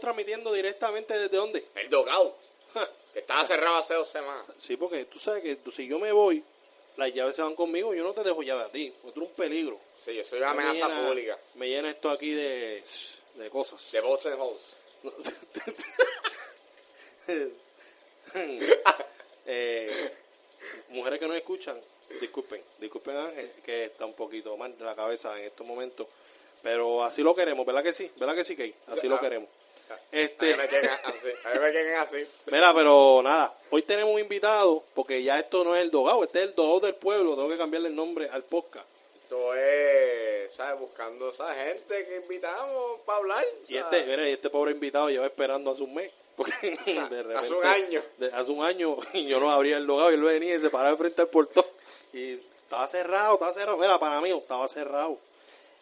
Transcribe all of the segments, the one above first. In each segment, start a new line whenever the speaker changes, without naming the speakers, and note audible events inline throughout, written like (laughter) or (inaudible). transmitiendo directamente desde dónde.
El dogout. que estaba cerrado hace dos semanas.
Sí, porque tú sabes que tú- si yo me voy, las llaves se van conmigo, yo no te dejo llave a ti, porque tú eres un peligro.
Sí, yo soy una amenaza
Me llena-
pública.
Me llena esto aquí de, de cosas.
De bots and hoes.
(laughs) Eh, mujeres que no escuchan, disculpen, disculpen Ángel, que está un poquito mal de la cabeza en estos momentos. Pero así lo queremos, ¿verdad que sí? ¿Verdad que sí, Key? Así lo
Ah.
queremos.
A
Este,
mí me llegan así. A mí me llegan así.
mira, pero nada, hoy tenemos un invitado, porque ya esto no es el dogado, este es el dogado del pueblo, tengo que cambiarle el nombre al podcast.
Esto es, ¿sabes? Buscando esa gente que invitamos para hablar.
Y
¿sabes?
este, mira, y este pobre invitado lleva esperando hace un mes. Porque (laughs) de repente,
hace un año.
de- hace un año (laughs) y yo no abría el logado y él venía y se paraba frente al portón. Y estaba cerrado, estaba cerrado. Mira, para mí estaba cerrado.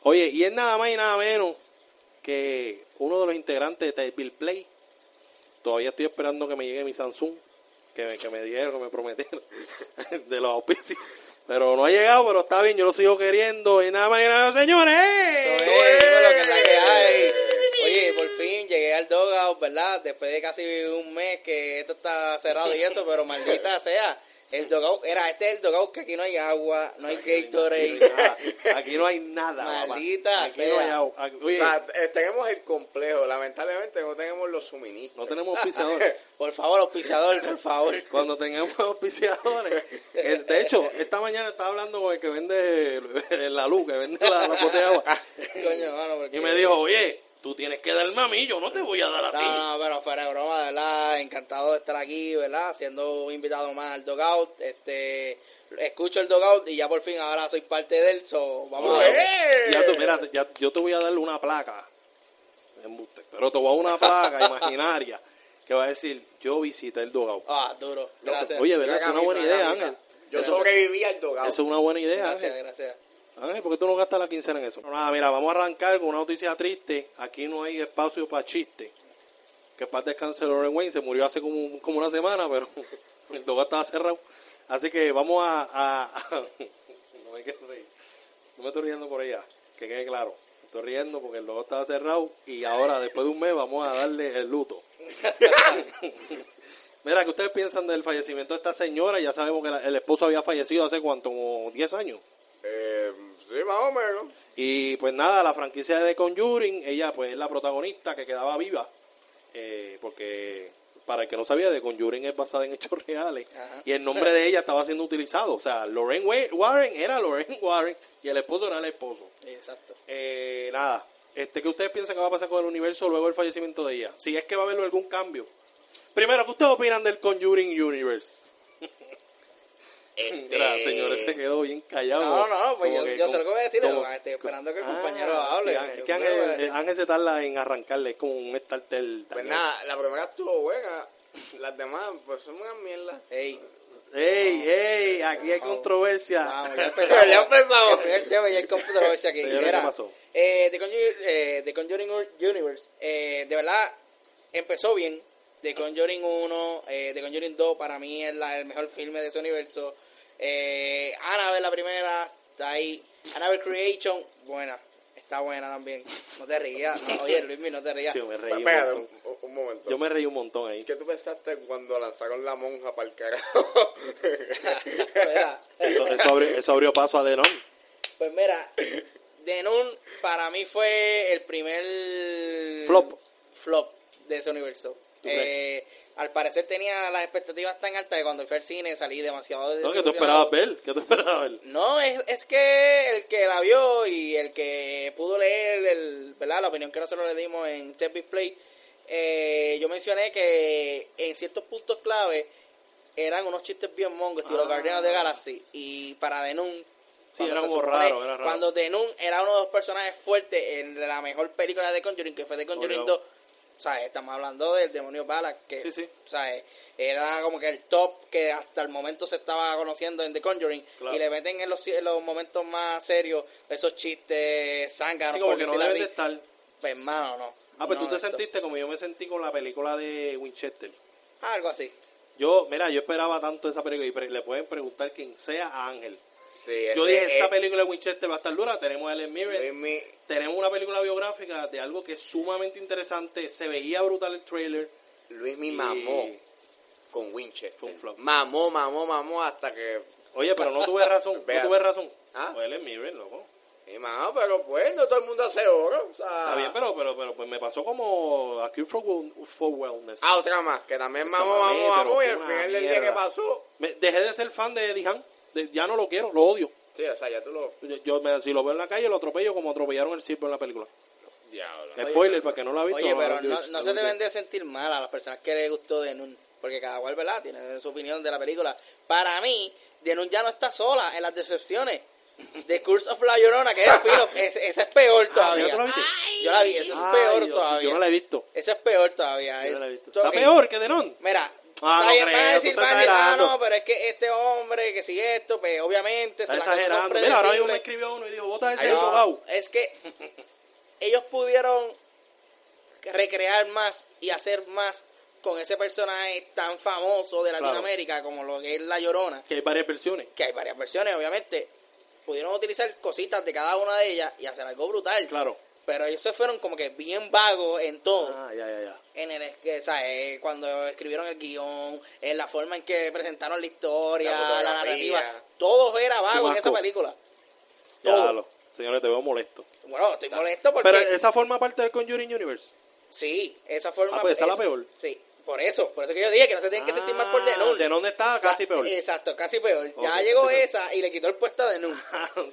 Oye, y es nada más y nada menos que uno de los integrantes de Bill Play. Todavía estoy esperando que me llegue mi Samsung, que me, que me dijeron, que me prometieron (laughs) de los auspicios. Pero no ha llegado, pero está bien, yo lo sigo queriendo. Y nada más y nada menos, señores.
Eso es, dímelo, que es la que hay. Oye, por fin llegué al Dogout, ¿verdad? Después de casi un mes que esto está cerrado y eso, pero
(laughs)
maldita sea. El Dogout, era este es el Dogout que aquí no hay agua, no hay
Aquí no hay
Gatorade.
nada. Aquí no hay nada. papá.
Maldita
Aquí
sea.
no hay agua. Aquí-
O
Oye,
sea, eh, tenemos el complejo. Lamentablemente no tenemos los suministros.
no tenemos auspiciadores.
Por favor, auspiciador, por favor.
(laughs) Cuando tengamos auspiciadores. eh, De hecho, esta mañana estaba hablando con el que vende la luz, que vende la, la botella de agua.
Coño, mano, porque-
Y me dijo, oye, tú tienes que darme a mí, yo no te voy a dar a ti.
No, no, pero fuera de broma, de verdad, encantado de estar aquí, ¿verdad? Siendo un invitado más al dogout, este, escucho el dogout y ya por fin ahora soy parte de él, so, vamos a ver.
¡Eh!
Ya tú, mira, ya, yo te voy a darle una placa. Embuste. Pero te voy a dar una placa imaginaria que va a decir, yo visité el Dogao.
Ah, duro, gracias.
Oye,
La
¿verdad? Es una
camisa,
buena
la
idea,
camisa.
Ángel.
Yo
Eso-
sobreviví al dogado.
Eso es una buena idea, Ángel.
gracias, gracias.
Ángel, ¿por qué tú no gastas la quincena en eso? No, nada, mira, vamos a arrancar con una noticia triste. Aquí no hay espacio para chiste. Que paz descanse Loren Wayne. Se murió hace como, como una semana, pero (laughs) el doga estaba cerrado. Así que vamos a... a- a- (laughs) no, me quiero reír. No me estoy riendo por ella. Que quede claro. Me Estoy riendo porque el doga estaba cerrado. Y ahora, después de un mes, vamos a darle el luto. (laughs) Mira, ¿qué ustedes piensan del fallecimiento de esta señora? Ya sabemos que la- el esposo había fallecido hace cuánto, como 10 años.
Eh, sí, más o menos.
Y pues nada, la franquicia de The Conjuring, ella pues es la protagonista que quedaba viva, eh, porque para el que no sabía, The Conjuring es basada en hechos reales
Ajá.
y el nombre de ella estaba siendo utilizado. O sea, Lorraine Wa- Warren era Lorraine (laughs) Warren y el esposo era el esposo.
Exacto.
Eh, nada, este, ¿qué ustedes piensan que va a pasar con el universo luego del fallecimiento de ella? Si es que va a haber algún cambio. Primero, ¿qué ustedes opinan del Conjuring Universe?
Este...
Mira, señores, se quedó bien callado.
Eh, No, no, no, pues
Como
yo-
que-
yo sé lo que voy a decir,
como-
pero estoy esperando que el
Ah,
compañero hable.
sí, Ángel- es que
Yo creo que voy a
Ángel,
decir.
Ángel se tarda en arrancarle, es como un starter.
Pues nada, la primera estuvo buena. Las demás, pues son unas mierdas.
Ey,
¡Ey,
pues,
ey! Aquí hay controversia. (laughs)
vamos, ya empezamos.
ya empezamos.
El primer tema y el controversia aquí.
Señores, ¿qué
Mira,
pasó?
eh, The, Conjuring, eh, The Conjuring Ur- Universe, eh, de verdad, empezó bien. The Conjuring 1, eh, The Conjuring 2, para mí es la- el mejor filme de ese universo. Eh, Annabelle, la primera, está ahí. Annabelle Creation, buena. Está buena también. No te rías. no, oye, Luismi, no te rías.
Sí,
(laughs)
yo me reí.
Pero,
un
espérate,
montón.
un, un momento.
yo me reí un montón ahí.
¿Qué tú pensaste cuando lanzaron la monja para el carajo?
(laughs)
¿Verdad?
Eso,
(laughs)
eso abrió, eso abrió paso a Denon.
Pues mira, Denun para mí fue el primer
Flop.
flop de ese universo.
¿Tú crees?
Eh, al parecer tenía las expectativas tan altas que cuando fui al cine salí demasiado
No, que tú
decepcionado.
esperabas ver. ¿Qué tú esperabas ver?
No, es, es que el que la vio y el que pudo leer el, ¿verdad? la opinión que nosotros le dimos en Tech Play, eh, yo mencioné que en ciertos puntos clave eran unos chistes bien mongos, estilo
Ah.
Guardianes de Galaxy. Y para Denun.
Sí,
cuando
era
se
como
supone-
raro, era raro.
Cuando Denun era uno de los personajes fuertes en la mejor película de Conjuring, que fue de Conjuring
Obligado.
2. ¿sabes? Estamos hablando del demonio Balak, que
Sí, sí.
¿sabes? eh, era como que el top que hasta el momento se estaba conociendo en The Conjuring.
Claro.
Y le meten en los, en los momentos más serios esos chistes zánganos,
Sí,
por
como que no
decirlo
deben de
así.
estar.
Pues, hermano, no.
Ah, pues
No,
tú te
esto-
sentiste como yo me sentí con la película de Winchester.
Algo así.
Yo, mira, yo esperaba tanto esa película y pre- le pueden preguntar quien sea a Ángel.
Sí,
Yo
ese
dije,
es-
Eh,
esta película de Winchester va a estar dura, tenemos a Ellen Mirren,
Luis Mi-
tenemos una película biográfica de algo que es sumamente interesante, se veía brutal el trailer.
Luis mi
y-
mamó con Winchester.
Fue un flop.
Mamó, mamó, mamó hasta que.
Oye, pero no tuve
(laughs)
razón, no
Vea.
tuve razón.
Ah.
Fue Ellen Mirren, loco.
Y mamá, pero pues, no todo el mundo hace oro. O
Ah.
sea,
Está bien, pero, pero, pero pues me pasó como a Cure for, Wel- for Wellness.
Ah, otra más, que también
Esa
mamó,
mamé,
mamó,
pero
mamó. Y
fue
al
una
final del día
mierda.
que pasó.
Me- dejé de ser fan de Dijan, ya no lo quiero, lo odio.
Sí, o sea, ya tú lo.
Yo, yo me- si lo veo en la calle, lo atropello como atropellaron el circo en la película.
Diablo.
Spoiler, para que no lo ha visto. Ah,
Oye,
lo habrá
pero no,
visto.
no se deben de sentir mal a las personas que les gustó de Nun, porque cada cual, ¿verdad?, tiene su opinión de la película. Para mí, de Nun ya no está sola en las decepciones. The Curse of La Llorona, que es filo, (laughs) es- esa es
Ah,
peor todavía.
¿ya tú la viste?
yo la vi, esa es
Ay,
peor
Dios,
todavía.
Yo no la he visto.
Esa es peor todavía.
Yo
Es,
no la he visto.
tú-
Está
ok.
peor que Denon.
Mira,
Ah,
está
no
bien, van
creo,
a
tú
decir,
estás
van a decir, ah,
exagerando.
no, pero es que este hombre, que si esto, pues obviamente
Está
se la cantó
exagerando. Mira, ahora mismo me
predecible.
escribió uno y dijo, vota ese
Ay, no.
abogado.
Es que ellos pudieron recrear más y hacer más con ese personaje tan famoso de
Claro.
Latinoamérica como lo que es La Llorona,
Que hay varias versiones.
que hay varias versiones, obviamente. Pudieron utilizar cositas de cada una de ellas y hacer algo brutal.
Claro.
Pero ellos se fueron como que bien vagos en todo
Ah, ya, ya, ya.
en el que ¿sabes? eh, cuando escribieron el guión, en la forma en que presentaron la historia,
La
la,
fotografía.
narrativa, todo era vago en
Chubasco.
esa película.
Ya,
Todo.
lo- Señores, te veo molesto.
Bueno, estoy molesto porque
Pero esa forma parte del Conjuring Universe.
sí, esa forma
Ah, pues esa es la
es-
peor.
Sí, por eso, por eso que yo dije que no se tienen que sentir mal por
Ah,
Denun.
Denon está casi
Ya-
peor. (laughs)
Exacto, casi peor.
Ok,
ya
casi
llegó
peor.
esa y le quitó el puesto
(laughs)
a Denun.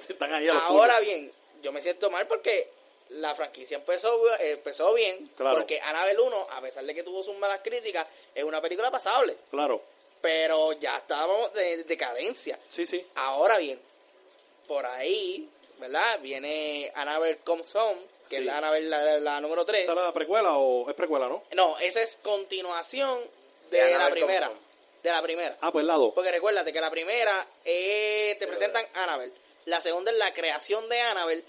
Están ahí a los
Ahora
tuyos.
bien, yo me siento mal porque la franquicia empezó eh, empezó bien,
Claro.
porque Annabelle 1, a pesar de que tuvo sus malas críticas, es una película pasable.
Claro.
pero ya estábamos de decadencia.
Sí, sí.
Ahora bien, por ahí, ¿verdad? Viene Annabelle Comes Home, que
Sí.
es la Annabelle la, la- la número 3.
¿Esa es la precuela o es precuela, no?
No, esa es continuación de,
De
la
Annabelle
primera.
Comes Home.
De la primera.
Ah, pues la 2.
Porque recuérdate que la primera eh, te
Pero-
presentan Annabelle. La segunda es la creación de Annabelle.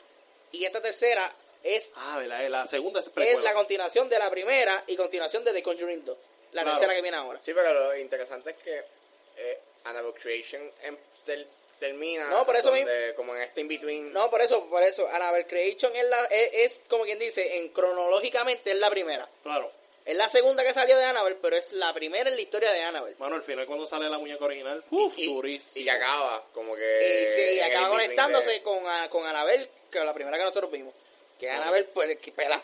Y esta tercera es,
Ah, ¿verdad? Eh, La segunda es precuela.
es la continuación de la primera y continuación de The Conjuring 2. La
Claro.
tercera que viene ahora.
Sí, pero lo interesante es que eh, Annabelle Creation em- ter- termina.
No, por eso
donde- Como en este in-between.
No, por eso, por eso. Annabelle Creation es, la, es, es, como quien dice, en cronológicamente es la primera.
Claro.
Es la segunda que salió de Annabelle, pero es la primera en la historia de Annabelle.
Mano, al final cuando sale la muñeca original, ¡uf!
y,
durísimo.
y que acaba, como que.
Y,
Eh,
se- y
en el
acaba
in-between
conectándose
de-
con, a- con Annabelle, que es la primera que nosotros vimos. Que es Annabelle, pues, que pela.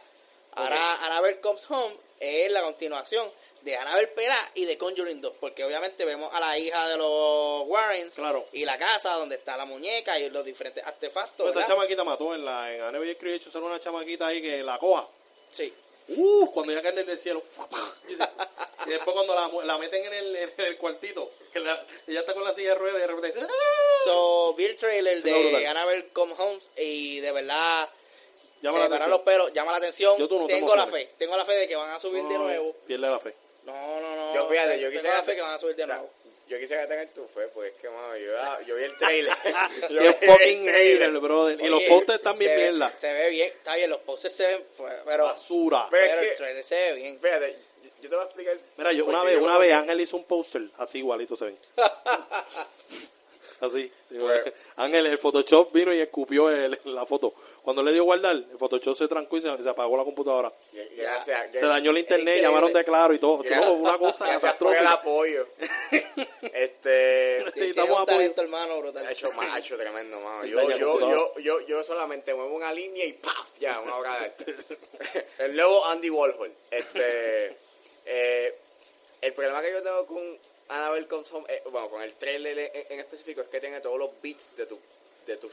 Ahora Annabelle Comes Home es la continuación de Annabelle Pela y de Conjuring 2, porque obviamente vemos a la hija de los Warrens
Claro.
y la casa donde está la muñeca y los diferentes artefactos.
Pues esa
¿verdad?
chamaquita mató en la en Annabelle Creation sale una chamaquita ahí que la coja.
Sí. Uh.
¡Uf! Cuando ya cae del cielo. Y, se- y después cuando la, mu- la meten en el, en el cuartito, que la- ella está con la silla de ruedas y de repente. ¡ah!
So, vi el trailer
Se ve brutal.
de Annabelle Come Home y de verdad
Llama
se
la
me pararon
atención.
los pelos, llama la atención.
Yo tú no te
tengo la
emociones.
fe, tengo la fe de que van a subir de
No,
nuevo.
Pierde la fe.
No, no, no.
Yo, fíjate, yo
tengo
quisiera-
la fe que van a subir de
O sea,
nuevo.
Yo quisiera tener tu fe, porque pues, es que, mano, yo, era- yo vi el trailer.
(laughs)
Yo vi
Qué
el
fucking
trailer.
hater, brother. Y los
Oye,
postes están bien
se ve-
mierda.
Se ve bien, está bien, los posters se ven, pues, pero,
Basura.
Pero es
pero el
que-
trailer se ve bien.
Fíjate, yo- yo te voy a explicar.
Mira, yo una
porque
vez,
yo
una
como
vez
que-
Ángel hizo un póster así igualito
(laughs)
se ven. Así. Digo,
Bueno.
Ángel, el Photoshop vino y escupió el- la foto. Cuando le dio guardar, el Photoshop se trancó y se, se apagó la computadora.
Ya- ya sea- ya-
Se dañó el internet,
increíble.
llamaron de claro y todo.
ya-
Todo
(laughs)
una cosa
Gracias por el
catastrófica. (laughs)
apoyo. este.
Tiene-
Necesitamos
tiene un
apoyo.
talento, hermano, brutal.
Ha hecho
(laughs)
macho tremendo, mano.
Sí,
Yo,
daña
yo,
computadora.
yo, yo, yo solamente muevo una línea y ¡paf! Ya, una obra de arte. El nuevo Andy Warhol. Este, eh, el problema que yo tengo con Annabelle Comes Home, eh, bueno, con el trailer en, en específico, es que tiene todos los beats de tu, de tus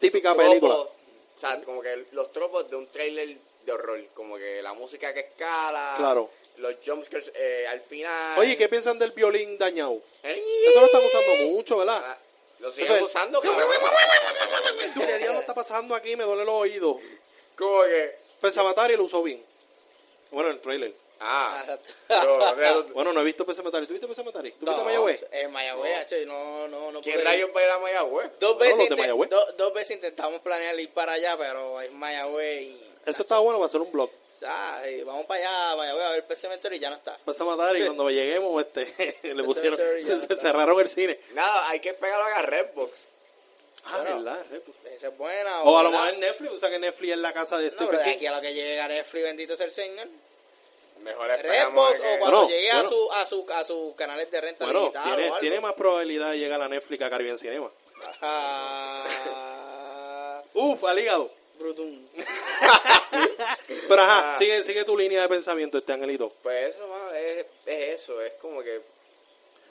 Típica
tropos,
película.
O sea, como que los tropos de un trailer de horror. Como que la música que escala.
Claro.
Los jumpscares eh, al final.
Oye, ¿qué piensan del violín dañado?
Eh,
Eso lo están usando mucho, ¿verdad?
ah, Lo
Eso
siguen
es.
usando, cabrón.
Tú, ¿Qué diablo está pasando aquí? Me duele los oídos.
Como que...
Pesamatari lo usó bien. Bueno, el trailer.
Ah,
(laughs)
yo,
(laughs)
yo-
Bueno, no he visto Pesamatari. ¿Tú viste Pesamatari? ¿Tú viste
No,
Mayagüez?
En Mayagüez, hacho, y no, no, no
¿Quién
pude ir.
rayos va a ir a Mayagüez?
Bueno,
Dos
los
veces,
de
inte-
Mayagüez.
do- dos veces intentamos planear ir para allá, pero es Mayagüez y
Eso estaba bueno para hacer un blog.
Ay, vamos para allá, vaya, voy a ver el Cemetery y ya no está.
Pasa a matar y cuando lleguemos este, (laughs) le pusieron,
Cemetery,
(laughs)
ya
se
está.
cerraron el cine.
Nada, hay que pegarlo a Redbox.
Ah,
Bueno,
verdad, Netflix.
Esa es buena.
O a lo
¿verdad?
mejor este en Netflix, o sea que Netflix es la casa de
Ah, No,
Stephen
pero de
King.
aquí a lo que llegue a Netflix, bendito sea el Señor.
Mejor esperamos.
Redbox
a que-
o cuando
Bueno,
llegue
bueno.
a sus a su, a sus canales de renta
Bueno,
digital. o
tiene,
algo.
tiene más probabilidad de llegar a Netflix que a Caribbean Cinema.
Ah,
Uf, al hígado.
Brutum.
Pero ajá,
Ah.
sigue, sigue tu línea de pensamiento, este angelito.
Pues eso, mano, es, es eso. Es como que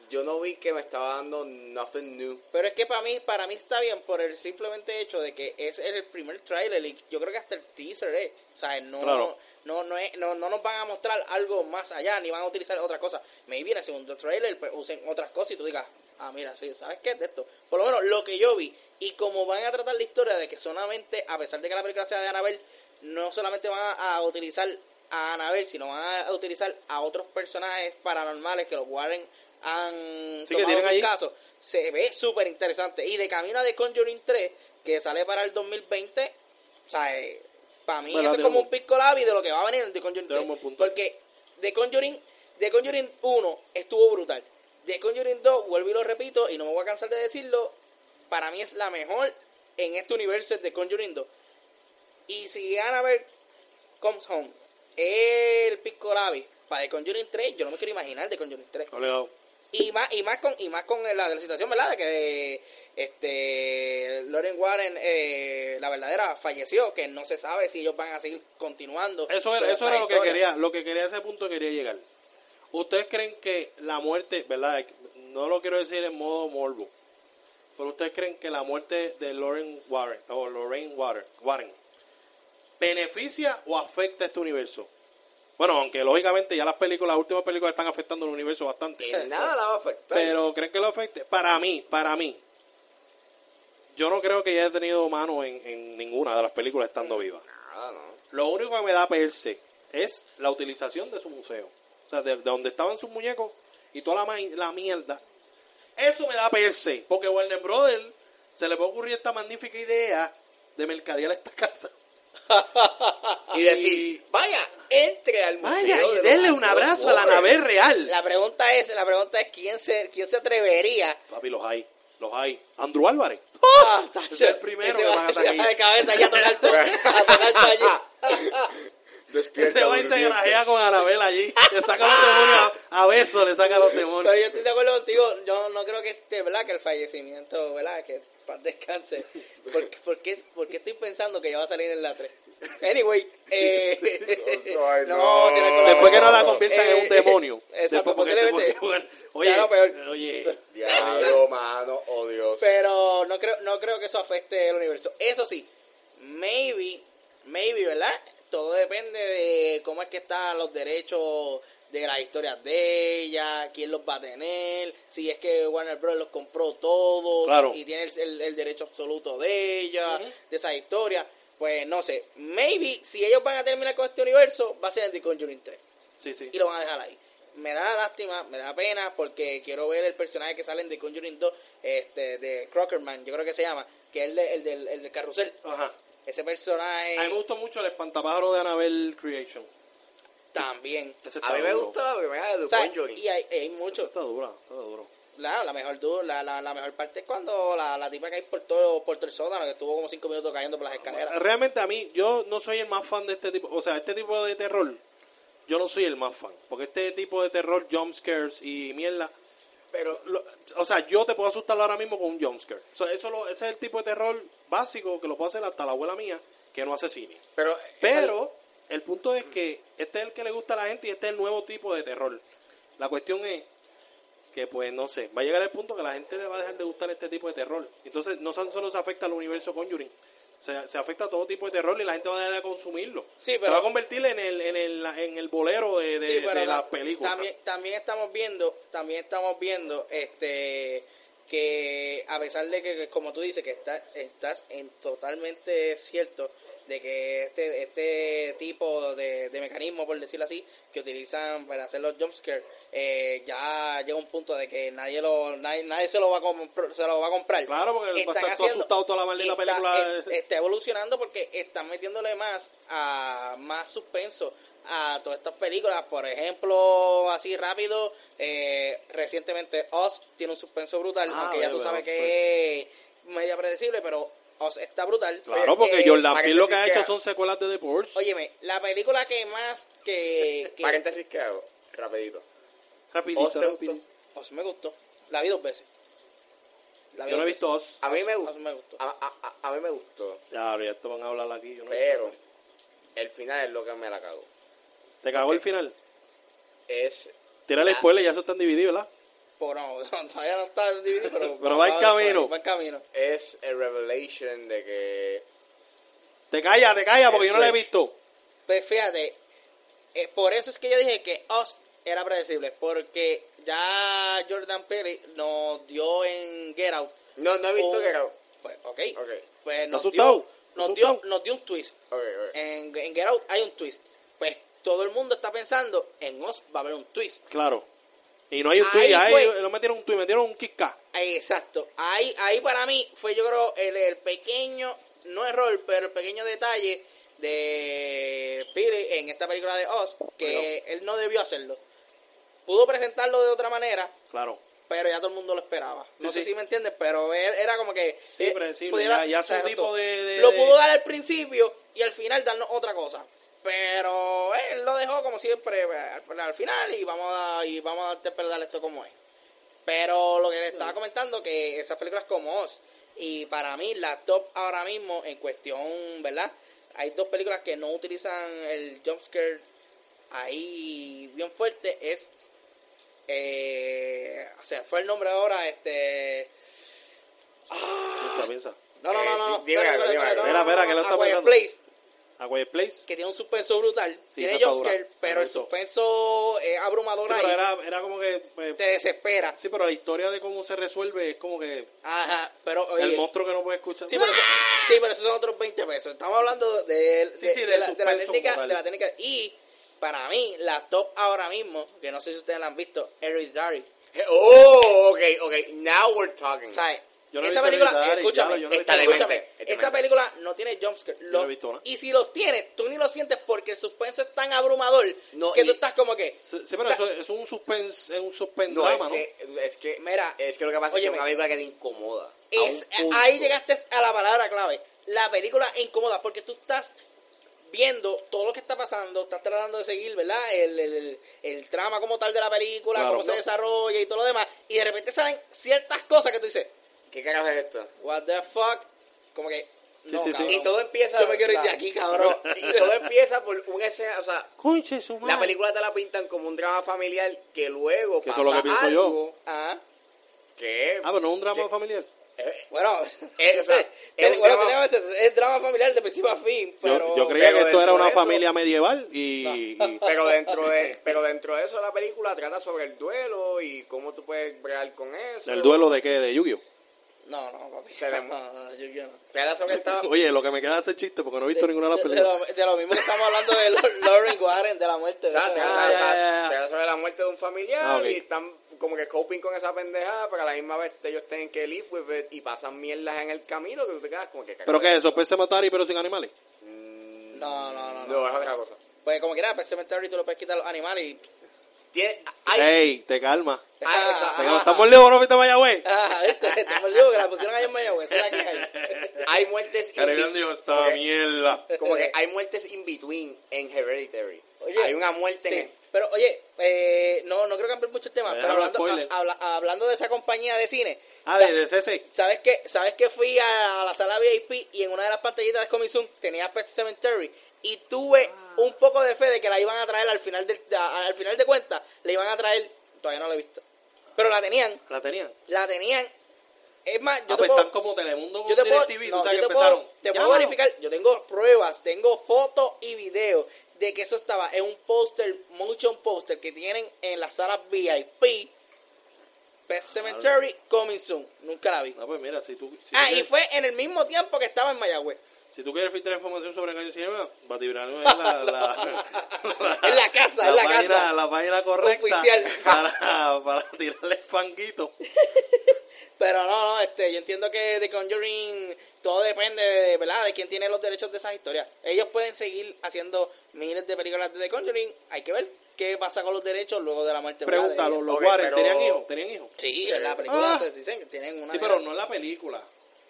yo no vi que me estaba dando nothing new.
Pero es que para mí, para mí está bien por el simplemente hecho de que es el primer tráiler y yo creo que hasta el teaser es. O sea, no,
Claro.
no, no, es- no, no nos van a mostrar algo más allá, ni van a utilizar otra cosa. Maybe en el segundo tráiler pues, usen otras cosas y tú digas, ah, mira, sí, ¿sabes qué es de esto? Por lo menos lo que yo vi. Y como van a tratar la historia de que solamente, a pesar de que la película sea de Annabelle, no solamente van a, a utilizar a Annabelle, sino van a utilizar a otros personajes paranormales que los Warren han
Sí, que
tomado
tienen
sus
allí.
casos caso, se ve súper interesante. Y de camino a The Conjuring 3, que sale para el 2020, o sea, para mí
Bueno,
eso es
tenemos-
como un pisco labi de lo que va a venir en The Conjuring
Tenemos
3.
buen punto.
Porque The Conjuring, The Conjuring 1 estuvo brutal. The Conjuring 2, vuelvo y lo repito, y no me voy a cansar de decirlo, para mí es la mejor en este universo de The Conjuring 2. Y si Annabelle Comes Home, el pisco labi para The Conjuring 3, yo no me quiero imaginar The Conjuring 3
Obligado.
y más y más con y más con la, la situación verdad de que este Lauren Warren eh, la verdadera falleció que no se sabe si ellos van a seguir continuando
Eso era,
con
eso
esta
era lo que
historia.
quería, lo que quería ese punto quería llegar. ¿Ustedes creen que la muerte, verdad? No lo quiero decir en modo morbo, pero ustedes creen que la muerte de Lauren Warren o Lorraine Warren, Warren beneficia o afecta este universo? Bueno, aunque lógicamente ya las películas, las últimas películas están afectando el universo bastante.
(laughs)
En nada la va a afectar.
Pero ¿creen que lo afecte? Para mí, para mí. Yo no creo que haya tenido mano en, en ninguna de las películas estando viva.
Nada, Ah, no.
Lo único que me da perse es la utilización de su museo. O sea, de, de donde estaban sus muñecos y toda la, ma- la mierda. Eso me da perse. Porque Warner Brothers se le puede ocurrir esta magnífica idea de mercadear esta casa.
Y decir, vaya, entre al museo.
(laughs) Vaya,
de
y
los
denle un
antiguos
abrazo a la
Warren.
nave real.
la pregunta es la pregunta es quién se quién se atrevería
Papi, los hay. Los hay. Andrew Álvarez.
Ah, tacho,
Ese es ¡Oh! el primero
ese
que
va-
van a
ese va
sacar.
de cabeza ya a tocar
(laughs)
to- a tocar to allí.
Despierta,
Se va y se
durmiente.
grajea con Anabel allí. Le saca los demonios. A a beso le saca los demonios.
pero yo estoy de acuerdo contigo yo no creo que este verdad que el fallecimiento verdad que paz descanse porque porque porque estoy pensando que ya va a salir en la 3 anyway eh,
(laughs)
Ay, no.
si (laughs) no es con la
Después que no
persona.
la conviertan en
Eh,
un demonio.
Exacto,
Después, porque
posiblemente.
este- porque- (laughs) oye,
Sea lo peor.
oye,
Diablo, mano, oh Dios.
Pero no creo, no creo que eso afecte el universo. Eso sí, maybe, maybe, ¿verdad? Todo depende de cómo es que están los derechos de las historias de ella, quién los va a tener, si es que Warner Bros. los compró todos
Claro.
y tiene el, el- el derecho absoluto de ella,
Ujú.
de esa historia. Pues no sé, maybe si ellos van a terminar con este universo, va a ser en The Conjuring 3
sí, sí.
y lo van a dejar ahí. Me da lástima, me da pena porque quiero ver el personaje que sale en The Conjuring 2, este, de Crockerman, yo creo que se llama, que es el, de- el del, el del carrusel.
Ajá.
Ese personaje
Eh,
A mí me gustó mucho el espantapájaro de Annabelle Creation.
también.
Ese está
A mí me
duro.
gusta la primera de
O sea,
The Conjuring.
y hay, hay
Ese
muchos.
está duro, está duro.
Claro, la mejor, du- la, la, la mejor parte es cuando la, la tipa cae por todo, por todo el sótano, que estuvo como cinco minutos cayendo por las escaleras.
Realmente a mí, yo no soy el más fan de este tipo. O sea, este tipo de terror, yo no soy el más fan. Porque este tipo de terror, jump scares y mierda,
Pero
lo- o sea, yo te puedo asustar ahora mismo con un jumpscare. O sea, eso lo- ese es el tipo de terror básico que lo puede hacer hasta la abuela mía que no hace cine.
Pero,
Pero el punto es que este es el que le gusta a la gente y este es el nuevo tipo de terror. La cuestión es que, pues, no sé, va a llegar el punto que la gente le va a dejar de gustar este tipo de terror. Entonces, no tan solo se afecta al universo Conjuring, se, se afecta a todo tipo de terror y la gente va a dejar de consumirlo.
Sí,
se
pero-
va a convertir en el, en el, en el bolero de, de,
Sí, pero
de
ta-
las películas.
También, también estamos viendo, también estamos viendo, este, que a pesar de que, que como tú dices, que está, estás en totalmente cierto de que este, este tipo de, de mecanismo, por decirlo así, que utilizan para hacer los jumpscares, eh, ya llega un punto de que nadie lo, nadie, nadie se lo va a comprar, se lo va a comprar.
Claro, porque va a
Están
estar todo
haciendo-
asustado toda la maldita
está-
película.
es- está evolucionando porque están metiéndole más a más suspenso a todas estas películas. Por ejemplo, así rápido, eh, recientemente Oz tiene un suspenso brutal,
Ah,
aunque ya
vale,
tú
vale,
sabes
Oz,
que media predecible, pero o sea, está brutal.
Claro, porque
Eh,
Jordan
para que
Peele lo que
te
ha
siga.
hecho son secuelas de The Purge.
Óyeme, la película que más
(laughs)
que... que
Paréntesis que hago, rapidito.
Rapidito,
¿Os te gustó?
rapidito.
Oz me gustó. La vi dos veces. La vi
Yo no he
dos
visto Oz.
A mí me
veces. Oz
gustó.
me gustó.
A, a- a- a mí me gustó,
Ya, ya te van a hablar aquí. Yo no he
pero
visto.
el final es lo que me la cagó.
¿Te cagó el final?
Es
Tira el
la-
spoiler, ya eso están divididos, ¿verdad?
Por no, no, (laughs) todavía no está dividido, pero...
Pero va en
por ahí,
camino.
Va en camino.
es el revelation de que
Te calla, te calla, porque yo no la he
Switch.
visto.
Pues fíjate, eh, por eso es que yo dije que Oz era predecible, porque ya Jordan Peele nos dio en Get Out.
no no he visto
un-
que era ok
Pues, ok.
ok
Pues nos
Asustado,
dio, nos,
asustado.
dio, nos dio un twist.
ok
En, en Get Out hay un twist. Pues todo el mundo está pensando, en Oz va a haber un twist.
Claro. Y no hay un
Ahí
tweet, ahí
fue.
no metieron un tweet, metieron un kick
Exacto. Ahí, ahí para mí fue, yo creo, el, el pequeño, no error, pero el pequeño detalle de Piri en esta película de Oz, que él no debió hacerlo. Pudo presentarlo de otra manera,
Claro.
pero ya todo el mundo lo esperaba. No
Sí,
sé
sí.
si me entiendes, pero él era como que...
Sí,
eh,
predecible, ya-
pudiera-
ya es un
exacto.
tipo de- de-
Lo
de-
pudo dar al principio y al final darnos otra cosa. Pero eh, él lo dejó como siempre eh, al, al final y vamos a, y vamos a interpretar esto como es. Pero lo que le estaba comentando, que esas películas como Oz, y para mí la top ahora mismo en cuestión, ¿verdad? Hay dos películas que no utilizan el jumpscare ahí bien fuerte, es... Eh, o sea, fue el nombre ahora, este...
Piensa, piensa.
No, no, no, no,
Eh,
no.
dímelo,
espérate, espérate,
dímelo.
no,
Espera,
no,
espera,
no,
que lo
no,
está
A Quiet
pensando.
Place,
A Quiet Place.
que tiene un suspenso brutal.
Sí,
tiene
esa está dura.
jumpscare, pero el
Correcto.
suspenso es
Sí,
abrumador
pero
ahí.
era, era como que... pues,
Te desespera.
sí, pero la historia de cómo se resuelve es como que...
Ajá, pero oye,
el monstruo que no puede escuchar.
Sí, pero, sí, pero esos son otros 20 pesos. Estamos hablando de, de-
Sí, sí,
de
del
la, de la
suspenso
técnica,
moral.
de la técnica. Y para mí, la top ahora mismo, que no sé si ustedes la han visto, Hereditary.
oh okay okay now we're talking
O sea,
Yo no he
esa
visto
película,
Hereditary,
escúchame,
ya, yo no he
visto
escúchame,
Hereditary. Está
esa
demente.
película no tiene jumpscare.
no he
Lo-
visto nada.
Y si los tienes, tú ni lo sientes porque el suspenso es tan abrumador
No,
que
y-
tú estás como que...
Sí, sí, pero eso, eso es un suspense, es un suspenso
no, es,
drama, ¿no?
que, es que
Mira,
es que lo que pasa es que
óyeme.
es una película que te incomoda a un
Es, eh,
punto.
ahí llegaste a la palabra clave. La película incómoda, porque tú estás viendo todo lo que está pasando, estás tratando de seguir, ¿verdad? El, el, el- el trama como tal de la película,
Claro.
cómo se
No.
desarrolla y todo lo demás, y de repente salen ciertas cosas que tú dices,
qué carajo es esto
what the fuck, como que...
Sí,
no,
sí, sí.
cabrón.
y todo empieza
Yo me quiero ir de aquí, cabrón.
No, y todo empieza por una escena o sea
Conche su
la
madre.
película te la pintan como un drama familiar que luego
Que
pasa
eso es lo que pienso yo.
algo
Ajá.
que
Ah, pero no es un drama
Sí.
familiar.
eh,
Bueno,
eh, o sea, es un
bueno,
drama-
tenemos ese- es drama familiar de principio a fin,
Yo-
pero...
yo, creía
pero
que esto era
dentro
una
de eso-
familia medieval y... y-
pero dentro
(laughs)
de pero dentro de eso la película trata sobre el duelo y cómo tú puedes bregar con eso
¿El duelo de qué? ¿De Yu-Gi-Oh?
No, no, papi.
Se le-
(laughs) No, no, yo, yo no.
trata sobre esta
(laughs) Oye, lo que me queda es el chiste porque no he visto ninguna de las películas.
lo, de lo mismo que estamos hablando de Lo- Lauren Warren, de la muerte.
o sea,
de-
trata,
Ah, ya, ya, ya.
trata sobre la muerte de un familiar
Ah, ok.
y están como que coping con esa pendejada pero a la misma vez ellos tienen que live with it y pasan mierdas en el camino que tú te quedas como que
¿Pero qué es eso? ¿Pese Matari pero sin animales?
Mm,
No, no, no, no.
no es otra cosa
Pues como quiera, Pet Cemetery tú lo puedes quitar a los animales y...
Tiene- hay-
Ey, te calma.
Ah,
Te
exacto.
calma. ¿Estamos lejos no viste Mayagüez?
(laughs) Ah, viste, te me olvidó que la pusieron ahí en Mayagüez, esa es la que hay.
hay muertes in
Caribbean
be-
dijo, esta
Ok.
mierda.
como
(laughs)
que hay muertes in between en Hereditary
Oye,
hay una muerte en
Sí, pero oye, eh, no, no creo cambiar mucho el tema,
Me
pero
dejaron
hablando,
spoiler.
ha- habla- hablando de esa compañía de cine...
Ah,
o sea,
de, de CC.
¿Sabes qué? ¿Sabes que Fui a, la sala VIP y en una de las pantallitas de Comic Zoom tenía Pet Cemetery y tuve un poco de fe de que la iban a traer al final de, a- al final de cuentas, la iban a traer, todavía no la he visto, pero la tenían,
¿La tenían?
la tenían, es más, yo
Ah,
te
pues
puedo,
están como Telemundo con
yo te puedo,
DirecTV,
no,
tú sabes que
yo te puedo,
empezaron.
te
Ya,
puedo
mano.
verificar, yo tengo pruebas, tengo fotos y videos de que eso estaba en un póster, motion póster que tienen en la sala VIP, Pet Cemetery, Coming Soon, nunca la vi.
Ah, No, pues mira, si tú, si tú
Ah, y
quieres,
fue en el mismo tiempo que estaba en Mayagüez.
si tú quieres filtrar información sobre Calle Cinema, Batibrano es
(laughs)
la, la,
En la casa, en la
página,
casa.
La página correcta
Oficial.
Para, para tirarle panguito.
Pero no, no, este, yo entiendo que de Conjuring todo depende, de, ¿verdad? De quién tiene los derechos de esas historias. Ellos pueden seguir haciendo miles de películas de The Conjuring. Hay que ver qué pasa con los derechos luego de la muerte. ¿verdad? de
Pregúntalo,
ellos.
los
Ok,
Warren,
pero-
¿tenían hijos? ¿Tenían hijos?
Sí, en la película
Ah.
se dicen que tienen una...
Sí, pero no en la película.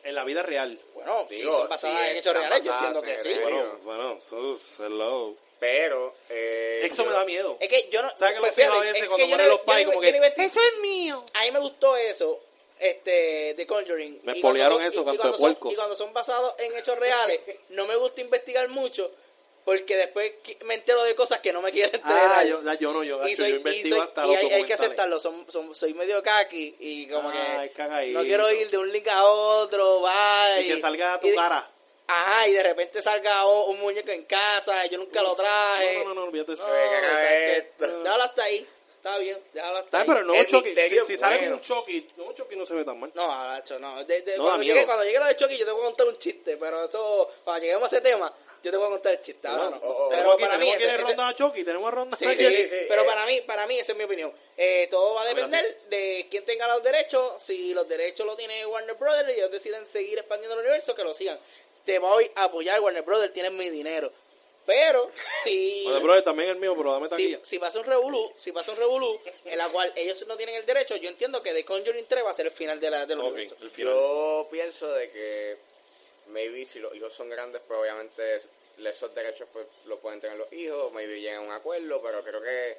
en la vida real.
Bueno, si
Digo,
son basadas
sí,
en hechos
están
reales, yo
basadas
entiendo que
en Sí,
sí.
reales.
bueno,
digo.
bueno, sus, hello.
Pero. Eh,
Eso
yo-
me da miedo.
Es que yo no.
¿Sabes que
pues,
los hijos a
fíjate,
veces
es
cuando
que yo
ponen
no-
los pais
yo no-
como
yo no
que,
iba- A mí me gustó eso. Este, de Conjuring.
Me
Y cuando
espolearon
son-
eso,
y- y
canto
cuando
de
son-
puercos.
Y cuando son basados en hechos reales, no me gusta investigar mucho, porque después que- me entero de cosas que no me quieren enterar.
Ah, yo, yo no, yo,
y
gacho,
soy,
yo
y,
investigo
soy-
hasta
y
los
hay, hay que
documentales.
aceptarlo, son, son- soy medio kaki y como
Ay,
que
cagadito.
no quiero ir de un link a otro, va
Y que salga a tu
y de-
cara.
Ajá, y de repente salga o- un muñeco en casa, y yo nunca lo traje.
No, no, no, olvídate de eso.
No, que
o
haga
sea, que-
esto. Ah,
Déjalo hasta ahí, está bien, déjalo hasta
Está
ahí.
bien, pero no
el
un Chucky. Si,
misterio
si
es
sale
bueno.
un Chucky, no, un Chucky no se ve tan mal.
No, Nacho, no. De- de-
No da
cuando,
miedo.
llegue, cuando llegue lo de Chucky, yo te voy a contar un chiste, pero eso, cuando lleguemos a ese tema, yo te voy a contar el chiste. Ahora no.
Bueno, o- o-
pero
tenemos aquí,
para mí,
tenemos aquí
ese-
en
ese-
ronda a Chucky, tenemos ronda
sí,
a
sí,
Chucky.
sí,
sí,
pero
eh.
para mí, para mí, esa es mi opinión. Eh, todo va a depender de quién tenga los derechos. Si los derechos lo tiene Warner Brothers y ellos deciden seguir expandiendo el universo, que lo sigan. Te voy a apoyar, Warner Brothers, tienes mi dinero. Pero
(laughs)
si,
Bueno, brother, también el mío, pero dame
si,
taquilla.
si pasa un revolú, si pasa un revolú, en la cual ellos no tienen el derecho, yo entiendo que The Conjuring 3 va a ser el final de la, del
Ok,
universo.
el final.
Yo pienso de que maybe si los hijos son grandes, pues obviamente esos derechos pues lo pueden tener los hijos, maybe llegan a un acuerdo, pero creo que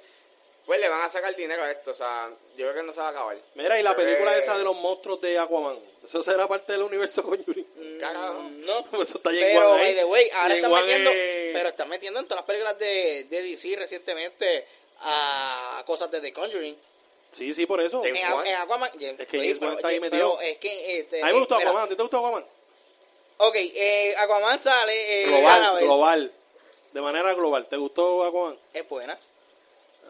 pues le van a sacar dinero a esto, o sea, yo creo que no se va a acabar. Pues,
Mira, y la
Creo
película
Eh.
que-
esa de los monstruos de Aquaman. Eso será parte del universo Conjuring.
Carajo.
Mm, No,
(laughs) Eso está bien
pero
guay ahí.
by the way, ahora
Bien
están
guay,
metiendo,
eh.
pero están metiendo en todas las películas de, de DC recientemente a cosas de The Conjuring.
Sí, sí, por eso.
Sí.
En,
James
A
Aqu-
Wan.
en Aquaman, James-
Es que
oye,
James
pero-
Wan está ahí
oye,
metido.
pero es que este,
mí me
eh,
gustó
mira,
Aquaman. ¿A ti te gustó Aquaman?
Ok, eh, Aquaman sale eh,
Global,
Annabelle.
global. De manera global. ¿Te gustó Aquaman?
Es buena.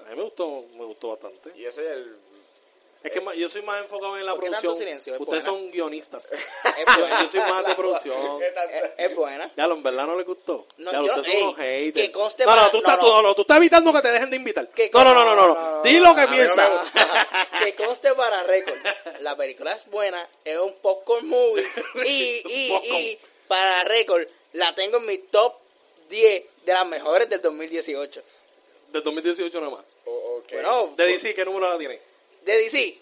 A mí me gustó, me gustó bastante.
Yo soy el
Es que ma- yo soy más enfocado en la
¿Por qué tanto
producción.
silencio? Es
Ustedes
buena.
son
(laughs)
guionistas.
Es
(laughs)
buena.
Yo soy más de
(laughs)
producción.
es, es buena.
Ya, lo- en verdad no le gustó.
No,
ya,
yo
ustedes
no-
son unos
ey,
haters.
que conste
no, no,
para-
tú
no,
estás,
no.
tú- no, no, tú estás evitando que te dejen de invitar.
Que-
No, no, no, no, no, no. Di lo que
A mí no me
piensas.
gusta.
(laughs) que conste para récord. La película es buena, es un popcorn
(laughs)
movie. Y, y, y para récord, la tengo en mi top 10 de las mejores del 2018.
Del 2018 nada más.
o- ok.
Bueno,
De DC, ¿qué número la tiene?
de DC,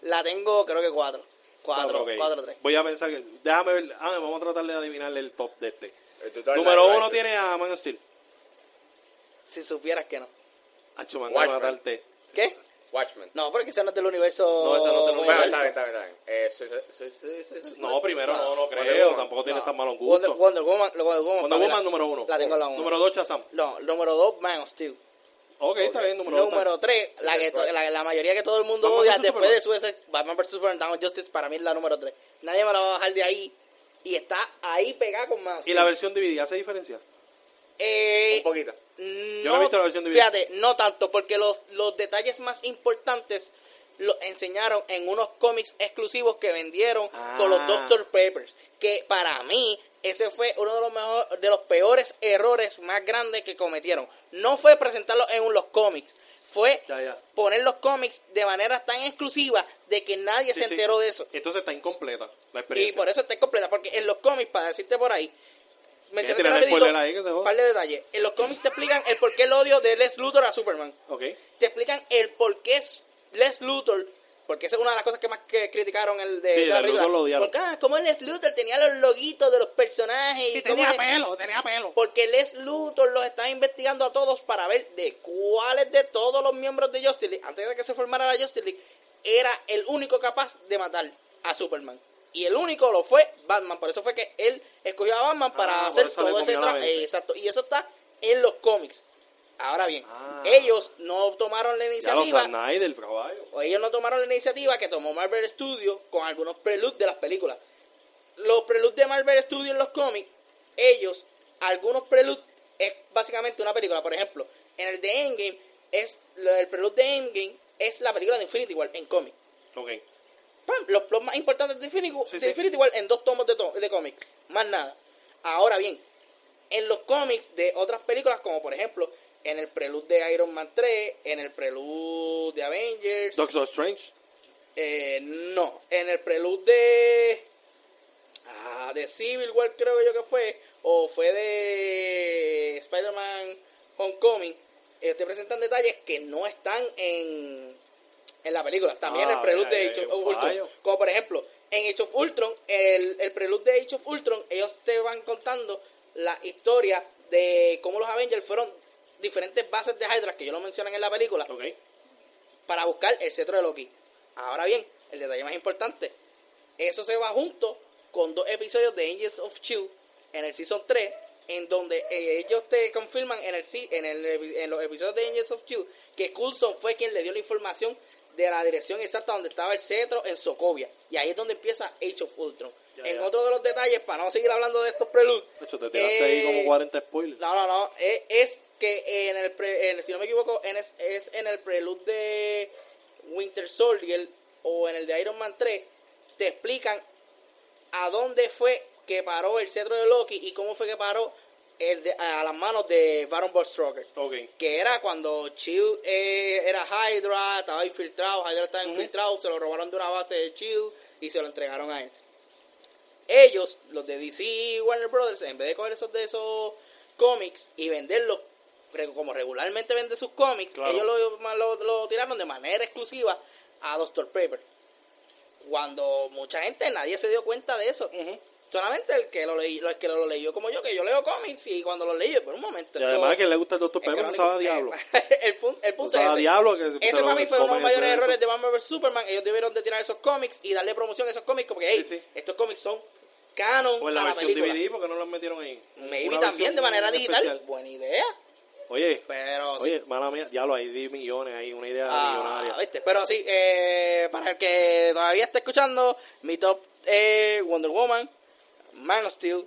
la tengo creo que 4. 4,
Ah, Ok.
4, 3.
Voy a pensar que. Déjame ver. Ah, vamos a tratar de adivinarle el top de este.
El tutorial
Número
de-
uno tiene a Man of Steel.
Si supieras que no.
Hacho, man,
Watchmen.
matarte.
¿É?
Watchmen.
No, porque esa no es del universo.
No, esa no es del
Marvel.
Bueno,
universo.
está bien, está bien, está bien. Eh, soy- soy- soy- soy- soy- soy-
No, primero no, no
Wonder
creo.
Woman.
Tampoco tiene
No.
(laughs)
tan malos
Wonder,
gustos.
Wonder Woman, Wonder Woman,
Wonder
para mí
Woman,
la-
número uno.
La tengo en la 1.
Número dos, Shazam.
No, número 2, Man of Steel.
Ok, está bien, número dos. pues.
Número 3, la, que to- la, la mayoría que todo el mundo
Batman
odia
versus
después de su ese Batman vs Superman Down Justice, para mí es la número 3. Nadie me la va a bajar de ahí. Y está ahí pegada con más.
Y la versión dividida, ¿hace diferencia?
Un poquito.
Yo no he visto la versión de video.
Eh, mm, Fíjate, no tanto, porque los, los detalles más importantes los enseñaron en unos cómics exclusivos que vendieron con los
Ah.
Doctor Papers. Que para mí, ese fue uno de los, mejor, de los peores errores más grandes que cometieron. No fue presentarlos en un- los cómics, fue
Ya, ya.
poner los cómics de manera tan exclusiva de que nadie
Sí,
se
sí.
enteró de eso.
Entonces está incompleta la experiencia.
Y por eso está incompleta, porque en los cómics, para decirte por ahí, mencioné
tirar
rapidito
spoiler ahí, que se joda.
un par de detalles. En los cómics te explican el por qué el odio de Les Luthor a Superman.
Ok.
Te explican el por qué es Les Luthor, porque esa es una de las cosas que más que criticaron el de
Sí,
de la
Les
película.
Luthor lo odiaron.
Porque, ah, cómo Les Luthor tenía los loguitos de los personajes. Y tenía pelo, tenía pelo. Porque Les Luthor los estaba investigando a todos para ver de cuáles de todos los miembros de Justice League, antes de que se formara la Justice League, era el único capaz de matar a Superman. Y el único lo fue Batman. Por eso fue que él escogió a Batman para
Ah, por
hacer
eso le
todo ese
comió la
tra-
mente.
eh, Exacto. Y eso está en los cómics. Ahora bien,
Ah.
ellos no tomaron la
Ya los
iniciativa
Snyder, caballo.
o Pues ellos no tomaron la iniciativa que tomó Marvel Studios con algunos preludes de las películas. Los preludes de Marvel Studios en los cómics, ellos, algunos preludes es básicamente una película. Por ejemplo, en el de Endgame, es, lo del prelude de Endgame es la película de Infinity War en cómic.
Ok.
¡Pam! Los plots más importantes de Infinity, War-
Sí,
de
sí.
Infinity War en dos tomos de, to- de cómics. Más nada. Ahora bien, en los cómics de otras películas, como por ejemplo, en el prelude de Iron Man 3, en el prelude de Avengers,
Doctor Strange.
eh, no, en el prelude de. Ah, de Civil War, creo yo que fue. O fue de Spider-Man Homecoming. eh, te presentan detalles que no están en. en la película. También
Ah,
el prelude
mira,
de
ahí
Age
hay
of
un
Ultron.
fallo.
Como por ejemplo, en Age of Ultron, el, el prelude de Age of Ultron, ellos te van contando la historia de cómo los Avengers fueron diferentes bases de Hydra, que yo lo mencionan en la película,
Ok.
para buscar el cetro de Loki. Ahora bien, el detalle más importante, eso se va junto con dos episodios de Angels of Shield E en el Season 3, en donde eh, ellos te confirman en el si- en el epi- en los episodios de Angels of Shield E que Coulson fue quien le dio la información de la dirección exacta donde estaba el cetro en Sokovia. Y ahí es donde empieza Age of Ultron.
Ya,
en
ya.
otro de los detalles, para no seguir hablando de estos preludes,
De hecho, te tiraste ahí
eh,
como 40 spoilers.
no, no, no. Es, es que en el, pre- en- si no me equivoco, en es, es en el prelude de Winter Soldier o en el de Iron Man 3, te explican a dónde fue que paró el cetro de Loki y cómo fue que paró el de- a las manos de Baron von Strucker.
Ok.
Que era cuando Chill eh, era Hydra, estaba infiltrado, Hydra estaba infiltrado, se lo robaron de una base de Chill y se lo entregaron a él. Ellos, los de DC y Warner Brothers, en vez de coger esos de esos cómics y venderlos re- como regularmente vende sus cómics,
Claro.
ellos lo, lo- lo tiraron de manera exclusiva a Doctor Paper. Cuando mucha gente, nadie se dio cuenta de eso.
Ujú.
Solamente el que lo, leí, el que lo leyó como yo, que yo leo cómics y cuando lo leí, yo, por un momento.
Y
esto-
además que le gusta el Dr.
el
Pepper, no
crónico-
sabe a
eh,
diablo.
(laughs)
(laughs)
el, pun- el punto
No sabe
es
a
ese.
diablo que se
ese
lo
para mí fue uno
comen
de los mayores
entre
errores
eso.
de Batman vs Superman. Ellos debieron de tirar esos cómics y darle promoción a esos cómics porque, hey,
Sí, sí.
estos cómics son canon
O en Pues la
para la
versión
película.
DVD, porque no los metieron ahí.
Maybe
Una
también
versión
de manera digital.
especial.
Buena idea.
Oye,
Pero sí.
oye, mala mía, diablo, ahí di millones, ahí una idea
Ah,
millonaria.
¿viste? Pero sí, eh, para el que todavía está escuchando, mi top eh, Wonder Woman, Man of Steel,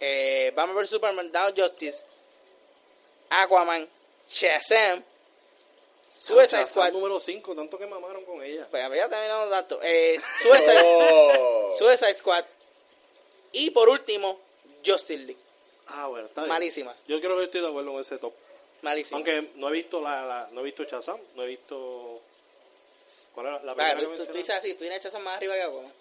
eh, Batman vs Superman, Down Justice, Aquaman, Shazam, Suicide
Chazam
Squad.
número 5, tanto que mamaron con ella.
Pues había terminado tanto. Eh, Suicide,
(laughs) Oh.
Suicide Squad. Y por último, Justice League.
Ah, bueno, está bien.
Malísima.
Yo creo que estoy de acuerdo con ese top.
Malísimo.
Aunque no he visto la, la- no he visto Chazam, no he visto ¿Cuál era la
Vaya,
primera
tú,
que
tú- tú
mencionaste?
dices así, tú tienes Chazam más arriba que Aquaman.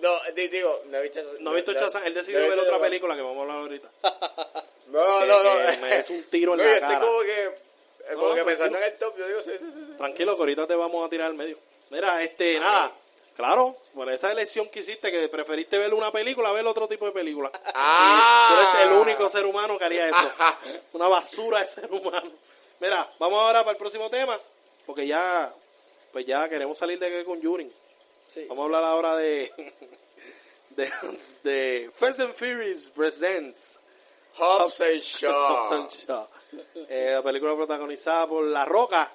No, di- digo, no he visto Shazam.
No he visto Chazam, él decidió
no he
ver
visto
otra
Shazam.
película que vamos a hablar ahorita.
No,
Que-
no, no.
que me des un tiro en
No,
la
yo estoy
cara.
como que, eh, como
No, pues,
que
no, tranquilo.
pensando en el top, yo digo, sí, sí, sí. sí.
Tranquilo, que ahorita te vamos a tirar al medio. Mira,
Ah,
este, nada. Claro, por esa elección que hiciste, que preferiste ver una película, ver otro tipo de película.
Ah.
Y Tú eres el único ser humano que haría eso. Una basura de ser humano. Mira, vamos ahora para el próximo tema, porque ya, pues ya queremos salir de con Conjuring. Vamos a hablar ahora de, (laughs) de, de Fast and Furious Presents
Hobbs and Shaw.
Hobbs and Shaw. Eh, la película protagonizada por La Roca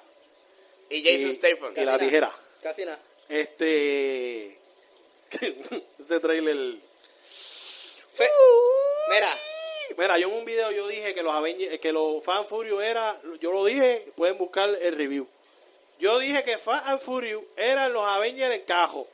Y Jason
y-
Statham.
y la
Casi
tijera.
nada. Casi nada.
Este. (laughs) ese trailer.
Fe- Mira,
Mira, yo en un video yo dije que los Avengers, que los Fan Furious era. Yo lo dije, pueden buscar el review. Yo dije que Fan and Furious eran los Avengers en
(laughs)
cajo.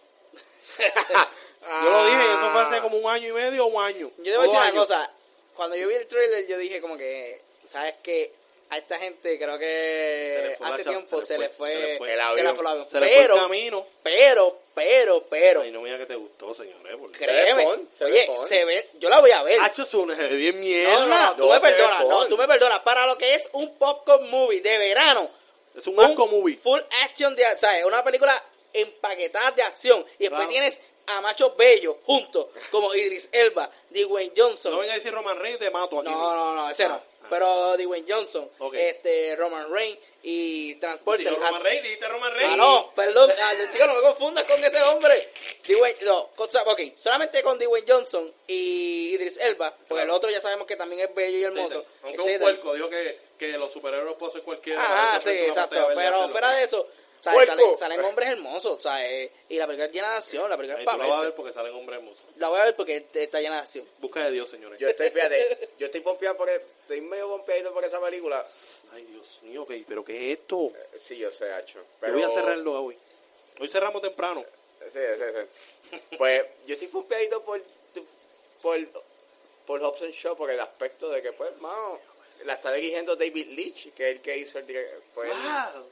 Yo lo dije, y eso fue hace como un año y medio o un año.
Ah. yo te voy
o
a
dos
decir una
años.
cosa. Cuando yo vi el trailer, yo dije como que, ¿sabes qué? A esta gente creo
Se
que
le fue la
hace
chan-
tiempo se le fue,
se le fue.
El
se le
avión.
fue el avión.
Se le fue el
Pero,
camino.
pero, pero, pero,
Ay, no mira que te gustó, señores. porque-
Creo-
créeme,
fun, se ve
oye,
fun.
se ve, yo la voy a ver.
Hacho, es una bien
No,
mierda.
no, no, tú
No,
me
se ve
perdonas, no,
cool.
tú me perdonas. Para lo que es un popcorn movie de verano,
Es un asco
un
movie.
full action de, o sea, es una película empaquetada de acción y después
Claro.
tienes a machos bellos juntos como Idris Elba, Dwayne Johnson.
No venga a decir Roman Reigns, te mato aquí.
No, no, no, ese no.
Ah, ah.
Pero Dwayne Johnson,
Ok.
este Roman Reigns y Transporter.
Dijo Pues, Roman
Ah,
Reigns, dijiste Roman Reigns.
Ah, no, perdón, ah, chico, no me confundas con ese hombre. Dwayne, no, con- ok, solamente con Dwayne Johnson y Idris Elba, porque el
Claro.
otro ya sabemos que también es bello y hermoso.
Aunque
Este-
un puerco dijo que, que los superhéroes pueden ser cualquiera.
Ajá,
Eso
sí,
fue una
exacto.
pantalla verde
Pero
hacerlo.
fuera de eso, ¿sabes?
Puerco.
salen, salen hombres hermosos, ¿sabes? Y la película es llena de acción, la película
Ahí
es
tú
para
la vas a
verse.
ver porque salen hombres hermosos.
La voy a ver porque este- está llena de acción.
Busca de Dios, señores.
Yo estoy, fíjate, yo estoy pompeado por el- estoy medio pompeadito por esa película.
Ay, Dios mío, ¿qué- ¿pero qué es esto?
Eh, Sí, yo sé, Hacho.
Yo voy a cerrarlo hoy. Hoy cerramos temprano.
Sí, sí, sí. Pues yo estoy pompeadito por, por, por Hobbs and Shaw por el aspecto de que, pues, mano, la está dirigiendo David Leitch, que es el que hizo el, dire- fue
Pues,
el-
¡Wow!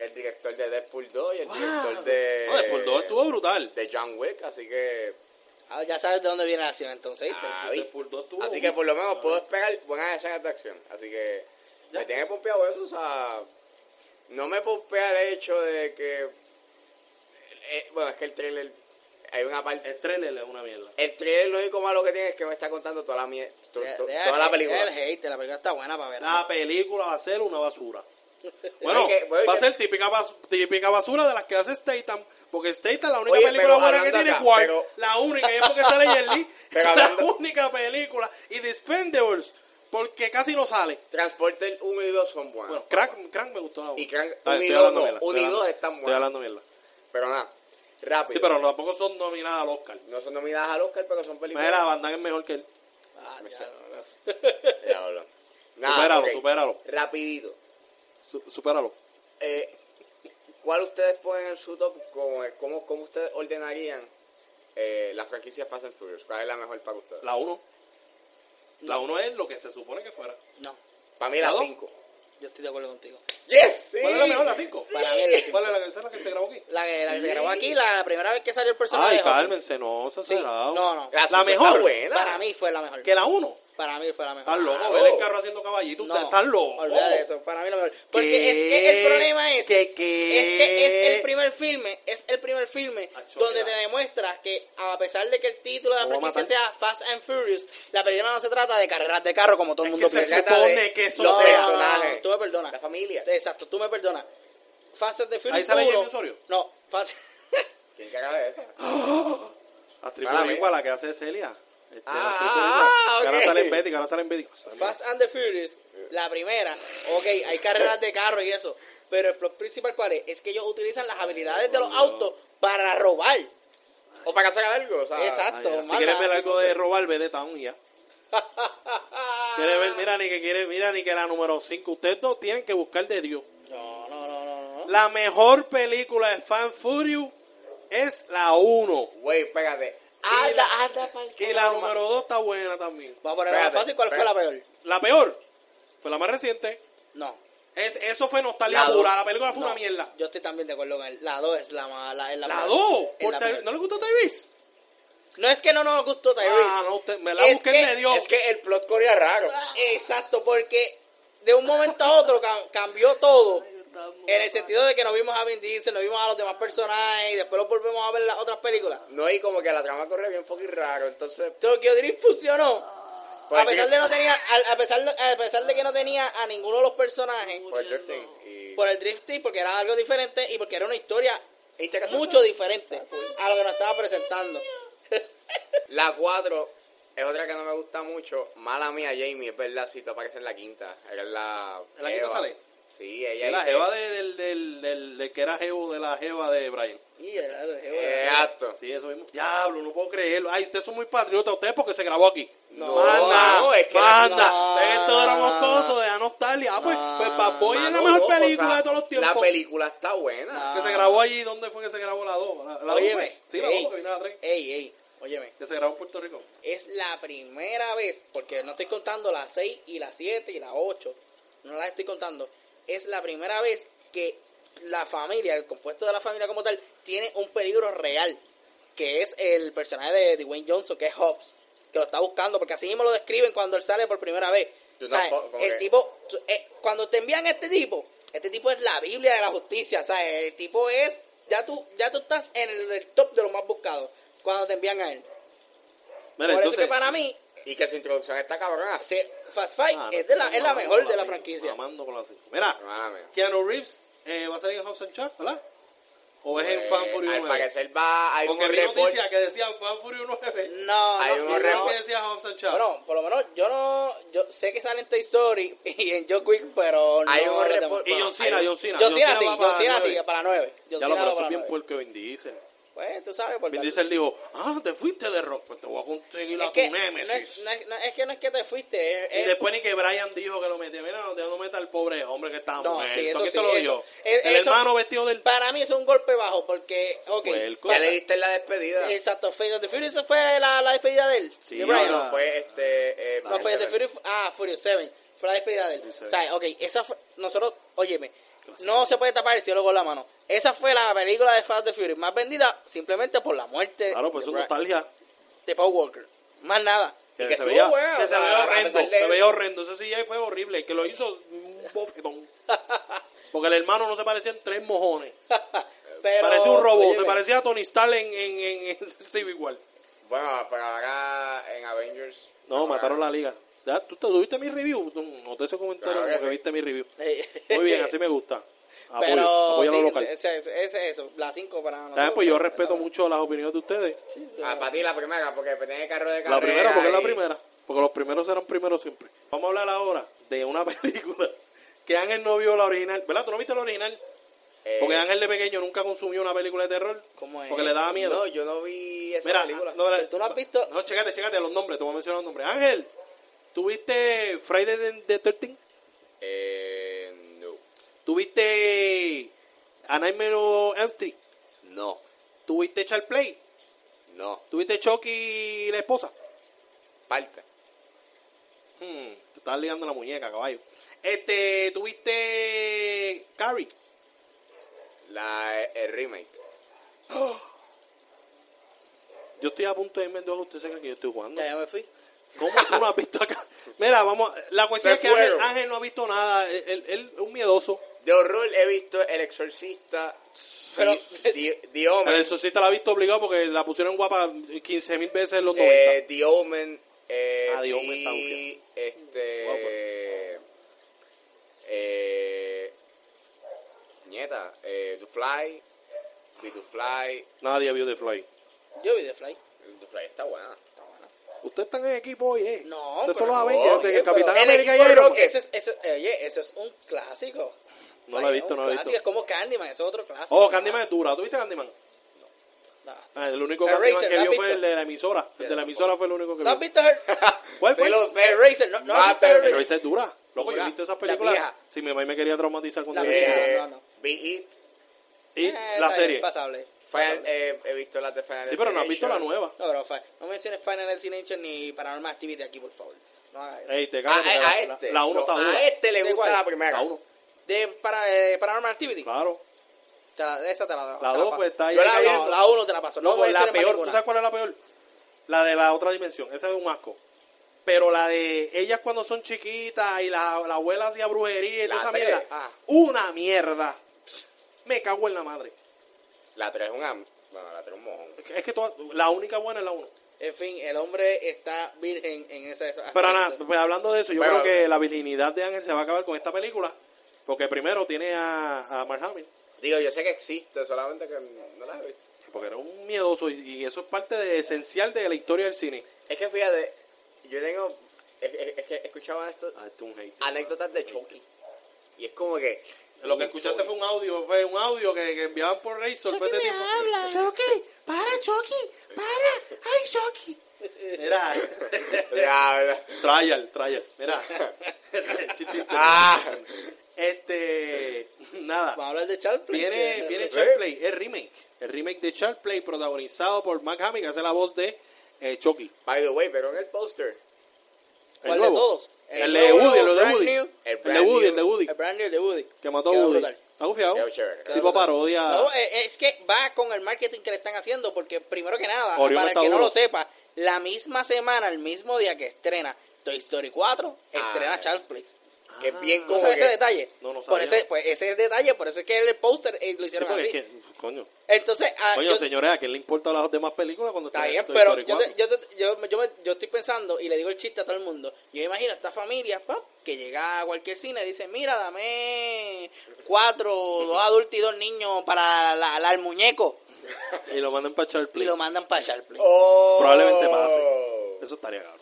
el, director de Deadpool 2 y el
¡Wow!
director de,
No, Deadpool 2 estuvo brutal.
de John Wick, así que...
Ah, ya sabes de dónde viene la acción, entonces, ¿viste?
Ah, vi.
Deadpool 2 estuvo
Así que por lo menos
brutal.
puedo esperar buenas escenas de acción. Así que
Ya,
me tiene
pues.
pompeado eso, o sea... No me pompea el hecho de que eh, bueno, es que el trailer. Hay una parte.
El trailer es una mierda.
El trailer lo único malo que tiene es que me está contando toda la mie- to-
Deja-
to-
deja
toda la
el- deja
película.
el hate, la película está buena para ver.
La película va a ser una basura.
(laughs)
Bueno,
que- pues, bueno,
va a
que-
ser típica, bas- típica basura de las que hace Statham. Porque Statham, la única
Oye,
película
pero
buena que
hablando
tiene es
acá,
War.
pero-
La única, y es porque
(laughs)
sale Jet Li.
Pero
la
hablando-
única película. Y Dispendables, porque casi no sale.
Transporter 1 y 2 son buenos.
Bueno, Crank, Crank me gustó la
Y
uno.
Crank
Ah,
uno y
estoy
dos
hablando
no,
mierda,
uno
estoy
y
hablando-
dos están
Estoy
buenos.
hablando mierda.
Pero nada, rápido.
Sí, pero no- tampoco son nominadas al Oscar.
No son nominadas al Oscar, pero son películas.
Mira, Van Damme es mejor que él.
Ah,
Me
ya,
sale.
(laughs)
no, no sé.
Diablo. Nada,
supéralo,
ok.
supéralo.
Rapidito.
Su- supéralo.
Eh, ¿Cuál ustedes ponen en su top? Como, ¿Cómo, cómo ustedes ordenarían eh, las franquicias Fast and Furious? ¿Cuál es la mejor para ustedes?
La 1. La 1 es lo que se supone que fuera.
No,
para mí
¿La
la
dos?
5.
yo estoy de acuerdo contigo.
¡Yes!
¿Cuál es la mejor? La 5.
Para mí es la cinco.
¿Cuál es la que, esa es la que se grabó aquí?
La que, la que se
Sí.
grabó aquí, la primera vez que salió el personaje.
Ay,
de Hopkins.
cálmense, no, se ha
Sí,
cerrado.
no, no.
La
cinco
mejor.
está buena.
Para mí fue la mejor.
Que la Ah, 1.
Para mí fue la mejor.
Están locos,
Claro.
ver el carro haciendo caballito.
No,
Ustedes están locos.
olvida de eso, para mí la mejor. Porque es que el problema es
¿Qué, qué?
es que es el primer filme, es el primer filme
Acho,
donde
mira.
te demuestra que a pesar de que el título de la
Lo voy a
franquicia
matar.
sea Fast and Furious, la película no se trata de carreras de carro como todo el
Es
mundo
que se
piensa.
supone que eso
no,
sea.
no, no, no, no, tú me
La
perdonas.
familia.
Exacto, tú me perdonas. Fast and Furious
Ahí sale
uno-
Jaime Osorio.
No, Fast (laughs)
¿Quién caga de eso?
Atributo
Para mí.
igual a la que hace Celia. Este, la
Ah,
actriz
ah,
igual. Que
ok.
Ahora sale en Betty, que ahora sale en Betty.
Fast and the Furious, la primera, ok, hay carreras de carro y eso, pero el plot principal cuál es, es que ellos utilizan las habilidades de los autos para robar.
O para hacer algo, o sea.
Ay,
Exacto,
mira, Ah, si
mala.
quieres ver algo de robar, ve de Town y
(laughs)
ya. Quieres ver, mira, ni que quiere, mira, ni que la número 5. Ustedes no tienen que buscar de Dios.
No, no, no, no, no.
La mejor película de Fan Furious es la 1.
Güey, pégate.
Anda, anda pa'l
Y la
carajo.
número 2 está buena también.
Vamos a ponerla más
Espérate,
fácil, ¿cuál fue la
espérate.
peor?
La peor, pues la más reciente.
No.
Es, eso fue nostalgia
La dos.
pura. La película fue
no.
una mierda.
Yo estoy también de acuerdo con él. La 2 es la mala. es la
La
peor.
2.
Es la peor.
¿No le gustó Tyrese?
No es que no nos gustó Tyrese.
Ah, no, usted, me la
Es
busqué
que-
de Dios.
Es que el plot core es raro.
Exacto, porque de un momento a otro cam- cambió todo. En el sentido de que nos vimos a Vin Diesel, nos vimos a los demás personajes y después los volvemos a ver en las otras películas.
No, y como que la trama corre bien fucking raro, entonces...
Tokyo Drift funcionó.
Pues
A pesar de no tenía, al- a pesar, de- a pesar de que no tenía a ninguno de los personajes
Por el drifting pues, y...
por el drifting, porque era algo diferente y porque era una historia
Interesante.
mucho diferente a lo que nos estaba presentando.
La 4 es otra que no me gusta mucho. Mala mía, Jamie, es verdad, si te aparece en la quinta. Eres la...
¿En la quinta
Eva.
sale?
Sí, ella
Es la
dice-
jeva de- del, del, del, del que era jevo de la jeva de Brian.
Y era- era- era-
Exacto.
Sí, eso mismo. Diablo, no puedo creerlo. Ay, ustedes son muy patriotas. Ustedes porque se grabó aquí.
No,
manda,
no, es que-
manda.
no.
Ven, esto era mocoso de la nostalgia. Ah, pues,
No.
pues Bad Boy es la
Mano,
mejor
loco,
película
o sea,
de todos los
La
tiempos.
película está buena.
Ah.
Que se grabó allí. ¿Dónde fue que se grabó la 2? ¿La, la dos
Óyeme,
fue? Sí, la 2
ey,
que vino la 3.
Ey, ey, óyeme.
Que se grabó en Puerto Rico.
Es la primera vez, porque no estoy contando la 6 y la 7 y la 8. No las estoy contando. Es la primera vez que la familia, el compuesto de la familia como tal, tiene un peligro real. Que es el personaje de Dwayne Johnson, que es Hobbs. Que lo está buscando, porque así mismo lo describen cuando él sale por primera vez.
Yo
O sea,
tampoco, como
el
que-
tipo, eh, cuando te envían a este tipo, este tipo es la Biblia de la justicia, o sea, el tipo es, ya tú, ya tú estás en el, el top de los más buscados cuando te envían a él.
Mira,
Por
entonces,
eso que para mí,
Y que su introducción está cabrona.
se- Fast Fight
Ah, no,
es, de la,
estoy
es la
mamando
mejor
con
de la
cinco,
franquicia.
mamando con la cinco. Mira,
Mala mía.
Keanu Reeves eh, va a salir en Hobbs and Shaw, ¿verdad? ¿O es Pues en Fan
Eh,
Furious
Al
9?
parecer va... Hay
Porque
un
vi
report...
noticias que decían Fan Furious 9.
No,
Hay
no,
unos
no.
Pero
reportes.
que decía Hobbs and Shaw.
Bueno, por lo menos yo no, yo sé que sale en Toy Story (laughs) y en Joe Quick, pero no.
Hay unos
los demás.
report-
y John Cena,
hay-
John Cena.
John Cena
John
sí,
va
John
para
Cena
nueve.
sí, para 9.
Ya lo pero eso es bien
pues.
puerco Vin Diesel.
Pues tú sabes, por
Vin
tanto.
Diesel dijo, ah, te fuiste de rock, pues te voy a conseguir
es
a
que
tu
no
némesis.
es, no es- no- es que no es que te fuiste, es,
y
es-
después ni que Brian dijo que lo metió. Mira, no, no meta al pobre hombre que está
No,
muerto.
sí, eso
¿Quién
sí,
te lo
eso-
dijo?
eh,
El
eso-
hermano vestido del...
para mí es un golpe bajo porque, ok,
Puerco.
Ya le diste la despedida.
exacto, Fate of the Furious fue la, la despedida de él,
Sí,
de
No,
Brian.
no, fue este... eh,
pues,
No fue de
Furious
Furious, ah, Furious 7. Fue la despedida de él.
Furious
O
Seven.
sea, ok, esa fue, nosotros, óyeme, no se puede tapar el cielo con la mano. Esa fue la película de Fast and Furious más vendida simplemente por la muerte
Claro, pues
de,
es
Bra-
nostalgia.
de Paul Walker. Más nada.
Que,
Y que
se
estuvo
veía,
bueno,
que
o
se
sea,
veía
a pesar
horrendo,
de-
se veía horrible. Entonces sí, ahí fue horrible, que lo
(laughs)
hizo un bofetón. Porque el hermano no se parecía en tres mojones.
pero...
Parecía un robot,
oye,
se parecía a Tony Stark en, en, en, en (laughs) Civil War.
Bueno, pero ahora en Avengers.
No, mataron la liga. Ya, ¿Tú, tú viste mi review? No te ese comentario
Claro que
como que
sí.
viste mi review.
eh,
Muy bien, así me
(laughs)
gusta. Apoyo,
(laughs) pero
apoyo a lo
sí,
local.
es, es- es eso, la 5 para nosotros.
También, pues yo respeto mucho las opiniones de ustedes.
Sí, sí.
Ah, para ti la primera, porque tiene carro de carrera.
La primera, porque es la
y-
primera. Porque los primeros eran primeros siempre. Vamos a hablar ahora de una (laughs) película que Ángel no vio la original. ¿Verdad? ¿Tú no viste la original?
eh,
Porque Ángel de pequeño nunca consumió una película de terror.
¿Cómo es?
Porque le daba miedo.
No, yo no vi esa
Mira,
película.
no, mira,
¿Tú la has visto?
No, chécate, chécate los nombres. Te voy a mencionar los nombres. Ángel, ¿tuviste Friday the, the 13th?
Eh, no.
¿Tuviste A Nightmare on Elm Street?
No.
¿Tuviste Charles Play?
No.
¿Tuviste Chucky y la esposa?
Parte.
Hmm, te estás ligando la muñeca, caballo. Este, ¿tuviste Carrie?
La, eh, el remake.
Yo estoy a punto de irme en droga, ustedes saben que yo estoy jugando.
Ya, ya me fui.
¿Cómo tú no has visto acá? Mira, vamos, a- la cuestión
Se
es que Ángel,
fueron.
Ángel no ha visto nada, él- él él es un miedoso.
De horror he visto El Exorcista.
Pero-
The, The- The Omen.
El exorcista la ha visto obligado porque la pusieron guapa 15 mil veces en los 90.
eh, The Omen. Eh,
Ah, The Omen está
y,
Guapo.
pues.
Este. Eh, nieta. Eh, to Fly. Be To Fly.
Nadie vio The Fly.
Yo vi The Fly.
To Fly está
(laughs)
buena. Está buena.
Ustedes están en equipo hoy, ¿eh?
No,
Ustedes son
pero
los
no,
Avengers,
oye,
este el Capitán
pero-
América y
El
Iron Man.
equipo ¿Qué?
Eso es, eso, eh, oye, eso es un clásico.
No lo he visto,
un
no lo he
clásico,
visto.
Es como Candyman, eso es otro clásico.
Oh, Candyman es dura. ¿Tú viste Candyman?
No.
Ah, el único Candyman
Eraser,
que
Eh, ¿la has
vio fue
visto?
el de la emisora. El de la emisora fue el único que
¿No has
vio.
visto Her?
¿Cuál fue?
Pero-
Eraser, no- no has visto
Mate-
Pero
Eraser.
esa es dura. Loco, yo he
Dura.
visto esas
La
películas.
vieja.
Si mi mamá me quería traumatizar con
La
todo
vieja.
eso.
Eh,
No, no, no.
Be It.
(laughs) Y
Eh,
la
(laughs) está bien,
serie.
Pasable.
Final, eh, he visto las de Final
Sí, pero no has visto la
Destination.
nueva.
No, pero fa- no menciones Final Destination ni Paranormal Activity aquí, por favor. No hagas eso.
Ey, te
A,
cago. porque
a- a
la-
este.
La 1
no,
está dura.
A este le
¿De
gusta
cuál?
la primera.
La 1,
De para, eh, Paranormal Activity.
claro.
Te la- esa te la doy.
La 2 pues está ahí.
Yo la vi,
cagado.
no,
La 1 te la paso. No,
No,
voy a
la
mencionar más
peor, ¿tú
ninguna.
sabes cuál es la peor? La de la otra dimensión, esa es un asco. Pero la de ellas cuando son chiquitas y la, la abuela hacía brujería y toda
La
esa
tres.
mierda.
Ah.
Una mierda. Me cago en la madre.
La 3 es un am. Bueno, la 3 es un mojón.
Es que toda- la única buena es la 1.
En fin, el hombre está virgen en ese aspecto.
Pero nada, pues hablando de eso, yo
Pero-
creo que la virginidad de Ángel se va a acabar con esta película. Porque primero tiene a, a Mark Hamill,
Digo, yo sé que existe, solamente que no la he visto.
Porque era un miedoso y, y eso es parte de- esencial de la historia del cine.
Es que fíjate, yo tengo. Es, es- es que escuchaba esto,
Ah, este es un hater.
anécdotas de Chucky. Y es como que.
Lo que escuchaste fue un audio, fue un audio que, que enviaban por Razor. fue ese tipo.
Chucky, para, Chucky, para. Ay, Chucky.
Mira, (laughs)
Diablo.
trial, trial. Mira, (laughs) Chiste interno.
Ah,
este,
Vamos a
nada.
hablar de Charles Play.
Viene,
Que-
viene
¿Eh?
Charles Play, el remake, el remake de Charles Play protagonizado por Mark Hamill que hace la voz de eh, Chucky.
by the way, pero en el póster.
El
¿Cuál de
nuevo.
todos?
El de Woody, el de
brand
Woody.
new,
El
El de
brand
Woody,
new.
el de Woody.
El brand new de Woody.
Que mató a
Quedó
Woody.
brutal.
¿Está confiado?
Quedó chévere, quedó
Tipo
brutal.
parodia.
No, eh, es que va con el marketing que le están haciendo, porque primero que nada,
Orión
para el
está
que no
duro.
lo sepa, la misma semana, el mismo día que estrena Toy Story 4,
Ah.
estrena Charles Play.
Que es bien
¿No
como.
sabes ese
Que,
detalle?
No, no
por
sabía.
ese, pues ese detalle, por eso es que el póster eh, lo
Sí,
hicieron
porque
así.
es que, coño,
Entonces, ah,
coño
yo-
señores, ¿a quién le importa las demás películas cuando
Está
esté-
bien,
Toy
pero
Story
yo,
4?
te- yo, te- yo, yo me- yo estoy pensando y le digo el chiste a todo el mundo. Yo me imagino a esta familia pap, que llega a cualquier cine y dice, mira, dame cuatro, dos adultos y dos niños para la, la- el muñeco.
Y lo mandan para Charles
Y
Play.
lo mandan para Sharplay.
oh.
Probablemente pase. Eso estaría caro.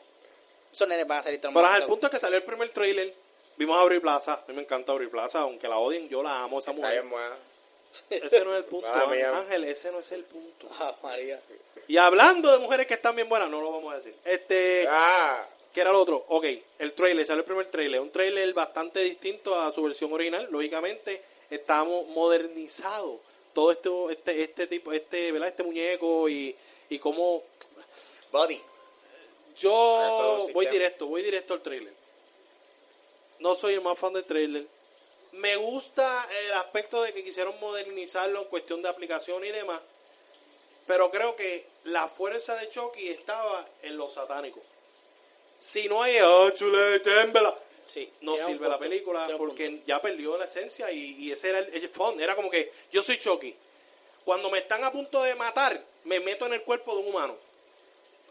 Esos nenes van a salir
Pero ajá,
traumados.
el punto es que salió el primer trailer. Vimos a Aubrey Plaza. A mí me encanta Aubrey Plaza. Aunque la odien, yo la amo esa
Está bien,
mujer.
buena.
Ese no es el
(laughs)
punto,
Mala mía.
Ángel. Ese no es el punto.
Ah, María.
Y hablando de mujeres que están bien buenas, no lo vamos a decir. Este,
Ah,
¿qué era lo otro? Ok, el trailer. Salió el primer trailer. Un trailer bastante distinto a su versión original. Lógicamente, estamos modernizados. Todo esto, este, este tipo, este, ¿verdad? Este muñeco y, y cómo
Buddy. Para todo el
Yo
sistema.
voy directo, voy directo al trailer. No soy el más fan del trailer. Me gusta el aspecto de que quisieron modernizarlo en cuestión de aplicación y demás. Pero creo que la fuerza de Chucky estaba en lo satánico. Si no hay "Ah, chule, témbela",
Sí,
no
tiene un
sirve la
punto,
película eh,
tiene un punto.
porque ya perdió la esencia y, y ese era el, el fun. Era como que yo soy Chucky. Cuando me están a punto de matar, me meto en el cuerpo de un humano.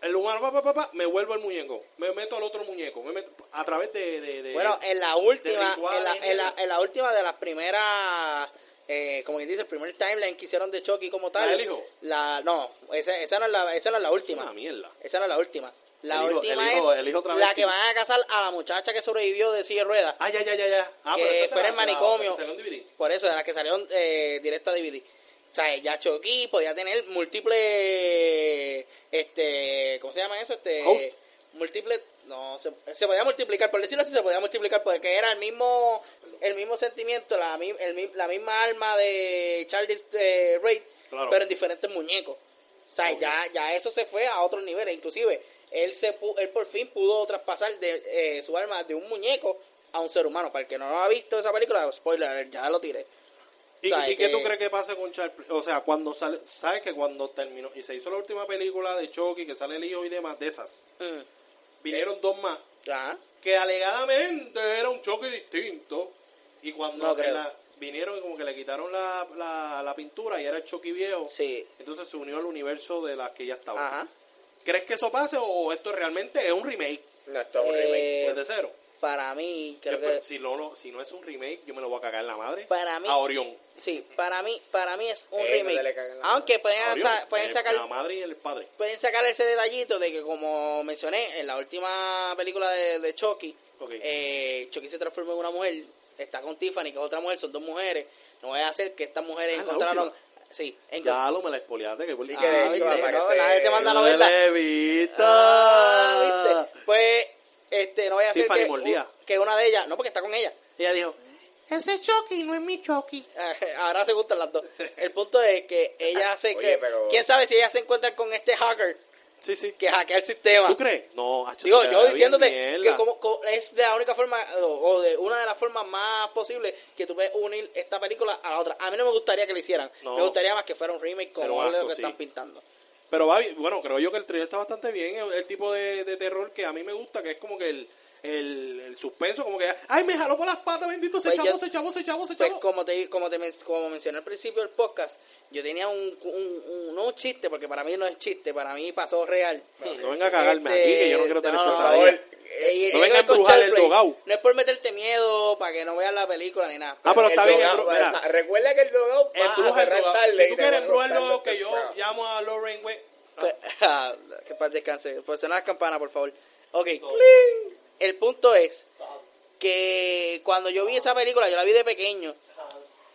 El humano, pa, pa, pa, pa, me vuelvo el muñeco. Me meto al otro muñeco. Me meto a través de... de- de-
Bueno, en la última,
rituales,
en la, en la-
¿no?
en la última de las primeras, eh, como quien dice, el primer timeline que hicieron de Chucky como tal.
¿La del hijo?
La- no, esa, esa no es la, esa no es la
una
última.
mierda.
Esa no es la última. La
El hijo-
última
el hijo-
es
el hijo otra vez.
la que van a casar a la muchacha que sobrevivió de silla de ruedas.
Ah, ya, ya, ya, ya. Ah,
Que
pero esa es de
fuera
la-
en
de la-
manicomio.
se lo han dividido.
Por eso, de las que salieron eh, directo a DVD. O sea, ya Chucky podía tener múltiples, este, ¿cómo se llama eso? Este,
Host.
múltiples, no, se, se podía multiplicar, por decirlo así, se podía multiplicar, porque era el mismo, el mismo sentimiento, la, mi- el mi- la misma alma de Charles eh, Ray,
Claro.
pero en diferentes muñecos. O sea, ya, ya eso se fue a otros niveles, inclusive, él se pu- él por fin pudo traspasar de eh, su alma de un muñeco a un ser humano. Para el que no lo ha visto esa película, spoiler, alert, ya lo tiré.
¿Y,
O sea,
y
es
qué tú
que-
crees que pasa con Charles? Play? O sea, cuando sale, sabes que cuando terminó y se hizo la última película de Chucky, que sale el hijo y demás de esas,
Mm.
vinieron dos más
Ajá.
que alegadamente era un choque distinto y cuando
No
en
creo.
la- vinieron y como que le quitaron la, la, la pintura y era el Chucky viejo,
Sí.
entonces se unió al universo de las que ya estaba.
Ajá.
¿Crees que eso pase o esto realmente es un remake
No, esto es un
Eh,
remake.
desde cero?
Para mí, creo
Yo espero-
que.
si, no, lo- si no es un remake, yo me lo voy a cagar en la madre.
Para mí-
A Orión.
Sí, para mí, para mí es un
Eh, no
remake.
le cagan la-
Aunque pueden,
A Orión.
sa- pueden
Eh,
sacar.
La madre y el padre.
Pueden sacar ese detallito de que, como mencioné en la última película de, de Chucky,
Ok.
eh, Chucky se transformó en una mujer, está con Tiffany, que es otra mujer, son dos mujeres. No voy a hacer que estas mujeres
Ah, la
encontraron. Sí, en
Ya lo me la espoliaste. Que
Sí,
ah,
que de
Ah,
hecho
viste,
aparece-
no, nadie te manda
no
novela.
la he visto.
Ah, ¿viste? Pues, este, no voy a hacer
Tiffany
que,
mordía.
que una de ellas, no, porque está con ella. (laughs)
Ella dijo,
Ese Chucky no es mi Chucky.
Ahora se gustan las dos. El punto es que ella hace
(laughs) Oye,
que.
pero-
Quién sabe si ella se encuentra con este hacker
sí, sí.
que hackea el sistema.
¿Tú crees? No, hacho,
Digo,
se
yo
ve bien
diciéndote
mierda.
que como, co- es de la única forma, o, o de una de las formas más posibles que tú puedes unir esta película a la otra. A mí no me gustaría que lo hicieran.
No.
Me gustaría más que fuera un remake
Pero
como lo
asco,
que
sí.
están pintando.
Pero va bien. bueno, creo yo que el trailer está bastante bien. El, el tipo de, de terror que a mí me gusta, que es como que el, el, el suspenso, como que, ay, me jaló por las patas, bendito, se
Pues
chavó,
yo-
se chavó, se chavó, se
Pues
chavó.
como te como te men- como mencioné al principio del podcast, yo tenía un, un- un- no un chiste, porque para mí no es chiste, para mí pasó real.
No venga a cagarme
Este,
aquí, que yo no quiero tener
no,
pesadillas.
pesadilla.
Eh, y-
No
y
venga a
con
embrujar el
Charles Place.
dogao.
No es por meterte miedo para que no veas la película ni nada.
Ah, pero está
El
bien,
dogado,
embru- mira.
esa- Recuerda que el dogado va a
Embruja el
cerrar
lugar.
tarde.
Si tú quieres embrujarlo,
este
que yo llamo a Lauren Way.
Pe- (laughs) Ah, que paz descanse. Pues sonar las campanas, por favor. Ok. El punto es que cuando yo vi esa película, yo la vi de pequeño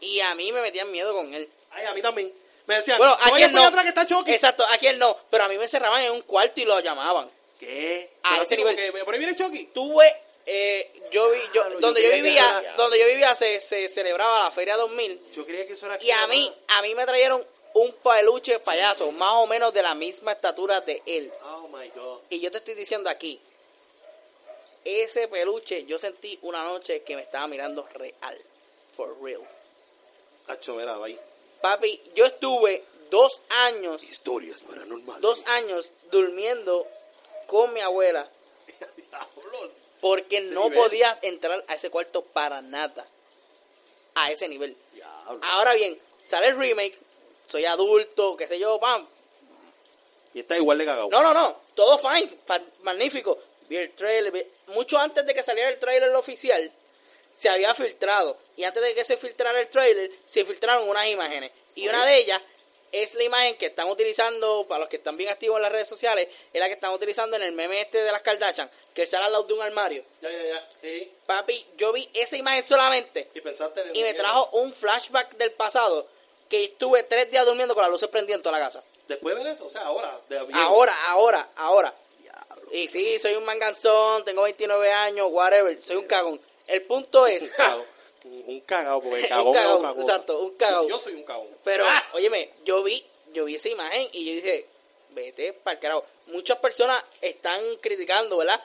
y a mí me metían miedo con él.
Ay, a mí también. Me decían,
Bueno,
no
aquí
vayas
él
por
no.
atrás que está Chucky.
Exacto, aquí él no. Pero a mí me encerraban en un cuarto y lo llamaban.
¿Qué?
A
Pero
ese
así como
nivel.
que, Por ahí viene Chucky.
Tuve, eh, yo vi, yo,
Claro, yo
donde yo
quería
vivía,
llegar a-
donde yo vivía se, se celebraba la Feria 2000
Yo creía que eso era aquí,
y a mí,
mamá.
a mí me trajeron un peluche payaso, más o menos de la misma estatura de él.
Oh my god.
Y yo te estoy diciendo aquí, ese peluche, yo sentí una noche que me estaba mirando real. For real.
Hacho, mira, ahí.
Papi, yo estuve dos años,
Historias paranormales.
dos años durmiendo con mi abuela
Diablo.
porque
Ese
no
nivel.
podía entrar a ese cuarto para nada. A ese nivel.
Diablo.
Ahora bien, sale el remake, soy adulto, qué sé yo, pam,
Y está igual de cagado.
No, no, no. Todo fine. fa- magnífico. Vi el trailer. vi- Mucho antes de que saliera el trailer oficial, se había filtrado. Y antes de que se filtrara el trailer, se filtraron unas imágenes. Y una de ellas es la imagen que están utilizando, para los que están bien activos en las redes sociales, es la que están utilizando en el meme este de las Kardashian, que sale al lado de un armario.
Ya, ya, ya. Sí.
Papi, yo vi esa imagen solamente
Y pensaste en el
y me
muñeco.
trajo un flashback del pasado que estuve tres días durmiendo con las luces prendidas en toda la casa.
Después de ver eso, o sea, ahora. De bien. (laughs)
Ahora, ahora, ahora.
Diablo.
Y sí, soy un manganzón, tengo 29 años, whatever, soy un cagón. El punto es,
(laughs) Un cagao. Un un cagao, porque el cagón
un
es
cagón,
otra cosa.
exacto, un cagón.
Yo soy un cagón.
Pero, óyeme, yo vi, yo vi esa imagen y yo dije, vete para carajo. Muchas personas están criticando, ¿verdad?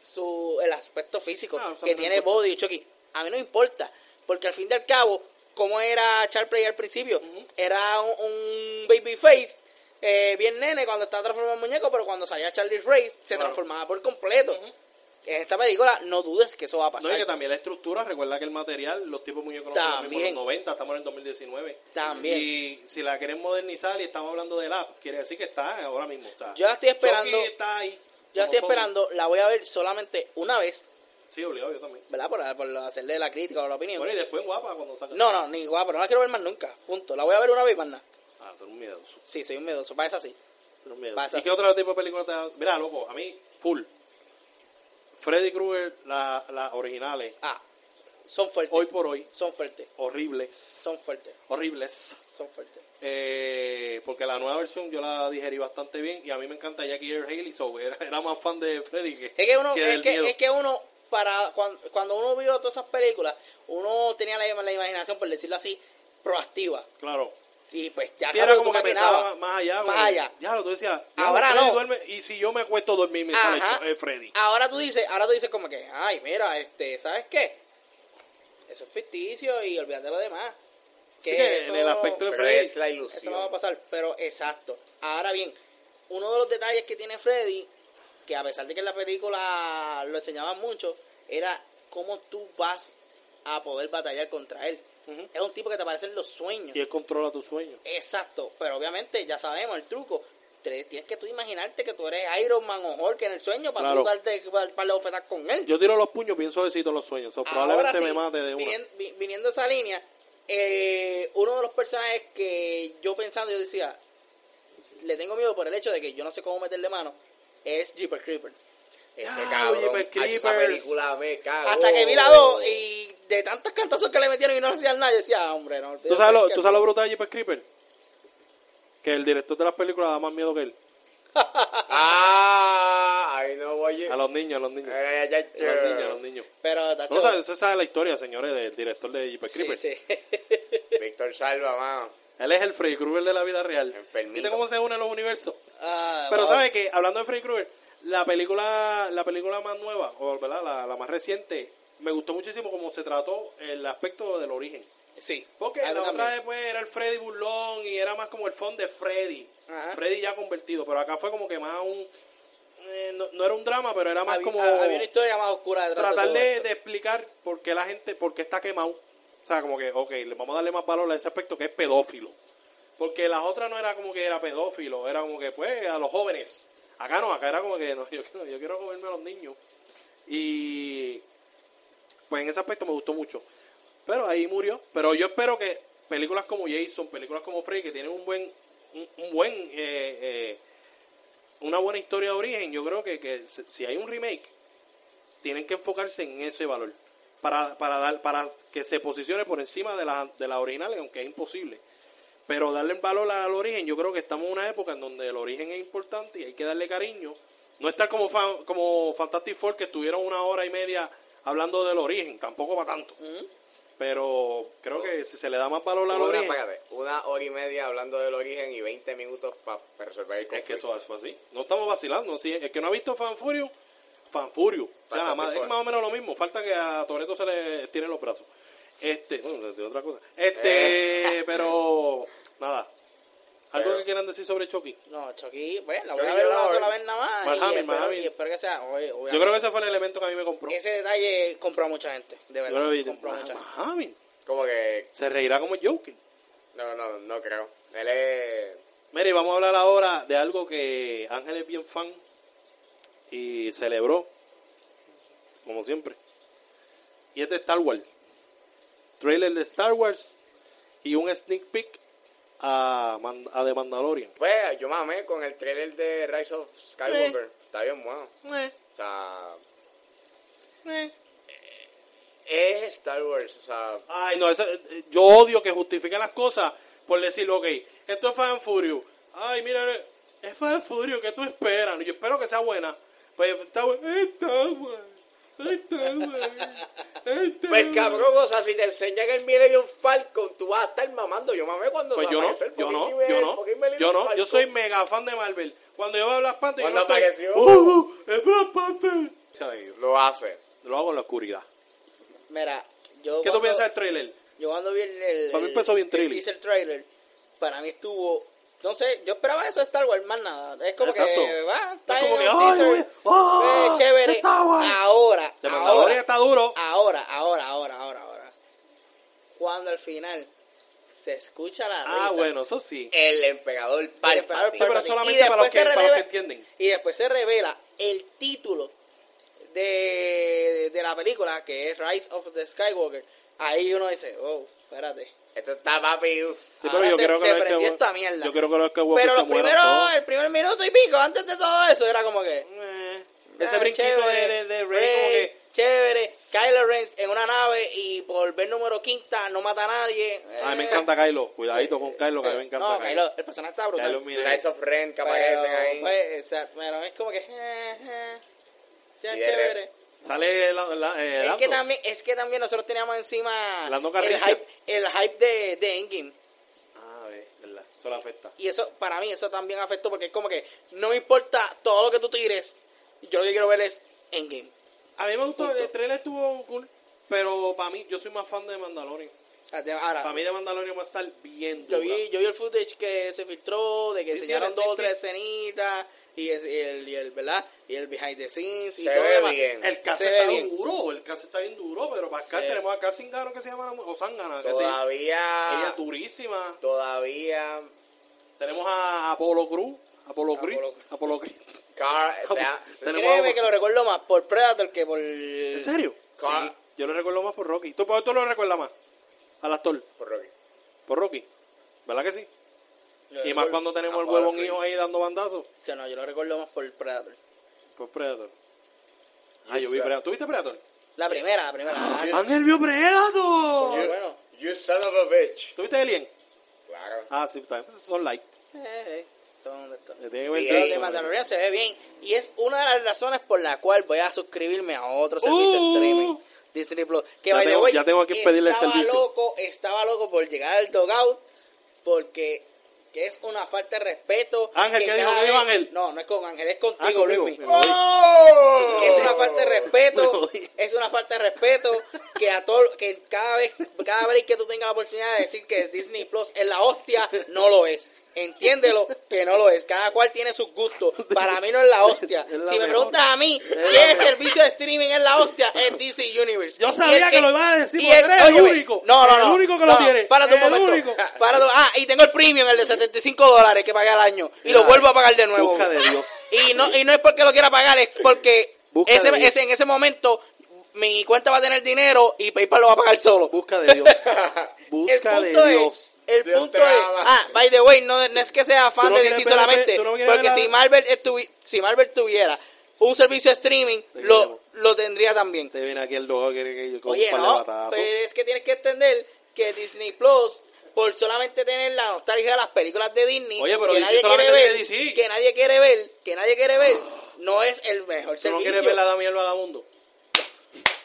Su, el aspecto físico
No, eso
que
Ah, no
tiene
importa.
Body y Chucky. A mí no me importa, porque al fin y al cabo, como era Charles Play al principio, era un, un baby face. eh, bien nene cuando estaba transformado en muñeco, pero cuando salía Charlie Ray se
Claro.
transformaba por completo. en esta película no dudes que eso va a pasar.
No, y que también la estructura, recuerda que el material, los tipos muy económicos eran los mismos en
También.
los 90, estamos en el 2019.
También.
Y si la quieren modernizar y estamos hablando del app, quiere decir que está ahora mismo. o sea,
Yo la estoy esperando-
Chucky está ahí.
Yo la estoy
Como somos.
esperando, la voy a ver solamente una vez,
Sí, obligado, yo también.
¿verdad? Por, por hacerle la crítica o la opinión.
Bueno, y después en guapa cuando salga.
No, no, ni guapa, pero no la quiero ver más nunca. Punto. La voy a ver una vez y más nada.
Ah, tú eres un miedoso.
Sí, soy un miedoso. Para esa sí.
tú eres un miedoso.
Pasa.
¿Y qué otro tipo de película te da? Mira, loco, a mí, full. Freddy Krueger, la- las originales,
Ah, son fuertes.
hoy por hoy,
Son fuertes.
horribles.
Son fuertes.
Horribles.
Son fuertes.
Eh, porque la nueva versión yo la digerí bastante bien y a mí me encanta Jackie Earl Haley, so era, era más fan de Freddy que,
Es que uno, es
del
que,
miedo.
es que uno, para cuando, cuando uno vio todas esas películas, uno tenía la, la imaginación, por decirlo así, proactiva.
Claro.
Y pues ya
Sí,
claro,
era
tú
como que
maquinabas.
pensaba más allá.
Más
como que,
allá.
Ya, lo tú decías, ya,
Ahora
Freddy
no.
duerme, y si yo me acuesto a dormir, me sale
Ajá.
cho- eh, Freddy.
Ahora tú dices, ahora tú dices como que, ay, mira, este, ¿sabes qué? Eso es ficticio y olvídate de lo demás.
Así que
eso-
en el aspecto de
Pero
Freddy,
es la ilusión.
Eso no va a pasar, pero exacto. Ahora bien, uno de los detalles que tiene Freddy, que a pesar de que en la película lo enseñaban mucho, era cómo tú vas a poder batallar contra él.
Ujú.
Es un tipo que te aparece en los sueños.
y él controla tus sueños.
Exacto, pero obviamente ya sabemos el truco. Te- Tienes que tú imaginarte que tú eres Iron Man o Hulk en el sueño para
Claro.
tú darte para par de bofetadas con él.
Yo tiro los puños bien suavecitos los sueños, so,
Ahora
probablemente
sí,
me mate de una.
vinien- vi- Viniendo a esa línea, eh, uno de los personajes que yo pensando, yo decía, le tengo miedo por el hecho de que yo no sé cómo meterle mano, es Jeeper Creeper.
Ese
Diablo,
cabrón.
Jeepers
ay, Esa
Ah, pues, Creepers.
película me cago.
Hasta que vi la
Oh.
dos y de tantos cantazos que le metieron y no le hacían nada, yo decía, "Ah, hombre, no.
¿Tú sabes, lo, ¿Tú sabes lo brutal de Jeepers Creeper? Que el director de las películas da más miedo que él.
Ah, ay, no voy. Eh,
A los niños, a los niños. A
Ay, ay, ay,
los niños, a los niños.
Pero, tacho,
No, sabe- usted sabe la historia, señores, del director de Jeepers
sí,
Creepers.
sí. (laughs)
Víctor Salva, mano.
Él es el Freddy Krueger de la vida real.
Enfermito.
¿Viste cómo se unen los universos?
Ah,
Pero
wow.
sabes que, hablando de Freddy Krueger, la película, la película más nueva, o ¿verdad? La, la más reciente, me gustó muchísimo cómo se trató el aspecto del origen.
Sí.
Porque
algo
la otra
Ah,
vez
también.
pues, era el Freddy burlón y era más como el fondo de Freddy.
Ajá.
Freddy ya convertido, pero acá fue como que más un... eh, no, no era un drama, pero era más
Había-
como
ah, había una historia más oscura detrás de
tratar
todo
de,
esto.
de explicar por qué la gente, por qué está quemado. O sea, como que, ok, le vamos a darle más valor a ese aspecto que es pedófilo. Porque las otras no era como que era pedófilo, era como que, pues, a los jóvenes. Acá no, acá era como que, (laughs) no, yo quiero, yo quiero comerme a los niños. Y, pues, en ese aspecto me gustó mucho. Pero ahí murió. Pero yo espero que películas como Jason, películas como Freddy, que tienen un buen, un, un buen, eh, eh, una buena historia de origen, yo creo que, que si- si hay un remake, tienen que enfocarse en ese valor para, para dar para que se posicione por encima de la, de la original aunque es imposible pero darle valor al origen yo creo que estamos en una época en donde el origen es importante y hay que darle cariño no estar como fa- como Fantastic Four que estuvieron una hora y media hablando del origen tampoco va tanto pero creo que si se le da más valor al
Una,
origen
espérate, una hora y media hablando del origen y 20 minutos para resolver el
es
conflicto.
que eso fue así no estamos vacilando sí, el que no ha visto Fanfurio Fanfurio o sea, la
Fantastic
madre, es
Four.
más o menos lo mismo falta que a Toreto se le estiren los brazos este bueno de otra cosa este pero nada algo
Pero-
que quieran decir sobre Chucky
No, Chucky, bueno, la
Chucky
voy a
yo
ver
la
una
voy.
sola vez nada más.
Más
y,
Hamil, más
espero,
Hamil.
y espero que sea. oye, obviamente,
yo creo que ese fue el elemento que a mí me compró
ese detalle compró a mucha gente, de
yo
verdad.
creo que
compró a mucha gente.
Miami
Como que.
se reirá como Joker
No, no, no creo. Él es.
Mire, vamos a hablar ahora de algo que Ángel es bien fan y celebró, como siempre. Y es de Star Wars. Trailer de Star Wars y un sneak peek a, Man- a The Mandalorian.
Pues yo mamé con el trailer de Rise of Skywalker. Está bien bueno. O sea. Es Star Wars, o sea.
Ay, no, ese- eh, yo odio que justifiquen las cosas por decir, ok, esto es Fan Furio. Ay, mira, es Fan Furio, ¿qué tú esperas? Yo espero que sea buena. Pues está buena. Está buena. Está buena. Está
Pues
buena.
cabrón, o sea, si te enseñan el Millennium Falcon, tú vas a estar mamando. Yo mamé cuando
Pues yo no,
apareció el
yo no,
fucking
yo
Millennium-
no,
fucking Millennium
yo no, yo
Falcon.
soy mega fan de Marvel. Cuando yo veo a Black Panther, yo
Cuando
no estoy,
apareció.
"Oh, es Black Panther". O sea, yo
Lo hace.
Lo hago en la oscuridad.
Mira, yo.
¿Qué tú
cuando-
piensas del trailer?
Yo cuando vi el. el-
Para mí empezó bien
el
thriller.
teaser trailer, para mí estuvo. No sé, yo esperaba eso de Star Wars, más nada. Es como
Exacto.
que. Va, está
Es como
ahí
que,
un
"Ay,
teaser,
güey, ah,
eh, chévere.
Star Wars". ah,
cuando al final se escucha la risa.
Ah, bueno, eso sí.
El emperador
del
Palpa.
emperador
Sí, pero
Palpatine.
solamente
Y después
para los
se
que- para los
revela-
que entienden.
Y después se revela el título de, de la película, que es Rise of the Skywalker. Ahí uno dice, oh, espérate.
Esto está papi. uf.
Sí, pero
Ahora
yo
se-
creo que
se
los
prendió
Skywalker-
esta mierda.
Yo creo que los Skywalker
Pero
se
los
mueran
primeros,
todos.
el primer minuto y pico, antes de todo eso, era como que...
Eh, Ese
ah,
brinquito de, de,
chévere,
de Rey, como
Rey,
que...
Chévere, Kylo Ren en una nave y por ver número quinta no mata a nadie.
A mí me
Eh,
encanta Kylo. Cuidadito con eh, Kylo, que a mí me encanta
No, Kylo, el personaje está brutal.
Kylo, mira,
Rise of Ren que
Pero,
aparecen ahí.
pues, o sea, bueno, es como que... eh, eh, ya
Y de
chévere.
Sale la, la, eh,
Es
Lando.
que, también, es que también nosotros teníamos encima
Lando
el
Calrissian.
hype, el hype de, de Endgame.
Ah, ve, verdad. Eso la afecta.
Y eso, para mí, eso también afectó porque es como que no me importa todo lo que tú tires, yo lo que quiero ver es Endgame.
A mí me gustó,
Punto.
el trailer estuvo cool, pero para mí, yo soy más fan de Mandalorian. Para
Ahora,
mí de Mandalorian va a estar bien
Ah. yo
dura.
vi, yo vi el footage que se filtró, de que
Sí, sí,
enseñaron
el
dos o
sneak
tres escenitas, y el, y, el, y el, ¿verdad? Y el behind the scenes, y
Se
todo
ve
lo demás.
bien.
El caso
Se ve
está
bien.
duro, el caso está bien duro, pero para acá
Sí.
tenemos acá Singano que se llama la mu- o Sangana, que se llama. Ella
Todavía.
es durísima.
Todavía.
Tenemos a Apolo Cruz, Apolo Cruz,
Apolo-
Apolo Cruz.
Car. o sea,
Tenemos
Créeme
agua.
que lo recuerdo más por Predator que por...
¿En serio?
Car-
Yo lo recuerdo más por Rocky. ¿Tú, por tú lo recuerdas más? Al actor,
Por Rocky.
por Rocky. ¿Verdad que sí? Y más
recuerdo-
cuando tenemos el
Apolo
huevón
Creed.
hijo ahí dando bandazos.
O sea, no, yo lo recuerdo más por Predator.
Pues Predator. Ah, yo vi
Yes, sir.
Predator. ¿Tú viste Predator?
La primera, la primera. Ah,
¡Ángel vio
Ah,
Predator!
bueno.
You son of a bitch.
¿Tú viste Alien?
Claro.
Ah, sí, también. Esos son like.
Eh, eh, son de estos.
Le tiene que ver
Sí,
Pero
eso.
eh,
de Mandalorian se ve bien. Y es una de las razones por la cual voy a suscribirme a otro servicio de
Uh.
streaming. Disney Plus. Que
Ya
by the
tengo-
way,
ya tengo que pedirle el
estaba
servicio.
Loco, estaba loco por llegar al dogout. Porque que es una falta de respeto.
Ángel,
que
¿qué dijo?
cada
¿Qué dijo
vez-
Ángel?
No, no es con Ángel, es contigo,
Ah, conmigo.
Luismi.
Me jodí.
¡Oh!
Es una falta de
Me
respeto,
jodí.
es una falta de respeto que a todo, que cada vez, cada vez que tú tengas la oportunidad de decir que Disney Plus es la hostia, no lo es. Entiéndelo que no lo es. Cada cual tiene sus gustos. Para mí no es la hostia.
Es la
si me
mejor.
preguntas a mí, ¿qué servicio de streaming es la hostia? Es DC Universe.
Yo
Y
sabía
el
que lo ibas a decir,
y
porque eres el
óyeme,
único.
No, no,
El
no.
único que
No,
lo
no,
tiene.
Para tu
El
momento.
único.
Para tu- ah, y tengo el premium, el de 75 dólares que pagué al año. Y lo
Mira,
vuelvo a pagar de nuevo.
busca de Dios.
Y no, y no es porque lo quiera pagar, es porque
Busca
ese,
de Dios.
ese- en ese momento mi cuenta va a tener dinero y PayPal lo va a pagar solo.
Busca de
(laughs)
Dios. Busca de
es,
Dios.
el
Dios te
punto es,
ama.
ah, by the way, no, no es que sea fan
no
de
quieres
DC
ver-
solamente,
tú no quieres
porque
ver
si
la-
Marvel, estuvi- si Marvel tuviera un servicio de streaming,
Te
lo,
queremos.
lo tendría también.
Te viene aquí el logo que quiere que yo con
Oye,
un par de
no,
batazos.
pero es que tienes que entender que Disney Plus, por solamente tener la nostalgia de las películas de Disney,
Oye, pero DC
que, nadie quiere
solamente
ver,
tiene DC.
que nadie quiere ver, que nadie quiere ver, no es el mejor
¿Tú no
servicio.
quieres ver la dama y el vagabundo?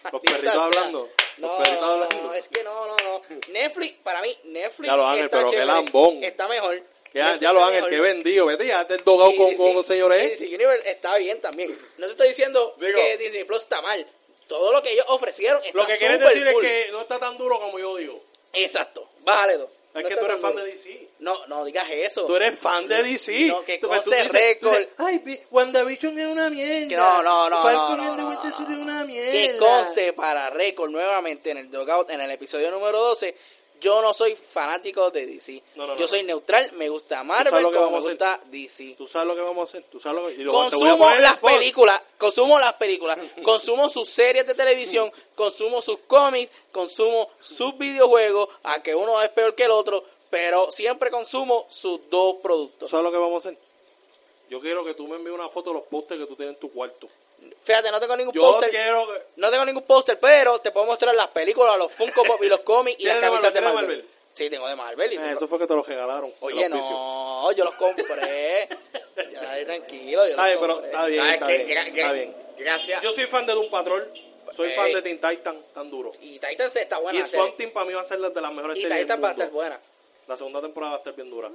Los
Maldita
perritos
sea.
hablando.
No,
Los perritos hablando.
no, es que no, no, no. Netflix, para mí, Netflix
Ya lo, Ángel,
está
pero qué
chévere,
lambón.
Está mejor.
Ya,
Netflix
ya lo
está
han, el
mejor.
que vendido. Vete ya, te el dogado
Y
con,
DC
con los
y
señores. ¿eh?
DC Universe está bien también. No te estoy diciendo
Digo-
que Disney Plus está mal. Todo lo que ellos ofrecieron está
Lo que quieres
súper
decir
cool.
es que no está tan duro como yo digo.
Exacto. Bájale dos.
Es
No
que
está
tú eres
tan
fan
duro.
de DC.
No, no digas eso.
Tú eres fan de DC.
No, que
Tú- pues, tú
conste
dices-
récord.
dices, Ay, vi- WandaVision era una mierda.
Que no, no, no,
Falcon
no, no,
and the
no,
Winter
no,
Soldier
no,
era
no.
una mierda.
Que conste para récord nuevamente en el Dogout, en el episodio número 12. Yo no soy fanático de DC.
No, no, no,
yo soy
no.
neutral, me gusta Marvel
sabes lo que
como me
vamos a
gusta DC.
Tú sabes lo que vamos a hacer. Tú sabes lo que... y lo- te voy a
Consumo
poner en
las
spot.
películas, consumo las
(laughs)
películas, consumo sus series de televisión, consumo sus cómics, consumo sus videojuegos, a que uno es peor que el otro, pero siempre consumo sus dos
¿Tú
productos.
sabes lo que vamos a hacer? Yo quiero que tú me envíes una foto de los pósters que tú tienes en tu cuarto.
Fíjate, no tengo ningún
Yo
póster.
quiero que...
No tengo ningún póster, pero te puedo mostrar las películas,
(laughs)
los Funko Pop y los cómics y las
¿Tienes de
camisas de
Marvel?
Marvel.
¿Tienes de Marvel?
Sí, tengo de Marvel. Y
Eh, eso fue que te los regalaron.
Oye,
el auspicio.
no, yo los
(laughs)
compré. Ya, ahí, tranquilo, yo los
Está bien, pero
compré.
está bien,
¿Sabes
está
qué?
bien,
Gra-
está
gra-
bien.
Gracias.
Yo soy fan de Doom Patrol. Soy
Ey.
fan de Teen Titan, tan duro.
Y Titan se está Eh, buena.
y
la serie.
Swamp Team para mí va a ser la de las mejores
Y
series del
Titan va a estar
mundo.
buena.
La segunda temporada va a estar bien dura.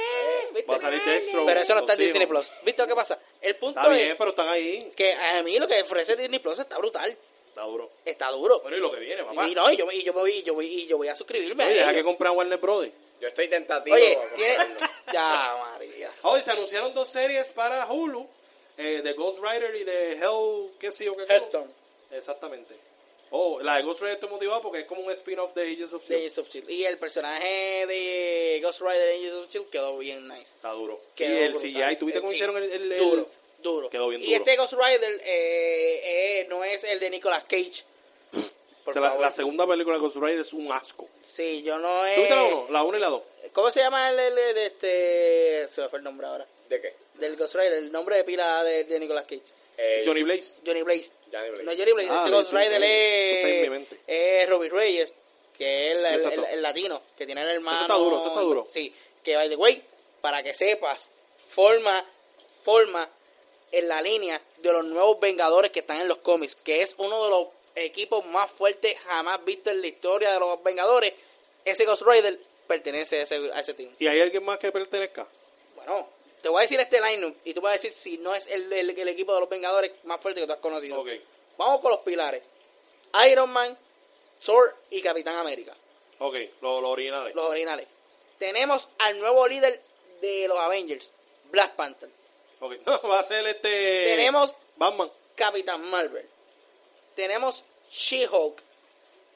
Eh, ¿viste?
Va a salir Dextro.
Pero eso no está en
los
Disney
hijos.
Plus. ¿Viste lo que pasa? El punto
Está bien,
es
pero están ahí.
que a mí lo que ofrece Disney Plus está brutal.
Está duro.
Está duro.
Bueno, y lo que viene, papá.
Y no, y yo, y yo, me voy- y yo, voy- y yo voy a suscribirme.
Oye,
a
deja
ellos.
que comprar Warner Brothers.
Yo estoy tentativo.
Oye,
con
tiene... (laughs)
comprarlo.
Ya, María.
Ah, Hoy se anunciaron dos series para Hulu. eh, de Ghost Rider y de Hell... ¿Qué sé yo? ¿Qué cosa.
Hearthstone.
Exactamente. Oh, la de Ghost Rider estoy motivado porque es como un spin-off de Agents of
de
Shield.
Agents of Shield. Y el personaje de Ghost Rider de Agents of Shield quedó bien nice.
Está duro. Y
Quedó
el
brutal.
CGI, ¿tuviste
Eh,
cómo
sí.
hicieron el, el- el-
duro, duro.
quedó bien
Y
duro.
este Ghost Rider eh, eh, no es el de Nicolas Cage. Por
Se la,
favor.
la segunda película de Ghost Rider es un asco.
Sí, yo no
¿Tuviste la
es.
uno? La 1 y la 2.
¿Cómo se llama el, el- el, este? Se me fue el nombre ahora.
¿De qué?
Del Ghost Rider, el nombre de pila de, de Nicolas Cage.
Eh,
Johnny Blaze.
Johnny Blaze.
Johnny Blaze.
No Johnny Blaze,
Ah,
este
no,
Ghost
sí,
Rider
sí, eso está en mi
es,
mente.
es Robbie Reyes, que es el,
Sí,
el-
exacto.
el- el latino, que tiene el hermano.
Eso está duro, eso está duro.
Sí, que by the way, para que sepas, forma, forma en la línea de los nuevos Vengadores que están en los cómics, que es uno de los equipos más fuertes jamás visto en la historia de los Vengadores. Ese Ghost Rider pertenece a ese, a ese team.
¿Y hay alguien más que pertenezca?
Bueno, te voy a decir este lineup y tú vas a decir si no es el, el- el equipo de los Vengadores más fuerte que tú has conocido.
Ok.
Vamos con los pilares. Iron Man, Thor y Capitán América.
Ok, los lo originales.
Los originales. Tenemos al nuevo líder de los Avengers, Black Panther.
Ok. (laughs) Va a ser este.
Tenemos-
Batman.
Capitán Marvel. Tenemos She-Hulk.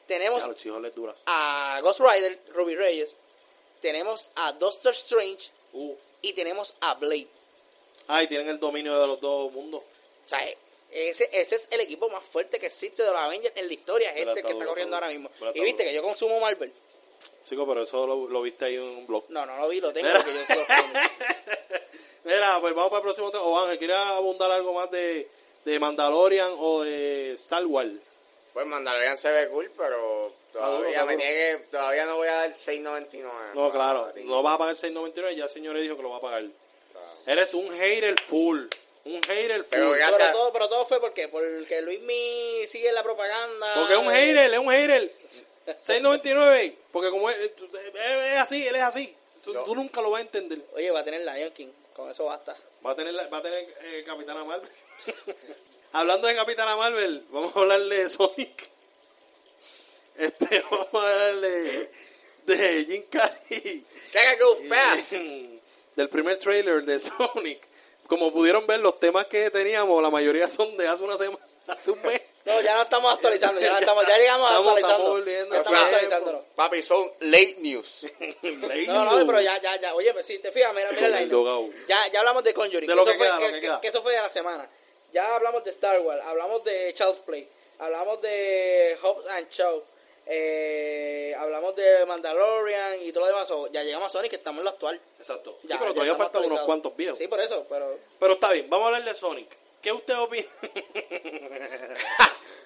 Tenemos
Ya, los chicos les dura.
a Ghost Rider, Ruby Reyes. Tenemos a Doctor Strange
Uh.
y tenemos a Blade.
Ay, tienen el dominio de los dos mundos.
O sea, eh, ese, ese es el equipo más fuerte que existe de los Avengers en la historia. Es
Verdad,
este
está
que está
duro,
corriendo
está
ahora
duro.
mismo.
Verdad,
Y
está
viste
duro.
que yo consumo Marvel.
Chico, pero eso lo, lo viste ahí en un blog.
No, no lo vi, lo tengo
Mira.
porque yo soy los cómics.
Mira, pues vamos para el próximo tema. O Ángel, ¿quieres abundar algo más de, de Mandalorian o de Star Wars?
Pues Mandalorian se ve cool, pero
duro,
todavía
está
me
duro.
tiene que, todavía no voy a dar 6.99.
No, claro.
Martín.
No va a pagar 6.99. Ya el señor le dijo que lo va a pagar.
Claro.
Eres un hater full. Un hater full.
Pero ya-
Pero
Gracias.
todo, pero todo fue porque porque Luis Mi sigue la propaganda.
Porque es un hater, es un hater. 6.99. Porque como él, él- él es así, él es así. Tú,
No.
tú nunca lo vas a entender.
Oye, va a tener Lion King, con eso basta.
Va a tener, la- va a tener eh, Capitana Marvel. (laughs) Hablando de Capitana Marvel, vamos a hablarle de Sonic. Este, (laughs) vamos a hablarle de Jim Carrey.
Gotta go fast.
(laughs) Del primer trailer de Sonic. Como pudieron ver, los temas que teníamos, la mayoría son de hace una semana, (laughs) hace un mes.
No, ya no estamos actualizando, ya, no estamos, ya llegamos a
Estamos-
actualizando.
estamos
Estamos,
volviendo
actualizando
a tiempo.
Papi, son late news.
No, no, pero ya, ya, ya. Oye, pues sí, te fijas, mira, mira
Con
la
el dogao.
Ya, ya hablamos de Conjuring,
De
que
lo
eso,
que
fue,
queda, lo
que-
que
que-
queda.
que eso fue de la semana. Ya hablamos de Star Wars, hablamos de Child's Play, hablamos de Hobbs and Shaw, eh, hablamos de Mandalorian y todo lo demás. So, Ya llegamos a Sonic, que estamos en lo actual.
Exacto. Sí,
Ya,
pero
ya
todavía
estamos
faltan unos
actualizados.
cuantos viejos.
Sí, por eso, pero
Pero está bien, vamos a hablar de Sonic. ¿Qué usted (laughs) opina?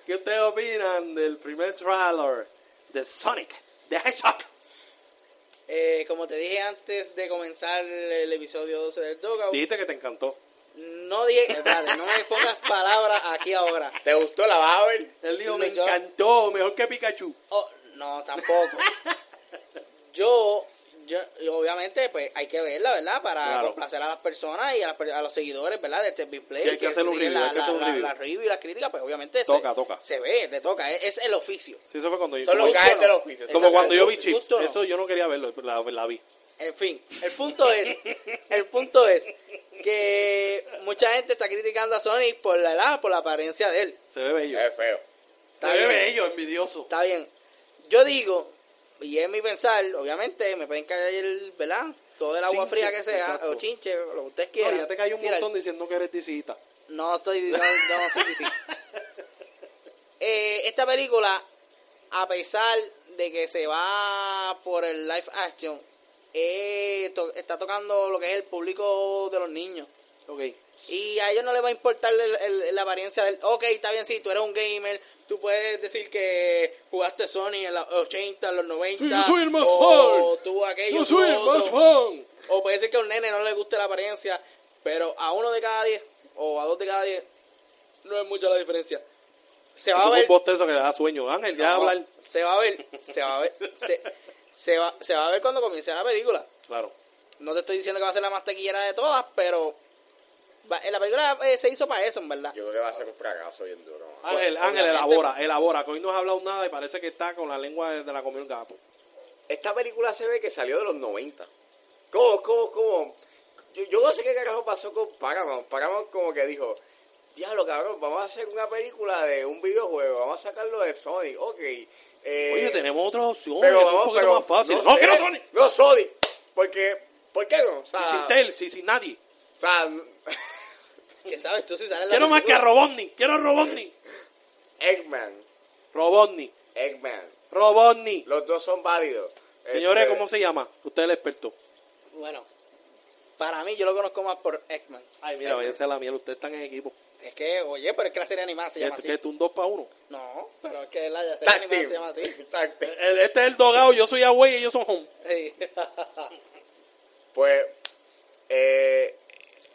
¿Qué ustedes opinan del primer trailer de Sonic? De Hedgehog.
Eh, como te dije antes de comenzar el episodio 12 del Dogout,
Dijiste que te encantó.
no dije, espérate, no me pongas palabras aquí ahora.
¿Te gustó la vas a ver?
Él dijo,
No,
me
yo-
encantó, mejor que Pikachu.
Oh, no, tampoco. Yo, yo, y obviamente, pues hay que verla, ¿verdad? Para
Claro.
complacer a las personas y a, las per- a los seguidores, ¿verdad? De este Big Play.
Sí, hay que hacer un
siguen
review,
la,
hay que hacer un
la-
review.
la review y las críticas, pues obviamente
Toca,
se,
toca.
se ve, le toca, es, es el oficio.
Sí, eso fue cuando yo...
Son
como-
los
Gusto
gadgets
no.
del oficio.
como
Exacto.
cuando yo vi
Gusto
Chips.
no.
Eso yo no quería verlo, pero la, la vi.
En fin, el punto es, el punto es que mucha gente está criticando a Sonic por la edad, por la apariencia de él.
Se ve bello.
Es feo.
Se
Eh, está
ve
bien.
bello, envidioso.
Está bien. Yo digo, y es mi pensar, obviamente, me pueden caer, ¿verdad? Todo el agua
Chinche,
fría que sea,
exacto.
o chinche, o lo que ustedes
No,
quieran.
ya te cayó un
Tirar.
montón diciendo que eres tisita.
No estoy no, no estoy diciendo. Eh, esta película, a pesar de que se va por el live action, eh, to- está tocando lo que es el público de los niños.
Ok.
Y a ellos no les va a importar el- el- la apariencia del... Ok, está bien, sí, tú eres un gamer, tú puedes decir que jugaste Sony en los 80, en los 90.
Sí, soy el más
o
fan.
tú
Yo
aquello, tú
soy el
otro.
más fan.
O puede ser que a un nene no le guste la apariencia, pero a uno de cada diez o a dos de cada diez no es mucha la diferencia. Se
Eso
va a
fue un
ver...
bostezo que le da sueño. Ángel, ya
No,
hablar.
Se va a ver, se va a ver, se, se va, se va a ver cuando comience la película.
Claro.
No te estoy diciendo que va a ser la más taquillera de todas, pero va- la película eh, se hizo para eso, en verdad.
Yo creo que va a ser un fracaso bien duro. man.
Ángel,
Pues,
Ángel,
obviamente-
elabora, elabora. Que hoy no has hablado nada y parece que está con la lengua de la comió un gato.
Esta película se ve que salió de los 90. ¿Cómo, cómo, cómo? Yo, yo no sé qué carajo pasó con Paramount. Paramount como que dijo, diablo, cabrón, vamos a hacer una película de un videojuego, vamos a sacarlo de Sonic, ok. eh,
Oye, tenemos otra opción,
pero
es un
vamos,
poquito
pero
más fácil. No,
sé,
quiero Sonic.
No Sonic, porque, ¿por qué no? O sea,
Ah.
Sin Tails y sin nadie.
o sea, (laughs) n-
Que sabes tú si sale en la
Quiero más que a
película.
Robotnik. Quiero a Robotnik.
Eggman,
Robotnik.
Eggman,
Robotnik.
los dos son válidos.
Señores,
Este,
¿cómo se llama? Usted es el experto.
Bueno, para mí yo lo conozco más por Eggman.
Ay,
Este-
mira, váyanse a la miel. Ustedes están en equipo.
Es que, oye, pero es que la serie animada se
Que
llama
es
así.
que es un 2 para 1.
No, pero es que la serie
Tag
animada se llama
(laughs)
team.
así.
Tag team.
Este es el dogado. Yo soy away y ellos son home.
Sí.
Pues, eh,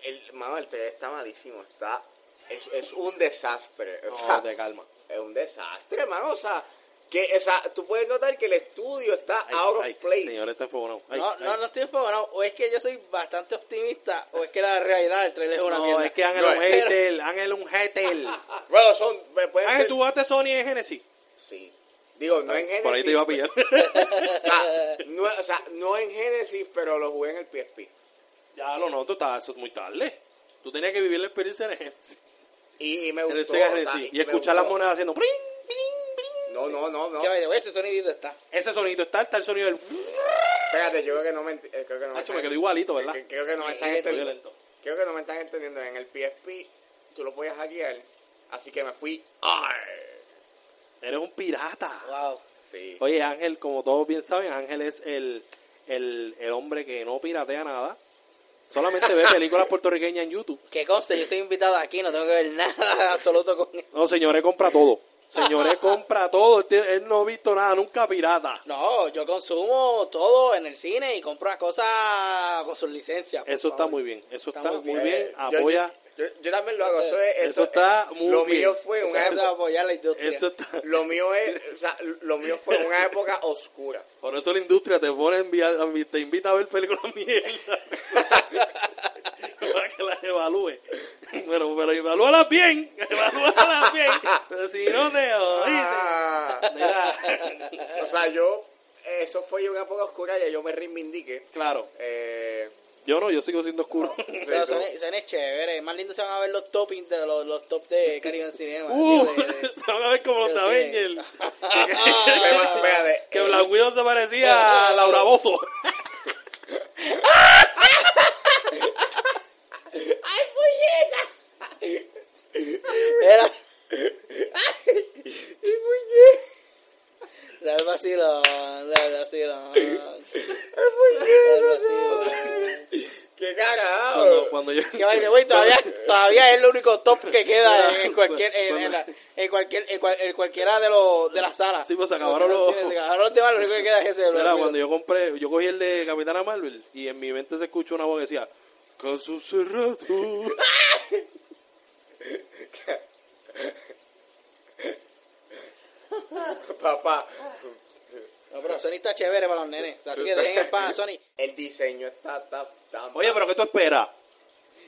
el, mano, el TV está malísimo, está, es, es un desastre. O sea,
No, te calma.
es un desastre, mano, o sea, que, o sea, tú puedes notar que el estudio está
Ay,
out of
ay,
place.
Señor, este fue bueno. Ay,
no,
ay.
no, no estoy enfogonado. O es que yo soy bastante optimista, o es que la realidad del trailer es una
No,
mierda.
es que Ángel
No,
es un
espera.
hater. Ángel es un
(laughs)
hater.
Ah, Bueno, son, me pueden
Ángel,
ser-
Ah, tú jugaste Sony en Genesis.
Sí. Digo, no en Genesis.
Por ahí te iba a pillar.
O sea, no, o sea, no en Genesis, pero lo jugué en el PSP.
(laughs) ya lo noto, está, eso es muy tarde. Tú tenías que vivir la experiencia en Genesis.
Y, y me
En el
gustó.
Sega
o sea,
Genesis.
y
Y
me
escuchar
gustó.
las monedas haciendo. pring, pring, pring.
No, no, no, no.
Que, by the way, ese sonidito está.
Ese sonido está, está el sonido del.
Espérate, yo creo que no me, ent- eh, creo que no me
Nacho, me
están-
quedó igualito, ¿verdad?
que- Creo que no me están
Violento.
entendiendo.
Violento.
Creo que no me están entendiendo. En el PSP tú lo podías hackear. Así que me fui. Arr.
Eres un pirata.
Wow.
Sí.
Oye, Ángel, como todos bien saben, Ángel es el, el, el hombre que no piratea nada. Solamente ve películas puertorriqueñas en YouTube.
Que conste, yo soy invitado aquí, no tengo que ver (laughs) nada absoluto con él.
No, señores, compra todo. Señores, compra todo. Él, tiene- él no ha visto nada, nunca pirata.
No, yo consumo todo en el cine y compro las cosas con sus licencias. por
Eso está
favor.
muy bien. Eso
Está
está,
muy
muy
bien.
bien.
Eh, yo-
Apoya.
Yo, yo, yo también lo hago. Eso, es-
Eso está muy
Lo
bien.
mío fue
Eso
una
es
época.
apoyar la industria.
eso está.
Lo mío es, o sea, lo mío fue una época
(laughs)
oscura.
Por eso la industria te pone a enviar, a mí- te invita a ver películas (laughs) mierda. Para que las evalúe. Pero, pero evalúalas bien. (laughs) Evalúalas bien. Pero si no te jodiste.
Ah.
Mira.
O sea, yo, eso fue una época oscura y yo me reivindiqué.
Claro.
Eh,
Yo no, yo sigo siendo oscuro.
Pero
sí,
son, son es chévere. Más lindo se van a ver los toppings de los, los top de
(laughs)
Caribbean Cinema.
Uh,
así,
(laughs)
de- de-
se van a ver como los
Yo sí.
Avengers.
Espérate, espérate.
Que Black Widow se parecía a Laura Bozo.
Era. Dale el vacilón, dale el vacilón. Dale el vacilón.
¡Qué carajo!
Cuando, cuando yo...
Que by the way, todavía, todavía es el único top que queda en, en cualquier, en,
Cuando-
en la- en cualquier, en cual- en cualquiera de los, de las salas.
Sí, pues, se acabaron los-
Se acabaron los demás, lo único que queda es ese. de los
Mira,
amigos.
cuando yo compré, yo cogí el de Capitana Marvel y en mi mente se escuchó una voz que decía, caso cerrado.
(laughs)
Papá,
No, pero Sony está chévere para los nenes. Así que dejen en paz a Sony.
el diseño está tan... tan-
Oye, pero ¿qué tú esperas?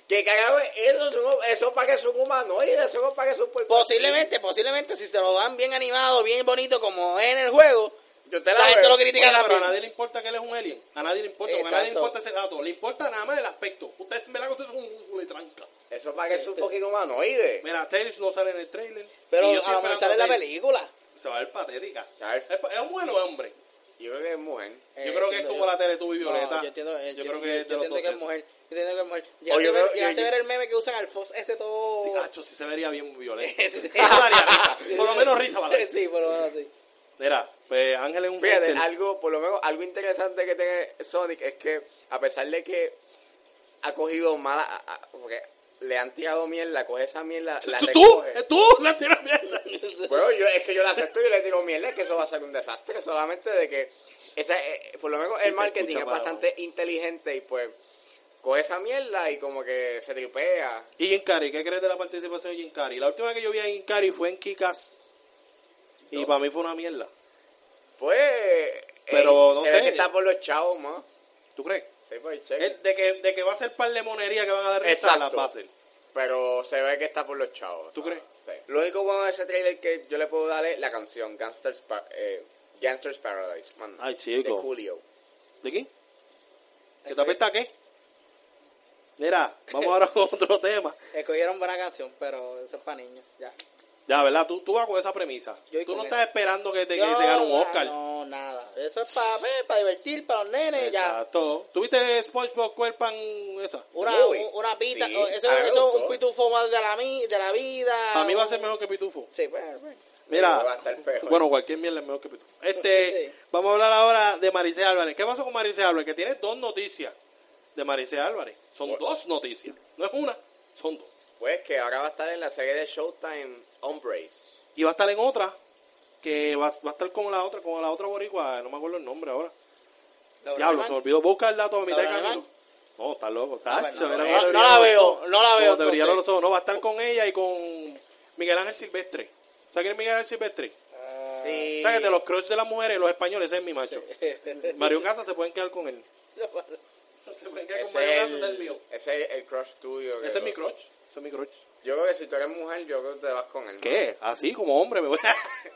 ¡Qué carajo! Eso, son- eso para que son humanoides, eso para que son... puercos.
Posiblemente, posiblemente, si se lo dan bien animado, bien bonito, como es en el juego,
Yo te
la,
la
gente
veo.
lo critica
Oye, pero a
rápido.
nadie le importa que él es un alien. A nadie le importa, porque a nadie le
Exacto.
importa ese dato. Le importa nada más el aspecto. Ustedes, ¿verdad que ustedes son un culo de tranca?
Eso para que son fucking humanoides.
Mira, Tails no sale en el trailer.
Pero
Y yo estoy
a lo mejor
esperando
sale en la
Tails.
película.
Se va a ver patética.
¿Sabes?
Es, es un buen hombre.
Yo creo que es mujer.
Yo creo que es como la Teletubby
Eh, Este, No,
Violeta.
yo entiendo, eh,
yo, creo que es de
yo
los dos.
entiendo que es
sexos.
mujer. Yo entiendo que es mujer.
O
Llegaste
yo
a ver-
veo- yo-
llegaste a
yo-
ver el meme que usan al Fox ese todo...
Sí, cacho, sí se vería bien
(laughs)
violeta.
Ese- ese-
Eso daría risa.
(laughs)
Por lo menos risa, ¿vale?
Sí, por lo menos sí.
Mira, pues Ángel es un
Fíjate,
hater.
algo, por lo menos, algo interesante que tiene Sonic es que, a pesar de que ha cogido mala, a- a- porque le han tirado mierda, coge esa mierda, la
¿Tú, tú,
recoge.
tú la tiras mierda.
Bueno, yo, es que yo la acepto y le digo mierda, es que eso va a ser un desastre, solamente de que, esa, eh, por lo menos
Sí,
el
te
marketing
escucha
es
para
bastante inteligente y pues, coge esa mierda y como que se tripea.
Y Jim Carrey, ¿qué crees de la participación de Jim Carrey? La última vez que yo vi a Jim Carrey fue en Kikas. Y para mí fue una mierda.
Pues, eh,
Pero, no
se ve
sé.
que está por los chavos, más.
¿Tú crees?
Sí, por el cheque.
Eh, De que, de que va a ser par de monería que van a dar risa,
Exacto.
las va a hacer.
Pero se ve que está por los chavos.
¿Tú
¿sabes?
crees?
Sí. Lo único bueno de ese trailer que yo le puedo dar es la canción Gangster's, Pa- eh, Gangster's Paradise, man.
Ay, chico.
De Coolio.
¿De quién? ¿Que te apesta a qué? Mira, vamos ahora con otro tema.
Escogieron buena canción, pero eso es para niños. Ya.
Ya, ¿verdad? Tú, tú vas con esa premisa.
Yo voy
Tú
con
no
esa.
estás esperando que te, que
Yo,
te gane un
ah,
Oscar.
No, nada. Eso es para para divertir, para los nenes. Ya.
Exacto. ¿Tuviste SpongeBob Cuerpan esa?
Una,
Movie.
un- una pita.
Sí,
oh, Eso,
a mí me
eso es un
gustó.
pitufo más de la, mi- de la vida.
A mí va a
un-
ser mejor que Pitufo.
Sí, pues, bueno, bueno.
Va a
Mira,
estar peor.
bueno, cualquier mierda es mejor que Pitufo. Este,
Sí.
vamos a hablar ahora de Maricé Álvarez. ¿Qué pasó con Maricé Álvarez? Que tiene dos noticias de Maricé Álvarez. Son
Bueno.
dos noticias. No es una, son dos.
Pues que ahora va a estar en la serie de Showtime Hombres.
Y va a estar en otra, que va, va a estar con la otra, con la otra boricua, no me acuerdo el nombre ahora.
Laura
Diablo,
Alemán.
se me olvidó. Busca el dato a mitad de
¿Laura
camino. No, está loco. Está,
Ah, bueno,
se
no,
mira
no,
cómo te
no
brillaron
la
los
veo,
ojos.
no la
Cómo
veo,
Te brillaron
entonces.
los ojos. No, va a estar con ella y con Miguel Ángel Silvestre. ¿Sabes quién es Miguel Ángel Silvestre?
Sí.
¿Sabes que de los crush de las mujeres, los españoles, ese es mi macho.
(laughs)
Mario Casas se pueden quedar con él. Se pueden quedar con Mario
Ese es
Casas, ese es el mío.
el, ese es el crush tuyo. que
Ese es
lo-
mi crush. Ese es mi crush.
Yo creo que si tú eres mujer, yo creo que te vas con él.
¿Qué? Así como hombre me voy.
(laughs)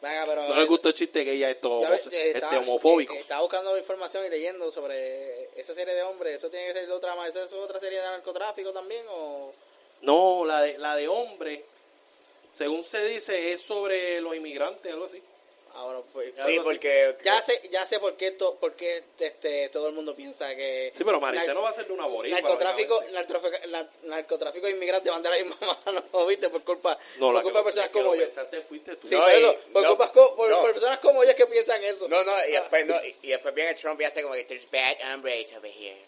Venga, pero. eh,
No le gusta el chiste que ella es todo
Ya
homo-
ves, eh,
este
estaba-
homofóbico.
eh, Estaba buscando información y leyendo sobre esa serie de hombres. ¿Eso tiene que ser otra, más- ¿eso es otra serie de narcotráfico también? o
No, la de, la de hombre, según se dice, es sobre los inmigrantes, algo así.
Ah, bueno, pues,
Sí,
algo así.
porque.
Ya sé, ya sé por qué, to- por qué, este, todo el mundo piensa que...
Sí, pero Maricela
nar-
no va a ser de una boricua.
Narcotráfico,
obviamente.
narcotrafic- nar- narcotráfico e inmigrantes van de la misma (laughs) mano, ¿no? ¿viste? Por culpa,
No, la que
por culpa de
lo-
personas
la que lo
como yo.
pensaste fuiste tú.
Sí,
No,
por eso,
y-
por,
no,
culpa- co- por-
no.
por personas como ellas que piensan eso. Ah.
No, no, y después, no, y, y después viene Trump y hace como que there's bad hombres over here.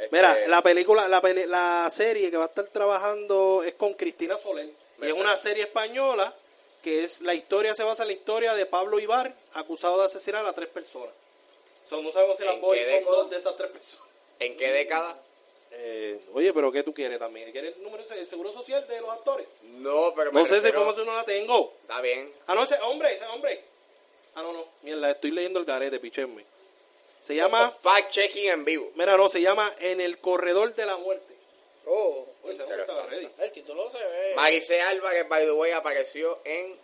Este,
Mira, la película, la, peli- la serie que va a estar trabajando es con Cristina Soler. Y es
Exacto.
una serie española que es la historia se basa en la historia de Pablo Ibar, acusado de asesinar a tres personas. So, no sabemos si las
¿En
boris
qué
son
década?
dos de esas tres personas.
¿En qué década?
Eh, oye, pero ¿qué tú quieres también? ¿Quieres el número el seguro social de los actores?
No, pero me
No sé si
refiero-
como si no la tengo.
Está bien.
Ah, no, ese hombre, ese hombre. Ah, no, no. Mierda, estoy leyendo el garete, pichenme. Se llama,
Fact checking en vivo.
mira, no, se llama En el corredor de la muerte.
Oh,
Oye, ese hombre estaba ready.
el título se ve...
Este
Maricé Álvarez, by the way, apareció en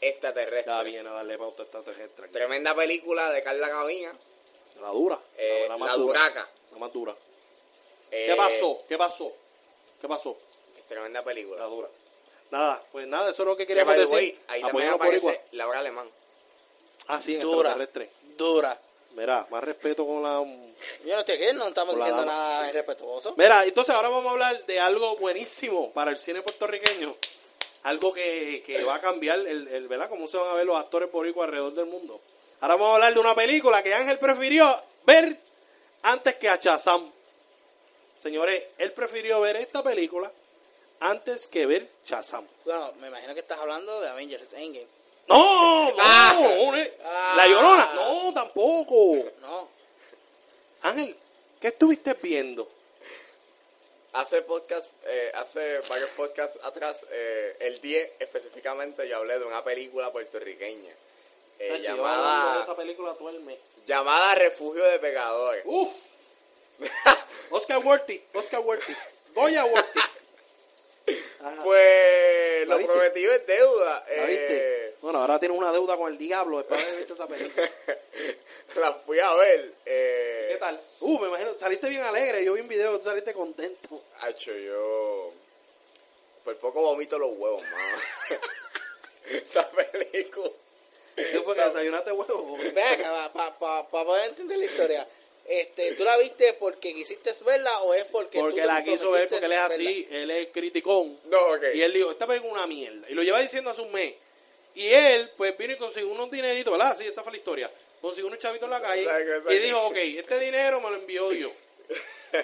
Extraterrestre.
Está bien a darle pauta a esta terrestre.
Tremenda película de Carla Gavina.
La dura.
Eh,
la, más
la
dura.
duraca.
La más dura.
Eh,
¿Qué pasó? ¿Qué pasó? ¿Qué pasó?
Tremenda película.
La dura. Nada, pues nada, eso es lo que
Que,
queríamos
by the
decir.
way, ahí también
Apoyemos por igual.
aparece Laura Alemán.
Ah, sí, en
Dura.
extraterrestre.
Dura.
Mira, más respeto con la...
Yo no estoy aquí, no estamos
Hola,
diciendo
dama.
nada irrespetuoso.
Mira, entonces ahora vamos a hablar de algo buenísimo para el cine puertorriqueño. Algo que, que va a cambiar, el, el- ¿verdad? Cómo se van a ver los actores boricuas alrededor del mundo. Ahora vamos a hablar de una película que Ángel prefirió ver antes que a Chazam. Señores, él prefirió ver esta película antes que ver Chazam.
Bueno, me imagino que estás hablando de Avengers Endgame.
¡No! ¡No!
Ah.
no, eh.
Ah.
¡La llorona! ¡No, tampoco!
No,
Ángel, ¿qué estuviste viendo?
Hace podcast, eh, hace varios podcasts atrás, eh, el 10 específicamente, yo hablé de una película puertorriqueña eh,
Chacho, yo hablando de
llamada,
esa película todo el mes.
llamada Refugio de Pecadores.
Uf. (laughs) Oscar Worthy, Oscar Worthy. Goya Worthy. Ajá.
Pues
¿La
lo
viste?
prometido es deuda.
Ah, ¿La
eh,
viste? Bueno, ahora tiene una deuda con el diablo después de haber visto esa película.
la fui a ver. eh,
¿Qué tal? Uh, me imagino, saliste bien alegre, yo vi un video, tú saliste contento.
Hacho, yo. Por poco vomito los huevos, mano. (laughs) Esa película.
¿Qué fue que desayunaste huevo?
Venga, para poder entender la historia. Este, ¿Tú la viste porque quisiste verla o es porque
Porque
tú
la
te
quiso ver, porque él es
prometiste verla?
así, él es criticón.
No, ok.
Y él dijo, esta película es una mierda. Y lo lleva diciendo hace un mes. Y él, pues, vino y consiguió unos dineritos, ¿verdad? Sí, esta fue la historia. Consiguió unos chavitos en la calle
Exacto, exacto.
y dijo, ok, este dinero me lo envió Dios.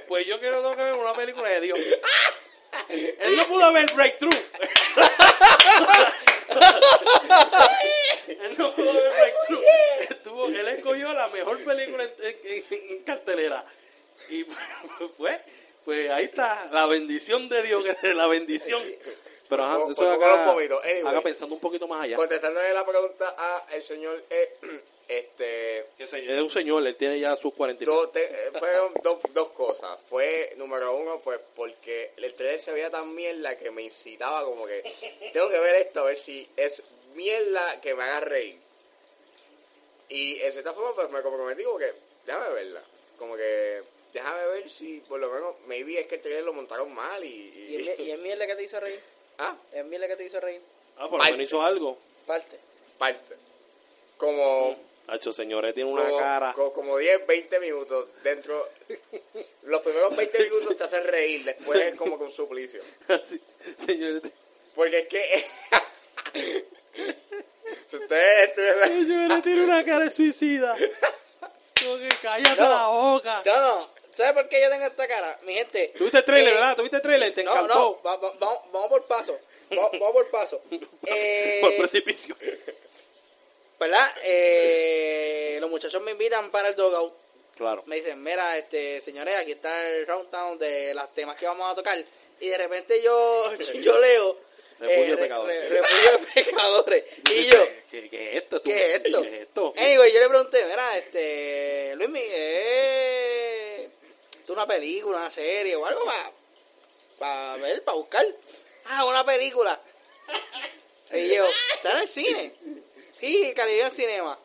Pues yo quiero tengo que ver una película de Dios. Él no pudo ver Breakthrough. (laughs) él no pudo ver Breakthrough. Estuvo- él escogió la mejor película en, en- en- en cartelera. Y (laughs) pues, pues ahí está la bendición de Dios, (laughs) que es la bendición. Pero ajá,
Por-
eso
por
acá,
poco lo vomito. Anyways.
acá pensando un poquito más allá.
Contestándole la pregunta a el señor. eh, (clears throat) este.
Que se- es un señor, él tiene ya sus 45.
dos- te- eh, fueron
(laughs)
dos, dos cosas. Fue, número uno, pues porque el trailer se veía tan mierda que me incitaba como que tengo que ver esto a ver si es mierda que me haga reír. Y en cierta forma, pues me comprometí como que déjame verla. Como que déjame ver si por lo menos, maybe es que el trailer lo montaron mal y... y-
¿Y es, mi- y es mierda que te hizo reír?
(laughs) ah,
¿Es mierda que te hizo reír?
Ah, por lo menos
Parte.
hizo algo.
Parte.
parte.
Mm.
Como...
Hacho, señores, tiene una
como,
cara. (laughs)
co- como 10, 20 minutos dentro. Los
(laughs)
primeros 20 minutos te hacen reír, después es como que un suplicio.
Así, señores,
Porque es que... (laughs) si ustedes estuvieran-
señores, tiene una cara de suicida. Como que cállate
No.
la boca.
No, no. ¿Sabes por qué yo tengo esta cara? Mi gente.
Tuviste el trailer,
eh,
¿verdad? Tuviste el trailer, te
no,
encantó.
no. va- va- vamos, vamos por paso. Vamos, vamos por paso. Eh,
(laughs) Por precipicio.
¿Verdad? Eh, los muchachos me invitan para el dogout.
Claro.
me dicen, mira, este, señores, aquí está el round town de los temas que vamos a tocar. Y de repente yo, (laughs) yo leo eh,
Repudio de
re-
pecadores.
re- repudio de
(laughs)
pecadores. Y yo,
¿Qué, qué es esto? tú?
¿qué es esto? Eh.
¿Qué es esto?
Anyway, yo le pregunté, mira, este, Luis Miguel, eh, ¿tú una película, una serie o algo para ver, para buscar? Ah, una película. Y yo, ¿está en el cine? Sí, Caribbean Cinema.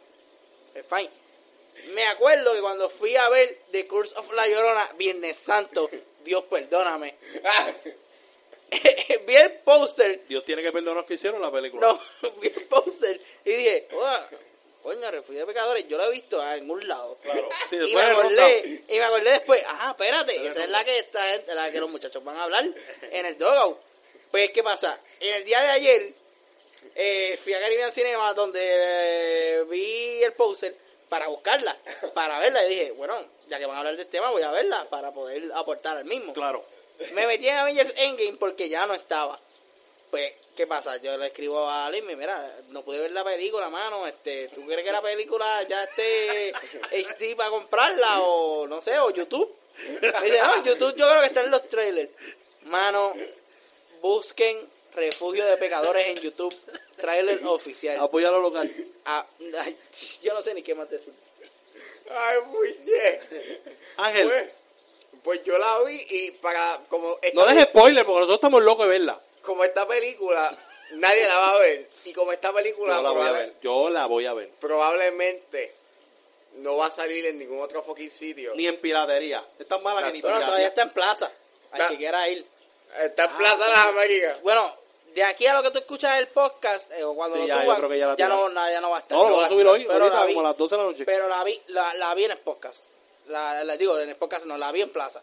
Eh, Fine. Me acuerdo que cuando fui a ver The Curse of La Llorona, Viernes Santo, Dios perdóname, (laughs) vi el póster
Dios tiene que perdonar los que hicieron la película.
no, (laughs) vi el póster y dije, "Uah, coño, refugio de pecadores, yo lo he visto a algún lado. (laughs)
Claro. Sí,
y, me
después del
acordé, y me acordé después, ah, espérate,
Después
esa
del
es la que esta gente, la que los muchachos van a hablar en el dogout. Pues, ¿qué pasa? En el día de ayer eh, fui a Caribbean Cinema donde eh, vi el póster para buscarla, para verla. Y dije, bueno, ya que van a hablar del tema, voy a verla para poder aportar al mismo.
Claro.
Me metí en Avengers Endgame porque ya no estaba. Pues, ¿qué pasa? Yo le escribo a Limmy, mira, no pude ver la película, mano. Este, ¿Tú crees que la película ya esté HD para comprarla? O no sé, o YouTube. Me dice, no, en YouTube yo creo que están los trailers. Mano, busquen Refugio de Pecadores en YouTube, trailer oficial.
Apoya lo local.
Ah, ay, yo no sé ni qué más decir.
Ay, muñe.
Ángel,
Pues, pues yo la vi y para... Como esta
no dejes spoiler porque nosotros estamos locos de verla.
como esta película nadie la va a ver y como esta película
Yo la voy a
probable-
ver. Yo la voy a ver.
probablemente no va a salir en ningún otro fucking sitio.
Ni en piratería. Es tan mala que ni
Bueno,
piratería.
todavía está en plaza, al que
Ya.
quiera ir.
Está en Plaza de las Américas.
Bueno, de aquí a lo que tú escuchas el podcast, eh, o cuando
Sí,
lo
ya, yo
suban,
creo que ya la
no,
tiraron.
na- ya no va a estar.
No, lo
No
vamos
va
a subir hoy,
pero la
ahorita,
vi-
como a las 12 de la noche.
Pero la vi, la, la vi en el podcast. La, la- digo, en el podcast no, la vi en plaza.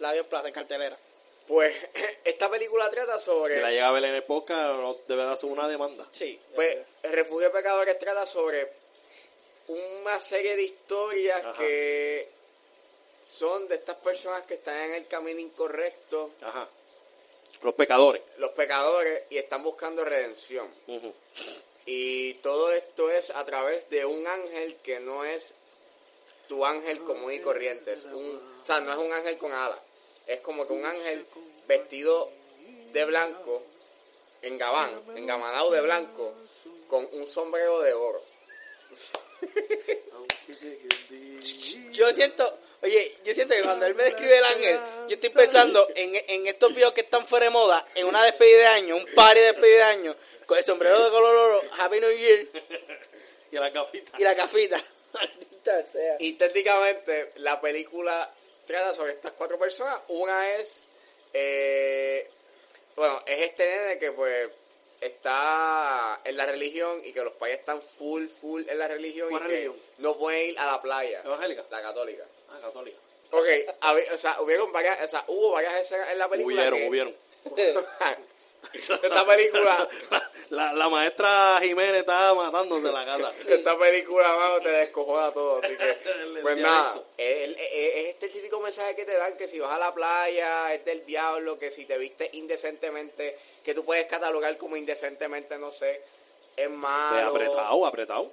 La vi en plaza, en cartelera.
Pues (laughs) esta película trata sobre...
Si la llega a ver en el podcast, no- deberá hacer una demanda.
Sí.
Pues el Refugio de Pecadores trata sobre una serie de historias
Ajá.
que son de estas personas que están en el camino incorrecto,
Ajá. Los pecadores.
los pecadores, y están buscando redención.
Ujú.
Y todo esto es a través de un ángel que no es tu ángel común y corriente. Es un, o sea, no es un ángel con alas. Es como que un ángel vestido de blanco, en gabán, engabanado de blanco, con un sombrero de oro.
Yo siento, oye, yo siento que cuando él me describe el ángel, yo estoy pensando en, en estos videos que están fuera de moda, en una despedida de año, un party de despedida de año, con el sombrero de color oro, Happy New Year
Y a la capita.
y la cafita. (laughs) Maldita
(laughs)
sea.
Y técnicamente la película trata sobre estas cuatro personas. Una es, eh, bueno, es este nene que pues está en la religión y que los países están full, full en la religión y
¿Cuál
que
religión?
no pueden ir a la playa.
¿Evangélica?
La católica.
Ah, católica.
Ok, había- o sea, hubieron varias, o sea, hubo varias escenas en la película.
Hubieron,
que-
hubieron.
(laughs) Esta película-
(laughs) La, la maestra Jiménez estaba matándose la Pues, gata.
(laughs) Esta película, mano, te descojona todo, así que,
El
pues
dialecto.
nada, es, es- es este típico mensaje que te dan que si vas a la playa es del diablo, que si te viste indecentemente, que tú puedes catalogar como indecentemente, no sé, es
Pues
malo,
apretado, apretado.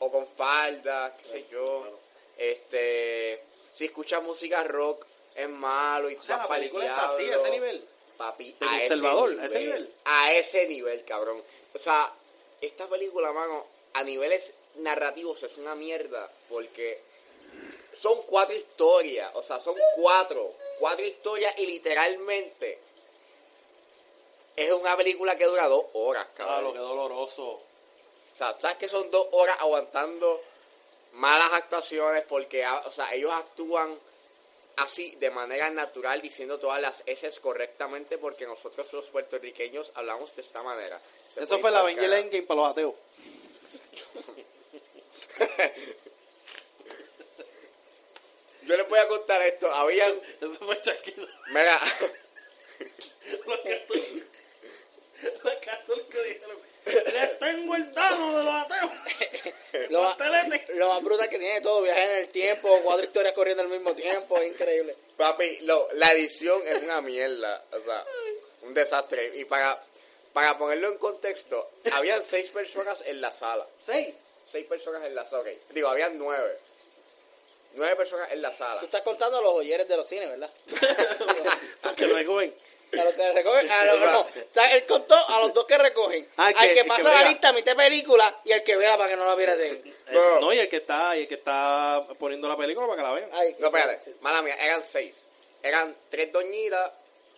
o con falda, qué sé yo,
claro.
este, si escuchas música rock es malo y
O sea, la
vas pa'l
película es así, a
diablo.
ese nivel.
Papi,
De conservador, a ese nivel.
A ese nivel, cabrón. O sea, esta película, mano, a niveles narrativos es una mierda porque son cuatro historias, o sea, son cuatro, cuatro historias y literalmente es una película que dura dos horas,
Claro,
cabrón.
qué Ah, doloroso.
O sea, sabes que son dos horas aguantando malas actuaciones porque, ah, o sea, ellos actúan así de manera natural diciendo todas las S correctamente porque nosotros los puertorriqueños hablamos de esta manera. Se
Eso fue la
puede ir pa'l
Avenger
carajo.
Endgame para los ateos.
Yo les voy a contar esto. Habían,
Eso fue Shaquille.
mira,
Los católicos. Los católicos dijeron: Les tengo el dado de los ateos.
Lo, más-
Pastelete.
lo más brutal que tiene todo, viajar en el tiempo, cuatro historias corriendo al mismo tiempo, es increíble.
papi, lo- la edición es una mierda, o sea, un desastre. Y para, para ponerlo en contexto, habían seis personas en la sala.
Sí.
Seis personas en la sala, ok. Digo, habían nueve. Nueve personas en la
Tú
sala.
estás contando a los oyeres de los cines, ¿verdad?
Porque recogen.
A los que recogen, a los, no, está- él contó a los dos que recogen.
Ah, que-
al que
que
pasa la
vea.
lista, mete película y al que vea para que no la viera de él.
Eso,
No.
no, y el que está, y el que está poniendo la película para que la vean.
Ay,
No, espérate, mala mía, eran seis. Eran tres doñitas,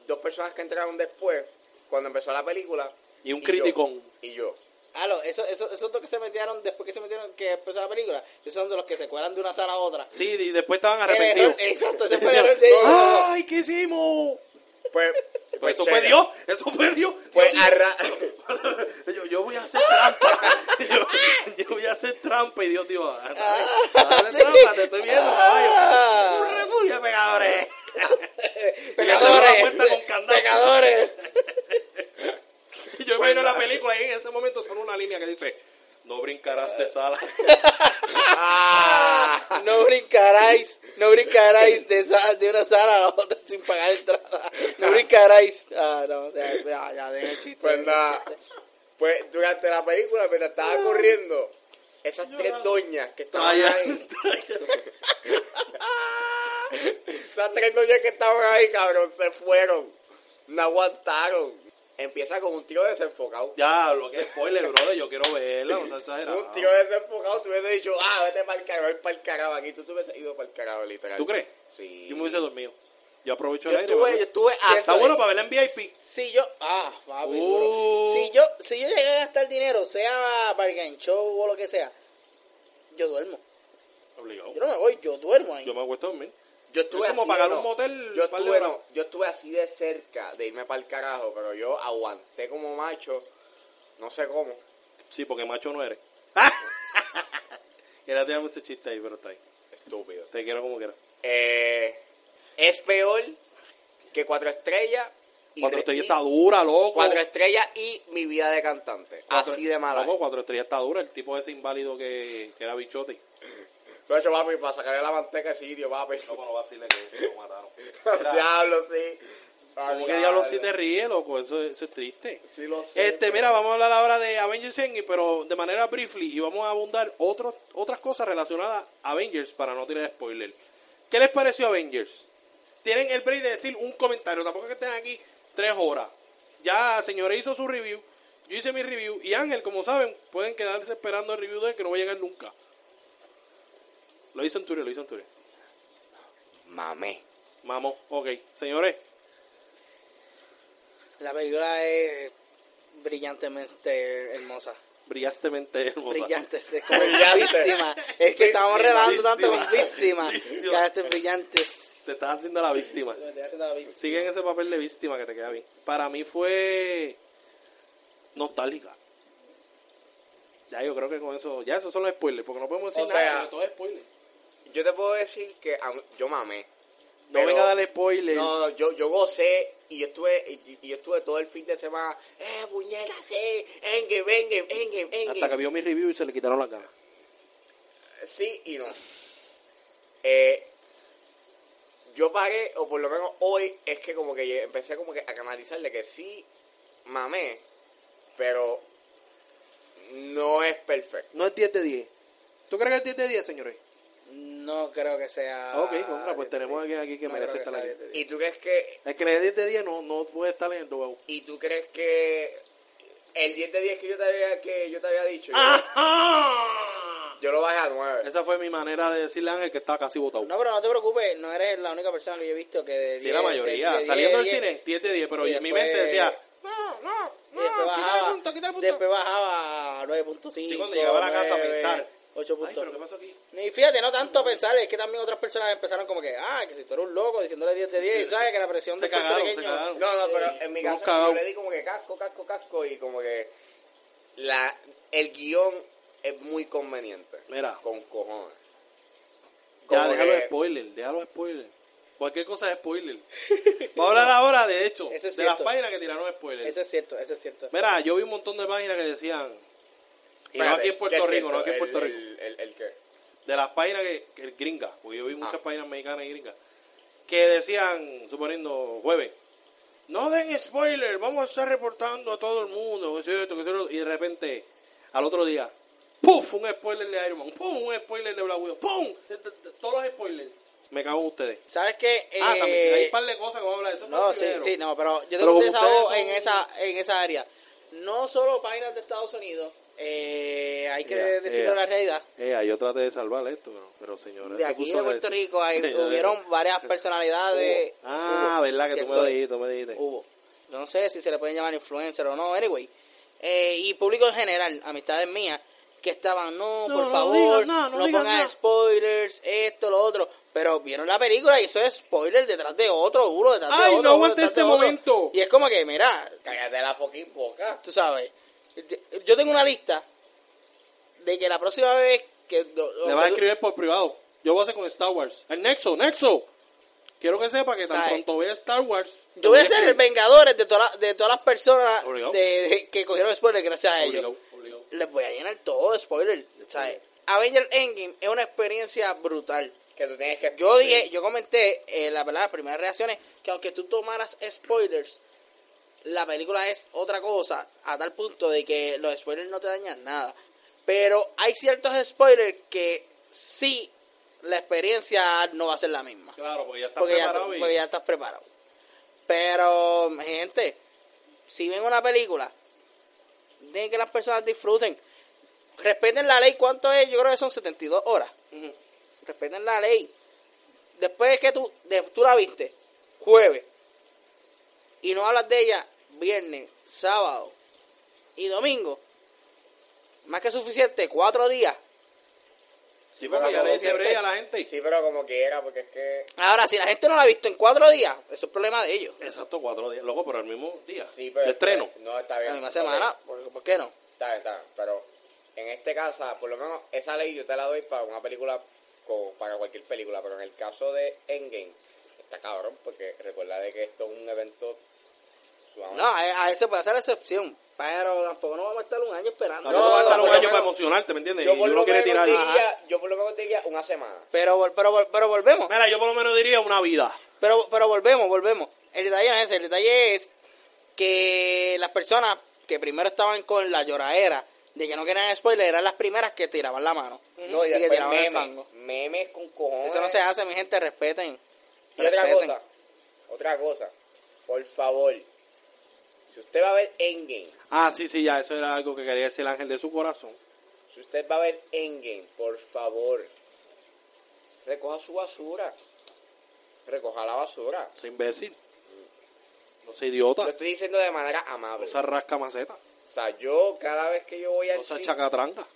dos personas que entraron después, cuando empezó la película.
Y un
yo.
criticón.
Y yo.
Ah, no, eso, eso, esos dos que se metieron después que se metieron, que empezó la película, esos son de los que se cuelan de una sala a otra.
Sí, y después estaban
El error-
arrepentidos.
exacto, ese fue el error de ellos. (laughs)
¡Ay, qué hicimos!
Pues, pues
eso fue
chévere.
Dios, eso fue Dios. (laughs)
Pues arra... (laughs)
yo, yo voy a hacer trampa. (laughs) yo, yo voy a hacer trampa y Dios dijo, "Ah, no hagas
(laughs) sí.
trampa, te estoy viendo,
Ah.
caballo. Recuya, pegadores. cerró la
Pecadores.
puerta con candado.
Pecadores.
Y (laughs) yo imagino la película y en ese momento son una línea que dice, no brincarás de sala.
¡Ah!
No brincaráis, no brincaráis de, esa- de una sala a la otra sin pagar entrada. No brincaráis. Ah, no, ya, ya, ya, den el chiste.
Pues nada. Pues durante la película,
Ah.
mientras estaba corriendo, esas tres doñas que estaban
Vaya.
ahí, esas tres doñas que estaban ahí, cabrón, se fueron. No aguantaron. Empieza con un tiro desenfocado.
(laughs) ya, lo que es spoiler, brother, yo quiero verla, o sea, exagerado.
Un tiro desenfocado, tú hubiese dicho, ah, vete para el carajo, para el carajo. Aquí tú te hubieses ido para el carajo, literal.
¿Tú crees?
Sí.
Yo me hubiese dormido. Yo aprovecho
Yo
el aire.
estuve,
¿verdad?
yo estuve
Está
hasta
bueno para verla en VIP.
Si yo, ah, papi,
Uh.
duro. si yo, si yo llegué a gastar dinero, sea bargain show o lo que sea, yo duermo.
Obligado.
Yo no me voy, yo duermo ahí.
Yo me acuesto a dormir.
Yo estuve
Es como
así
pagar
de-
un motel,
Yo
par de
estuve,
horas.
no, yo estuve así de cerca de irme para el carajo, pero yo aguanté como macho. No sé cómo.
Sí, porque macho no eres. (laughs) Quería tirarme ese chiste ahí, pero está ahí.
Estúpido.
Te quiero como quieras.
Eh, es peor que cuatro estrellas. Y
Cuatro
re-
estrellas
y-
está dura, loco.
Cuatro estrellas y mi vida de cantante.
Cuatro-
así de mala.
Loco, cuatro estrellas está dura. El tipo ese inválido que, que era bichote.
Lo he hecho, papi, para sacarle la manteca a ese sitio, (laughs) papi.
No, para no decirle que lo
(laughs)
mataron. Era,
diablo, sí.
¿Cómo que diablos si te ríes, loco? Eso, eso es triste.
Sí lo sé.
Este, mira, vamos a hablar ahora de Avengers Endgame, pero de manera briefly, y vamos a abundar otros otras cosas relacionadas a Avengers para no tirar spoiler. ¿Qué les pareció Avengers? Tienen el break de decir un comentario, tampoco es que estén aquí tres horas. Ya, señores, hizo su review, yo hice mi review, y Ángel, como saben, pueden quedarse esperando el review de él que no va a llegar nunca. Lo hizo en Twitter, lo hizo en Twitter.
Mamé.
Vamos, ok. Señores,
La película es brillantemente hermosa.
brillantemente hermosa.
Brillante, es
(laughs)
como
Brillante.
víctima. Es que estamos relajando tanto con
Víctima.
víctima.
Víctima.
Ya, este es brillante.
Te estás haciendo la víctima. Sigue en ese papel de víctima que te queda bien. Para mí fue nostálgica. Ya yo creo que con eso, ya esos son los spoilers, porque no podemos decir
O
nada,
sea,
porque todo es spoiler.
Yo te puedo decir que a mí- yo mamé.
No
pero-
venga a dar spoiler.
No, no, yo, yo gocé y yo estuve, y, y yo estuve todo el fin de semana, eh, puñeta, sí, engame, engame, engame,
hasta que
engame.
vio mi review y se le quitaron las ganas.
Sí y no. Eh, yo paré, o por lo menos hoy, es que como que ye- empecé como que a canalizarle que sí mamé, pero no es perfecto.
No es 10 de 10. ¿Tú crees que es 10 de 10, señores?
No creo que sea.
ok, contra, pues tenemos alguien aquí que
No
merece
creo que
estar
sea
aquí.
10 de 10.
¿Y tú crees que,
El que le dé 10 de 10 no, no puede estar en el Dubau.
y tú crees que el 10 de 10 que yo te había, que yo te había dicho, yo-
Ah.
yo, lo bajé a 9?
Esa fue mi manera de decirle a Ángel que está casi botado.
No, pero no te preocupes, no eres la única persona que yo he visto que de
sí,
10,
la
de-
mayoría.
de 10,
Saliendo del
10,
cine, 10 de 10, pero
y
en mi
después-
mente decía,
No, no,
y después
no, Ah, quítale
bajaba,
punto, quítale punto.
después bajaba a 9.5.
Sí, cuando llegaba a la casa a
9.
pensar, Ay, pero ¿qué
8.1.
pasó aquí?
Y fíjate, no tanto pensar, es que también otras personas empezaron como que, ah, que si tú eres un loco diciéndole 10 de 10, y sabes que la presión
Se
de
cagaron, se cagaron.
No, no, pero en mi
Hemos
caso
cagado.
yo le di como que casco, casco, casco y como que la el guión es muy conveniente.
Mira.
Con cojones.
Ya,
Como
déjalo
que-
spoiler, déjalo spoiler. Cualquier cosa es (laughs) spoiler. Vamos a hablar ahora, de hecho,
Eso es
de las
cierto.
páginas que tiraron spoilers.
Eso es cierto, eso es cierto.
Mira, yo vi un montón de páginas que decían, y no
Espérate,
aquí en Puerto
¿qué es
Rico, no
esto?
aquí en Puerto
El-
Rico,
El, el, el qué?
de las páginas que, que gringas, porque yo vi muchas
Ah.
páginas mexicanas y gringas, que decían, suponiendo jueves, no den spoiler, vamos a estar reportando a todo el mundo, que sé esto, que sé lo otro", y de repente, al otro día, ¡puf! un spoiler de Iron Man, ¡pum! un spoiler de Black Widow, ¡pum! De- de- de- Todos los spoilers. Me cago en ustedes.
¿Sabes qué?
Ah,
Eh,
también. Hay un par de cosas que vamos a hablar de eso.
No,
pero
sí,
primero.
sí, no, pero yo
Pero
tengo un
como
desahogo
ustedes son-
en esa, en esa área. No solo páginas de Estados Unidos, eh, hay que
Ya,
decirlo
ya.
la realidad.
Eh, yo traté de salvar esto, pero, pero señora.
De
se
aquí
puso
de Puerto
agresiva. (laughs)
Rico hay,
Señora.
hubieron varias personalidades.
Ah,
hubo,
verdad que tú
¿cierto?
me lo dijiste, tú me dijiste.
Hubo. No sé si se le pueden llamar influencer o no, anyway. Eh, y público en general, amistades mías, que estaban, no,
No,
por
no
favor,
digan nada, no digan
pongan
nada".
spoilers, esto, lo otro. Pero vieron la película y eso es spoiler detrás de otro, duro, detrás de
Ay, no
otro. duro,
aguanté
detrás
este
de otro.
momento.
Y es como que, mira,
Cállate la fucking boca.
tú sabes, yo tengo una lista de que la próxima vez que...
Le vas a escribir por privado. Yo voy a hacer con Star Wars. El Nexo, Nexo. Quiero que sepa que tan
¿Sabe?
pronto vea Star Wars.
Yo voy a ser el Vengadores de, toda la- de todas las personas
Obligado.
de, de- que cogieron spoilers gracias a ellos.
Obligado, obligado.
Les voy a llenar todo de spoilers. ¿sabes? Avengers Endgame es una experiencia brutal.
Que tú tienes que...
Yo dije, yo comenté eh, la verdad, las primeras reacciones que aunque tú tomaras spoilers, la película es otra cosa, a tal punto de que los spoilers no te dañan nada. Pero hay ciertos spoilers que sí la experiencia no va a ser la misma
Claro, porque ya está
porque ya,
preparado. y-
porque ya estás preparado. Pero, gente, si ven una película, dejen que las personas disfruten. Respeten la ley, ¿cuánto es? Yo creo que son 72 horas.
Ujú.
Respeten la ley. Después que tú, de- tú la viste, jueves, y no hablas de ella, viernes, sábado y domingo, más que suficiente, cuatro días.
Sí, porque ya le hice break a la gente.
Sí, pero como quiera, porque es que...
Ahora, si la gente no la ha visto en cuatro días, eso es problema de ellos.
Exacto, cuatro días. Loco, pero el mismo día.
Sí, pero...
El estreno.
No, está bien.
La misma semana, ¿por- ¿por qué no?
Está bien, está bien, pero en este caso, por lo menos esa ley yo te la doy para una película, o para cualquier película, pero en el caso de Endgame, está cabrón, porque recuerda de que esto es un evento... sumamente-
No, a, a él se puede hacer excepción, pero tampoco no vamos a estar un año esperando.
No,
No,
no, vas a estar
no,
un
por lo
año para
menos-
emocionarte, ¿me entiendes?
yo,
Y
por
uno
lo
quiere
menos
tirar. Ajá.
diría, yo por lo menos diría una semana.
Pero, vol- pero, vol- pero volvemos,
Mira, yo por lo menos diría una vida.
pero, pero volvemos, volvemos. El detalle no es ese, el detalle es que las personas que primero estaban con la lloradera de que no querían spoiler eran las primeras que tiraban la mano.
No, y
que
después
tiraban el tango.
memes, memes con cojones.
Eso no se hace, mi gente, respeten.
Y otra
respeten.
cosa, otra cosa, por favor, si usted va a ver Endgame,
Ah, sí, sí, ya, eso era algo que quería decir el ángel de su corazón.
si usted va a ver Endgame, por favor, recoja su basura. Recoja la basura.
Ese imbécil. No sea
Lo
idiota.
estoy diciendo de manera amable.
No sea rasca maceta.
O sea, yo cada vez que yo voy al
No sea
cine,
chacatranca.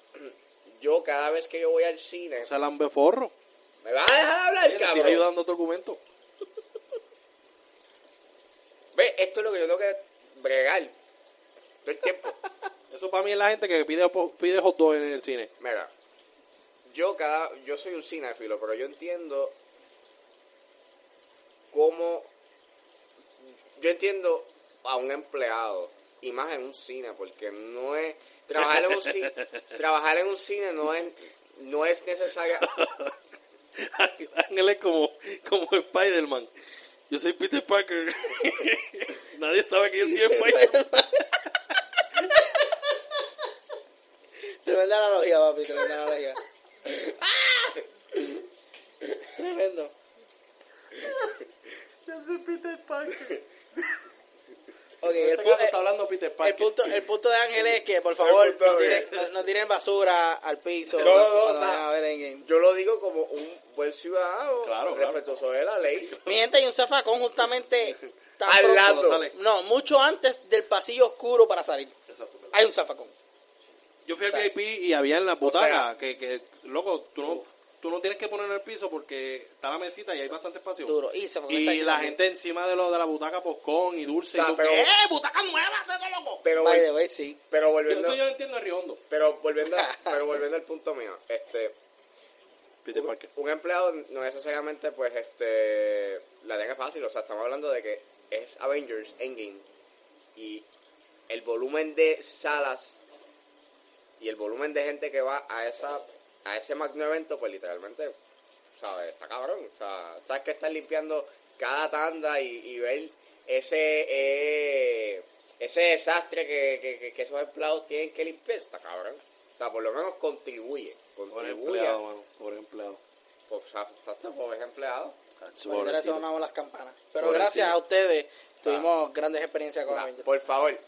yo cada vez que yo voy al cine,
No sea lambeforro.
me va a dejar hablar,
(laughs) Estoy
cabrón.
ayudando a tu argumento.
Ve, esto es lo que yo tengo que bregar. Todo el tiempo.
Eso para mí es la gente que pide, pide hot dog en el cine.
Mira, yo cada, yo soy un cinéfilo, pero yo entiendo cómo, yo entiendo a un empleado y más en un cine, porque no es trabajar en un cine, trabajar en un cine no es no es necesaria.
(laughs) Ángel es como, como Spider-Man. Yo soy Peter Parker. (laughs) Nadie sabe que yo soy Spider-Man.
Tremenda analogía, papi, tremenda analogía. Tremendo. Yo soy Peter Parker. Ok,
En
el,
este
pu-
caso está
el-
hablando Peter
el
Parker.
punto, el punto de Ángel es que, por favor,
punto
no
de-
tiren, no- no tiren basura al piso.
No, no, no,
cuando
o sea-
vayan a ver Endgame.
Yo lo digo como un buen ciudadano,
Claro, claro.
respetuoso de la ley.
Mi gente, hay un
(laughs)
zafacón justamente tan
Al
pronto-
lado.
No, mucho antes del pasillo oscuro para salir.
(laughs) Exacto, ¿verdad?
Hay un zafacón.
yo fui al
O sea,
VIP y había en las butacas
sea-
que, que, loco, tú no, tú no tienes que poner en el piso porque está la mesita y hay bastante espacio.
Duro. Y se fue con esta
Y la
también.
gente encima de lo de la butaca poscón y dulce.
O sea,
y tú,
pero-
¿Qué?
¡Eh,
¡Butaca nueva! ¡Te lo loco!
Pero,
By
vol-
the way, sí.
pero
Yo-
volviendo,
Eso yo lo entiendo en Riondo.
pero volviendo, pero volviendo al punto mío, este,
Peter
un,
Parker.
un empleado no necesariamente, pues, este, la tenga fácil. O sea, estamos hablando de que es Avengers Endgame y el volumen de salas y el volumen de gente que va a esa, a ese magno evento, pues, literalmente, ¿sabes? Está cabrón. O sea, sabes que estás limpiando cada tanda y, y ver ese eh, ese desastre que, que- que- que esos empleados tienen que limpiar. Está cabrón. O sea, por lo menos contribuye.
Pobre
Contribuye.
empleado, mano. Pobre empleado.
Pues, o sea, hasta pobres empleados.
Cacho,
Por eso
pobrecito.
sonamos las campanas. Pero
Pobrecito.
gracias a ustedes tuvimos grandes experiencias con
O sea,
Avengers.
Ah, por favor,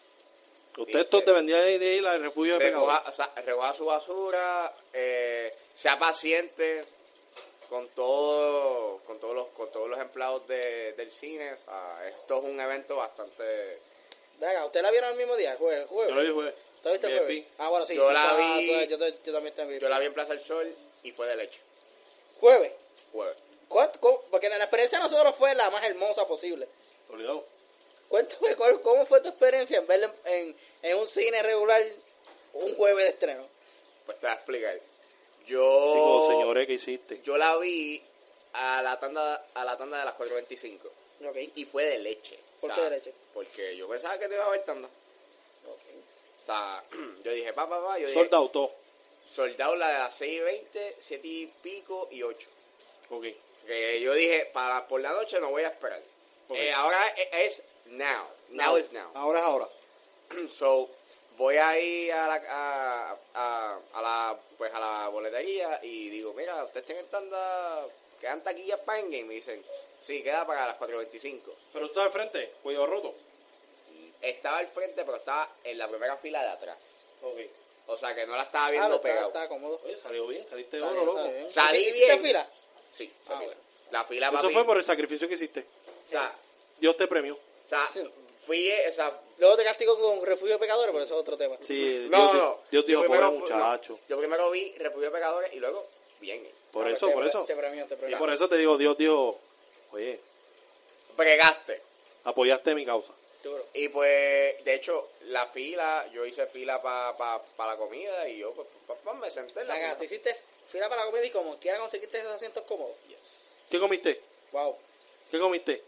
Usted esto te vendía de de ir al refugio de
recoja,
pecadores.
o sea, recoja su basura, eh, sea paciente con todo, con todos los, con todos los empleados de- del cine. O sea, esto es un evento bastante.
Venga, ¿ustedes la vieron el mismo día? El jueves. El jueves.
Yo lo vi, fue.
¿Tú la viste el
VIP.
pues?
jueves? Ah, bueno, sí.
Yo
tú
la
estabas-
vi-
tú- Yo, te- yo también te vi.
Yo la vi en Plaza del Sol y fue de leche. Pues,
¿Jueves?
Jueves.
¿Cuánto- cómo- Porque la la experiencia de nosotros fue la más hermosa posible.
Obligado.
Cuéntame, ¿cuál- ¿cómo fue tu experiencia en verla en, en- en un cine regular un jueves de estreno?
Pues te voy a explicar.
Chico,
Yo.
señores, ¿qué hiciste?
Oh. Yo la vi a la tanda, a la tanda de las 4.25
Ok.
y fue de leche.
¿Por qué de leche?
Porque yo pensaba que te iba a ver tanda.
Ah,
O sea, (clears throat) yo dije, papá, papá, yo dije,
Sold out, todo.
Soldado la de las 6 y 20, 7 y pico y 8.
Ok.
Que yo dije, para por la noche no voy a esperar.
Ok. Ah.
Eh, ahora e- es now. Now, is now.
Ahora es ahora.
So, voy ahí a la, a, a- a la, pues a la boletería y digo, mira, ustedes tienen tanda, quedan taquillas para Endgame. Y me dicen, sí, queda para las 4.25.
Pero tú estás al frente, cuello roto.
Estaba al frente, pero estaba en la primera fila de atrás.
Ok.
O sea, que no la estaba
Ah,
viendo
no, está,
pegado.
está cómodo.
Oye, salió bien, saliste de
Está
oro,
bien,
loco.
está bien.
Salí
¿Hiciste
bien.
fila?
Sí,
Ah,
fila.
bueno.
La fila,
Eso
papi.
fue por el sacrificio que hiciste.
O sea,
Dios te premió.
O sea, fui, o sea,
Luego te castigo con refugio de pecadores, pero eso es otro tema.
Sí,
no,
Dios,
no, no.
Dios dijo,
Yo
pobre
primero-
muchacho.
no. Yo primero vi Refugio de Pecadores y luego, bien,
Por
Ah,
eso,
te-
por eso.
Te premio, te
Y
premio.
por eso te digo, Dios dijo, oye,
bregaste.
apoyaste mi causa.
Duro.
Y pues, de hecho, la fila, yo hice fila para pa, pa la comida y yo, pues, pa- pa- me senté en la
Venga, te
comida.
hiciste fila para la comida y como quiera conseguiste esos asientos cómodos.
¿Qué comiste?
Wow.
¿Qué comiste?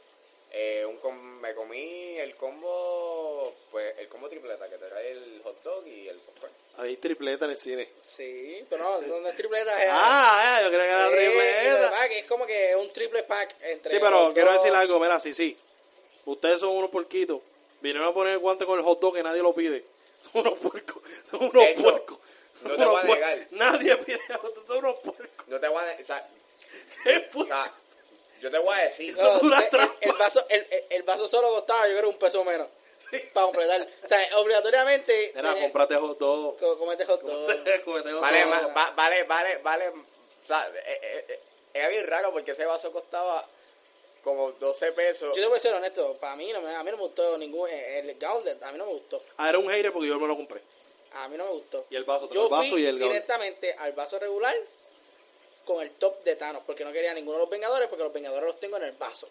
Eh, un com- me comí el combo, pues, el combo tripleta, que te trae el hot dog y el popcorn.
Había tripleta en el cine.
Sí, pero no, no es tripleta. es-
Ah, eh, yo creía que era
Sí, y de
tripleta.
verdad que es como que un triple pack entre
Sí,
los
pero
dos.
quiero decir algo, mira, sí, sí. Ustedes son unos porquitos. Vinieron a poner el guante con el hot dog que nadie lo pide. (laughs) Son unos puercos, son unos
Eso,
puercos.
no
Son
te
unos
voy a
puer-
negar.
Nadie pide hot dog, son unos puercos. (laughs)
No te voy a, de- o sea,
¿Qué
o
puer-
sea, yo te voy a decir,
No,
(laughs) Una
el- el-
trampa.
el, vaso, el, el- el vaso solo costaba, yo creo, un peso menos. Para completar. O sea, obligatoriamente.
Era,
tenía-
comprate hot dog. (laughs)
co- comete hot dog.
Cómete hot
Vale,
dog.
ma- va- vale, vale, vale. O sea, eh, eh, eh, era bien raro porque ese vaso costaba como 12 pesos.
Yo te voy a ser honesto, para mí no me, a mí no me gustó ningún. El, el Gauntlet, a mí no me gustó.
Ah, era un hater porque yo me lo compré.
A mí no me gustó.
Y el vaso,
Yo
el vaso
fui
y el gauntlet.
directamente al vaso regular con el top de Thanos, porque no quería ninguno de los Vengadores, porque los Vengadores los tengo en el vaso.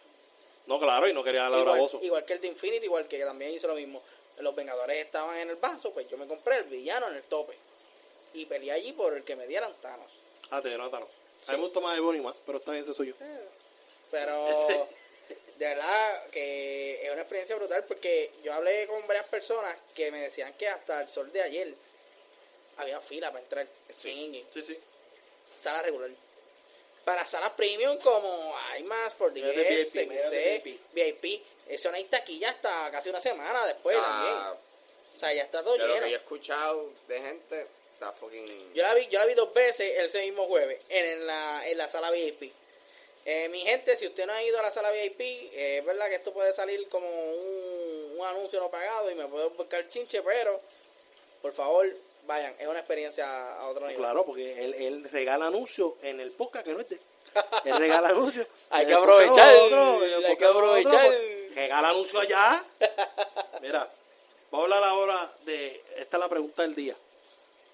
No, claro, y no quería darle a
igual,
Bravoso.
igual que el de Infinity, igual que también hizo lo mismo. Los Vengadores estaban en el vaso, pues yo me compré el villano en el tope. Y peleé allí por el que me dieran Thanos.
Ah, te dieron a Thanos. A mí me gusta más de Bonnie más, pero está bien, ese soy yo.
Pero
(laughs)
de verdad que es una experiencia brutal porque yo hablé con varias personas que me decían que hasta el sol de ayer había fila para entrar en
Sí, sí.
sala regular. Para salas premium como IMAX, for the
Mira de VIP, mira de
CMC, VIP, eso no hay taquilla hasta casi una semana después
Ah,
también. O sea, ya está todo
de lo
lleno.
que yo he escuchado de gente, está fucking.
Yo la vi, yo la vi dos veces ese mismo jueves en, en la, en la sala VIP. Eh, mi gente, si usted no ha ido a la sala VIP, eh, es verdad que esto puede salir como un, un anuncio no pagado y me puedo buscar chinche, pero por favor, vayan, es una experiencia a otro nivel.
Claro, porque él, él regala anuncios en el podcast que no es de él. Él
(laughs)
regala anuncios.
Hay
en
que
el podcast de
aprovechar,
otro, en el
hay que
podcast de otro,
aprovechar.
pues, regala anuncios
(laughs)
allá. Mira, vamos a hablar ahora de. Esta es la pregunta del día.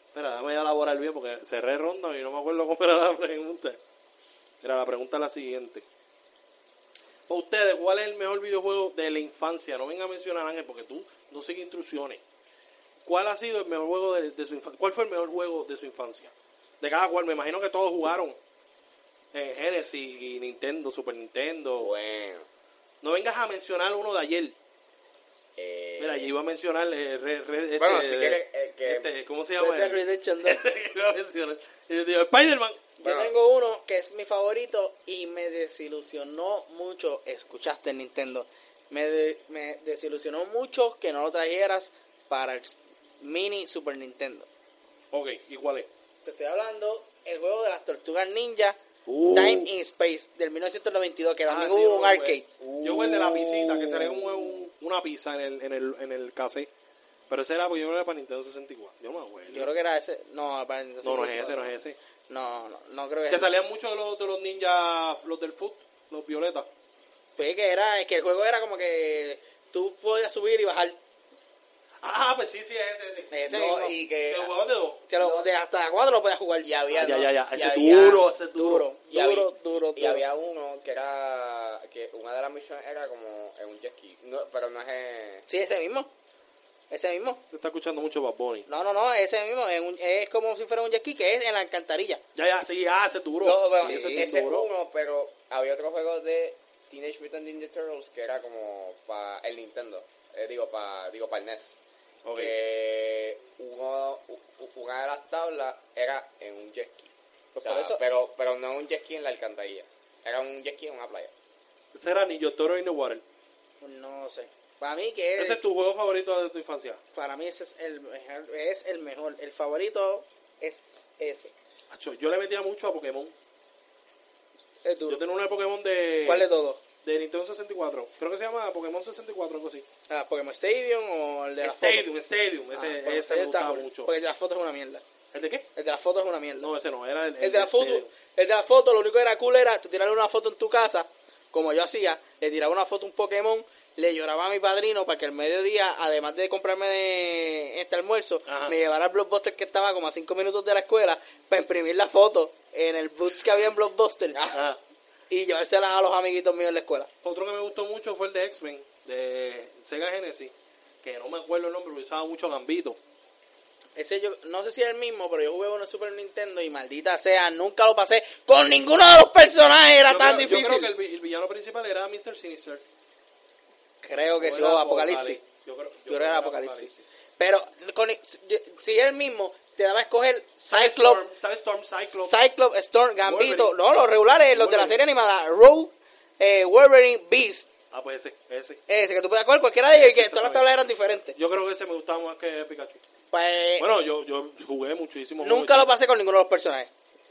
Espera, déjame elaborar bien porque cerré ronda y no me acuerdo cómo era la pregunta. Mira, la pregunta es la siguiente. Para ustedes, ¿cuál es el mejor videojuego de la infancia? No venga a mencionar Ángel porque tú no sigues instrucciones. ¿Cuál ha sido el mejor juego de, de su infancia? ¿Cuál fue el mejor juego de su infancia? De cada cual, me imagino que todos jugaron. En Genesis y Nintendo, Super Nintendo.
Bueno.
No vengas a mencionar uno de ayer.
Eh,
Mira, yo iba a mencionar eh, re- re- este,
Bueno, si
de-
quieres, eh, que-
este, ¿cómo se
Red
llama?
Dead Redemption 2.
Yo (laughs) iba a mencionar. Y yo digo, Spider-Man.
Bueno.
Yo tengo uno que es mi favorito y me desilusionó mucho. Escuchaste el Nintendo. Me, de- me desilusionó mucho que no lo trajeras para el mini Super Nintendo.
Ok, ¿y cuál es?
Te estoy hablando el juego de las tortugas ninja
Uh.
Time in Space del 1992 que también
Ah, sí,
hubo un
yo jugué.
arcade.
Yo jugué el de la piscita, que sería como un- una pizza en el, en el, en el café. Pero ese era, porque yo no era para Nintendo 64. Yo no me acuerdo.
Yo creo que era ese. No, para el
no, no es ese, no es ese.
No, no, no creo que,
Que
sea.
salían muchos de los, de los ninjas, los del foot, los violetas.
Fue que era, es que el juego era como que tú podías subir y bajar.
Ah, pues sí, sí, es ese. ese.
Ese
no,
mismo.
y que
Que jugaban de dos.
Te lo- de hasta cuatro lo podías jugar.
y había
Ah, ya,
dos-
ya, ya.
y
Ese
había-
duro, ese duro.
duro,
y había-
duro, duro,
Y
duro.
había uno que era que una de las misiones era como en un jet ski, no, pero no es en-
Sí, ese mismo. Ese mismo.
Se está escuchando mucho Bad Bunny.
No, no, no, ese mismo. Es, un- es como si fuera un jet ski que es en la alcantarilla.
Ya, ya, sí, ah, ese duro.
No, pero
Sí,
ese es uno, pero había otro juego de Teenage Mutant Ninja Turtles que era como para el Nintendo, eh, digo para digo para el NES.
Ok.
Eh, Que uno, u- u- una de las tablas era en un jet ski. O sea,
por eso-
pero pero no un jet ski en la alcantarilla, era un jet ski en una playa.
Ese era Ninja Toro in the Water.
Pues No sé. Para mí que es,
Ese es tu juego favorito de tu infancia.
para mí ese es el mejor, es el mejor. El favorito es ese.
Acho, yo le metía mucho a Pokémon.
Es
Yo
duro.
tenía una de Pokémon de.
¿Cuál de todos?
De Nintendo 64. Creo que se llama Pokémon 64, algo así.
Ah, Pokémon Stadium o el de las fotos.
Stadium, Stadium.
Ah,
Ese,
Pokémon
ese me
Stadium está
gustaba
cool,
mucho.
Porque el de las fotos es una mierda.
¿El de qué?
El de las fotos es una mierda.
No, ese no, era el.
el de la
del
foto,
Stadium.
el de la foto, lo único que era cool era tú tirarle una foto en tu casa, como yo hacía, le tiraba una foto a un Pokémon, le lloraba a mi padrino para que al mediodía, además de comprarme de- este almuerzo,
Ajá.
me llevara al Blockbuster que estaba como a 5 minutos de la escuela para imprimir la foto en el booth que había en Blockbuster
Ajá.
y llevársela a los amiguitos míos en la escuela.
Otro que me gustó mucho fue el de X-Men, de Sega Genesis. Que no me acuerdo el nombre, pero usaba mucho Gambito.
Ese yo, no sé si es el mismo, pero yo jugué uno en Super Nintendo y maldita sea, nunca lo pasé con ninguno de los personajes, era
Yo
tan
creo-
difícil.
Yo creo que el, vi- el villano principal era Mr. Sinister.
creo que
O
sí,
era
o Apocalipsis.
Yo creo, yo
Yo creo que era Apocalipsis. Pero con- si él mismo te daba a escoger
Storm,
Cyclops,
Storm, Cyclops.
Cyclops, Storm, Gambito,
Wolverine.
no, los regulares, los de
Wolverine.
la serie animada, Rogue, eh, Wolverine, Beast,
ah, pues ese, ese.
ese que tú puedes coger cualquiera de ellos y que
Ese
todas las
está
tablas eran diferentes.
Yo creo que ese me gustaba más que Pikachu.
Pues
Bueno, yo, yo jugué muchísimo.
nunca lo
pasé.
pasé con ninguno de los personajes.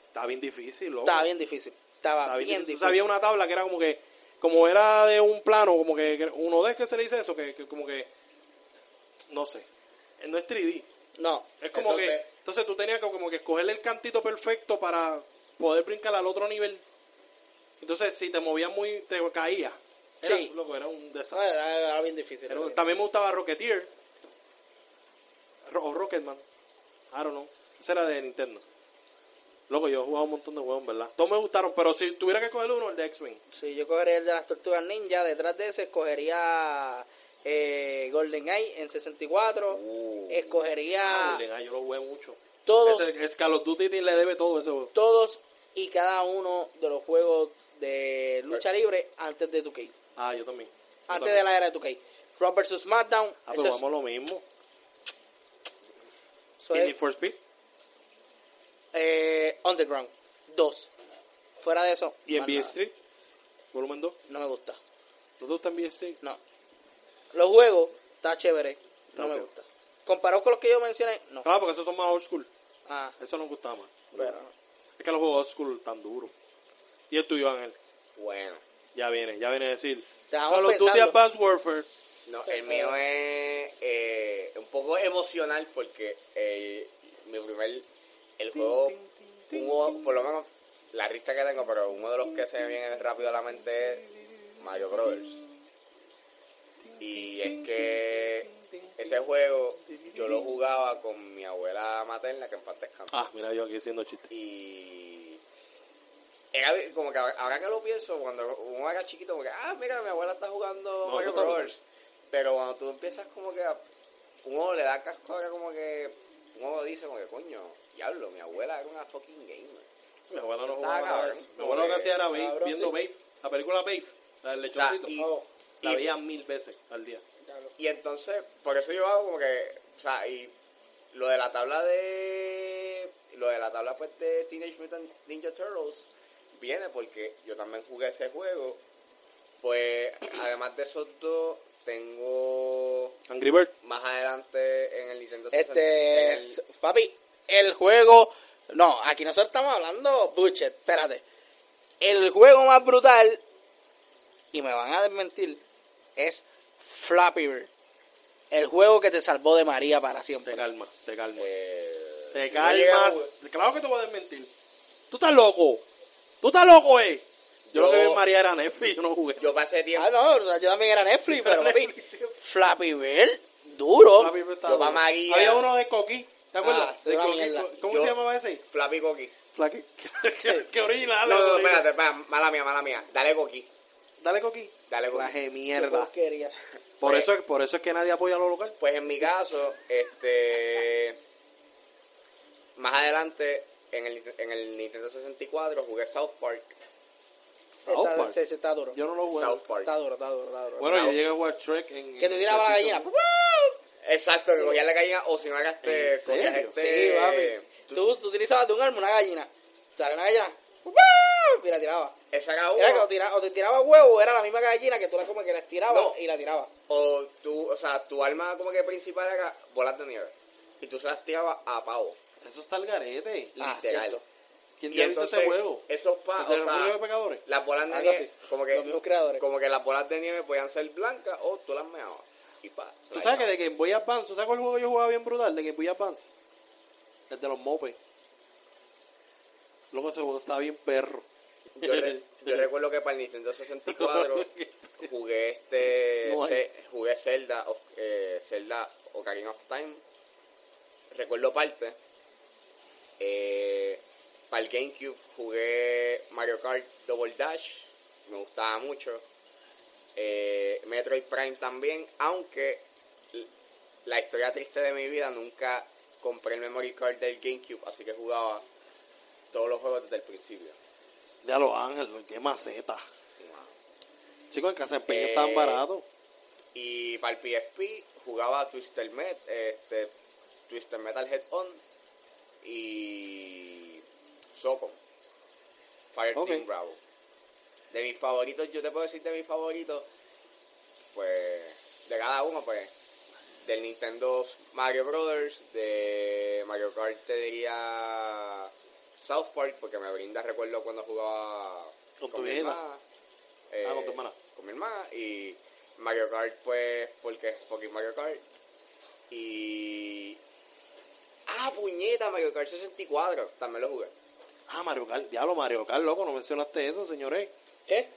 Está bien difícil, loco.
Estaba bien difícil. Estaba,
Oh. Está
bien difícil.
Entonces, había una tabla que era como que, como era de un plano, como que que uno de que se le dice eso, que, que como que, no sé, no es 3D.
No.
Es como
Entonces-
que, entonces tú tenías que como que escogerle el cantito perfecto para poder brincar al otro nivel. Entonces, si te movías muy, te caías. Era,
Sí.
Loco, era un
no,
desastre.
era, era bien difícil.
Pero también me gustaba Rocketeer. Ro- o Rocketman. I don't know. Ese era de Nintendo. Loco, yo he jugado un montón de juegos, en ¿verdad? Todos me gustaron, pero si tuviera que coger uno, el de X-Men.
Si yo cogería el de las tortugas ninja, detrás de ese escogería eh, Golden Eye en 64, escogería
Uh. Ah, Golden Eye, yo lo jugué mucho.
Ah. todos,
Ese, es Call of Duty le debe todo ese juego.
todos y cada uno de los juegos de lucha libre antes de 2K,
Ah, yo también. Yo
antes
también.
de la era de 2K. Rob vs. SmackDown,
Ah, pero
eso es-
vamos a lo mismo.
eso
¿Y
es,
Need for Speed?
eh, Underground 2. Fuera de eso,
¿Y
más
NBA
nada.
Street? Volumen 2.
no me gusta,
¿No te gusta NBA Street?
no. Los juegos, está chévere, no
Ok.
me gusta. Comparado con los que yo mencioné, no.
Claro, porque esos son más old school.
Ah,
Eso nos gustaba más.
pero no.
Es que los juegos old school tan duros. ¿Y el tuyo, Ángel?
Bueno,
Ya viene, ya viene a decir.
Te dejamos
Call of Duty
pensando.
Advanced Warfare.
No, el mío es eh, un poco emocional porque eh, mi primer, el juego, hubo, por lo menos la lista que tengo, pero uno de los que se me viene rápido a la mente es Mario Brothers. Y es que ese juego yo lo jugaba con mi mi abuela materna, que en paz descanse.
Ah, mira yo aquí haciendo chistes.
Y era de- como que ahora- ahora que lo pienso, cuando uno era chiquito, como que, ah, mira, mi abuela está jugando
No,
Mario
eso está
Bros. Pero cuando tú empiezas como que, a- uno le da casco ahora como que, uno dice como que, coño, diablo, mi abuela era una fucking gamer.
Mi abuela no
Ah,
jugaba nada.
cabrón.
Mi abuela lo que hacía era
Cabrón,
Babe, viendo
sí.
Babe, la película Babe, la del lechoncito.
y-
Oh,
la
y-
veía mil veces al día.
diablo.
Y entonces, por eso yo hago como que, o sea, y lo de la tabla de, lo de la tabla pues de Teenage Mutant Ninja Turtles viene porque yo también jugué ese juego. Pues además de esos dos, tengo
Angry Bird.
más adelante en el Nintendo 60. en
Este,
el-
s- papi, el juego, no, aquí nosotros estamos hablando, Buchet, espérate. El juego más brutal, y me van a desmentir, es Flappy Bird. El juego que te salvó de María para
Te
siempre.
calma, te calma.
eh,
te
yo llegué a
calmas.
jugar-
Claro que te voy a desmentir. Tú estás loco. Tú estás loco, eh. Yo, lo
Yo-
que vi en María era Netflix, yo no jugué.
Yo pasé tiempo,
Ah, no, o sea, yo también era Netflix, pero
(laughs)
papi,
Netflix siempre.
Flappy Bird, duro.
Papi, pero estaba
yo pa'
bueno.
María.
Había uno de Coquí. ¿Te acuerdas?
Ah, sí,
De
una
Coquí.
mierda.
¿Cómo
Yo-
se llamaba ese?
Flappy Coqui.
Flaque. (laughs) qué, qué original.
No, no,
original.
espérate, espérate, mala mía, mala mía. Dale Coqui,
Dale Coquí.
dale Coqui.
Flaje
Qué
mierda.
porquería.
Por
Eh.
eso, por eso es que nadie apoya a los locales.
Pues en mi caso, este. Más adelante, en el, en el Nintendo 64 jugué South Park.
Sí,
South
está,
Park.
sí, sí, está duro.
Yo no lo jugué.
South Park.
Está duro, está duro, está duro.
Bueno,
South-
yo llegué a jugar Trek en.
que te tiraba la gallina.
Exacto, que cogías la gallina o si no era este.
¿En serio?
cogías
Sí,
este
papi. Tú, tú, utilizabas de un arma una gallina. Sale una gallina. Y la tiraba.
Esa era
Oh,
Era que o,
uno.
tira- o te tiraba huevo, era la misma gallina que tú la como que la estirabas
No.
y la tirabas.
O tú, o sea, tu arma como que principal era bolas de nieve. Y tú se las tirabas a pavo.
Eso está el garete.
Ah,
Literal.
cierto.
¿Quién
Y
te ha visto
entonces,
ese juego?
esos pa,
¿El
o
de Refugio de
sea,
Pecadores?
las bolas de
Algo
nieve,
así.
como que,
Los mismos creadores.
como que las bolas de nieve podían ser blancas o tú las meabas. Y pa, se
Tú
las
sabes que
echabas.
de Game Boy Advance, ¿tú sabes cuál juego yo jugaba bien brutal? De Game Boy Advance. El de los mopes. Luego ese juego está bien perro.
Yo, re- yo recuerdo que para el Nintendo 64 jugué este
No hay.
Ce- jugué Zelda of, eh, Zelda Ocarina of Time. Recuerdo parte. Eh, para el GameCube jugué Mario Kart Double Dash. Me gustaba mucho. Eh, Metroid Prime también, aunque l- la historia triste de mi vida nunca compré el memory card del GameCube, así que jugaba todos los juegos desde el principio.
Ya los ángeles, qué maceta.
Sí, mano.
Chicos, en Casa Empeño
Eh,
están baratos.
Y para el PSP jugaba Twister, Met, este, Twister Metal Head On y Socom. Fire
Ok.
Team Bravo. De mis favoritos, yo te puedo decir de mis favoritos, pues de cada uno, pues del Nintendo Mario Brothers, de Mario Kart te diría South Park, porque me brinda recuerdo cuando jugaba
Con tu
mi
vieja.
Ah.
hermana. Eh,
Ah, con tu hermana.
Con mi hermana y Mario Kart, pues, porque es fucking Mario Kart. Y. Ah, puñeta, Mario Kart 64, también lo jugué.
Ah, Mario Kart, diablo, Mario Kart, loco, no mencionaste eso, señores.
¿Qué?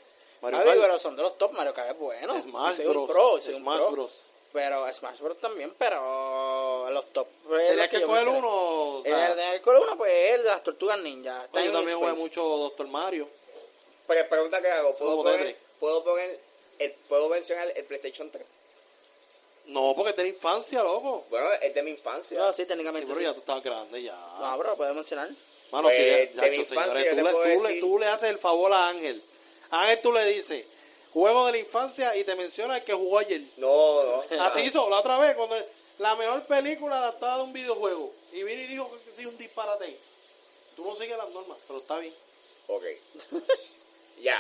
Mario
Mario
Kart.
pero son de los top Mario Kart es bueno.
Smash
Yo soy un
Bros.
pro, yo soy un
Smash
pro.
Bros.
Pero Smash Bros también, pero los top. eh, los
Tenías que
yo
coger
mencioné.
uno. o
El,
sea,
de alcohol uno, pues es el de las tortugas ninja. Está
yo
en
también jugué
Space.
mucho Doctor Mario.
Pero pregunta que hago, ¿puedo
Como
poner,
Tetris.
¿puedo poner, el, puedo mencionar el PlayStation 3?
No, porque es de la infancia, loco.
Bueno, es de mi infancia.
No, sí,
Ah, Sí,
técnicamente.
pero
sí.
ya tú estabas grande ya.
No, pero puedes mencionar.
Mano,
Ah, Pues,
sí,
de
ya,
mi
hecho,
infancia,
señores,
yo
tú
te
le,
puedo
tú, le,
decir-
tú le haces el favor a Ángel. Ángel, tú le dices, juego de la infancia y te menciona el que jugó ayer. (laughs)
No, no. (laughs)
Así hizo la otra vez, cuando la mejor película adaptada de un videojuego. Y vino y dijo que sí, un disparate. Tú no sigues las normas, pero está bien.
Ok. (laughs) ya.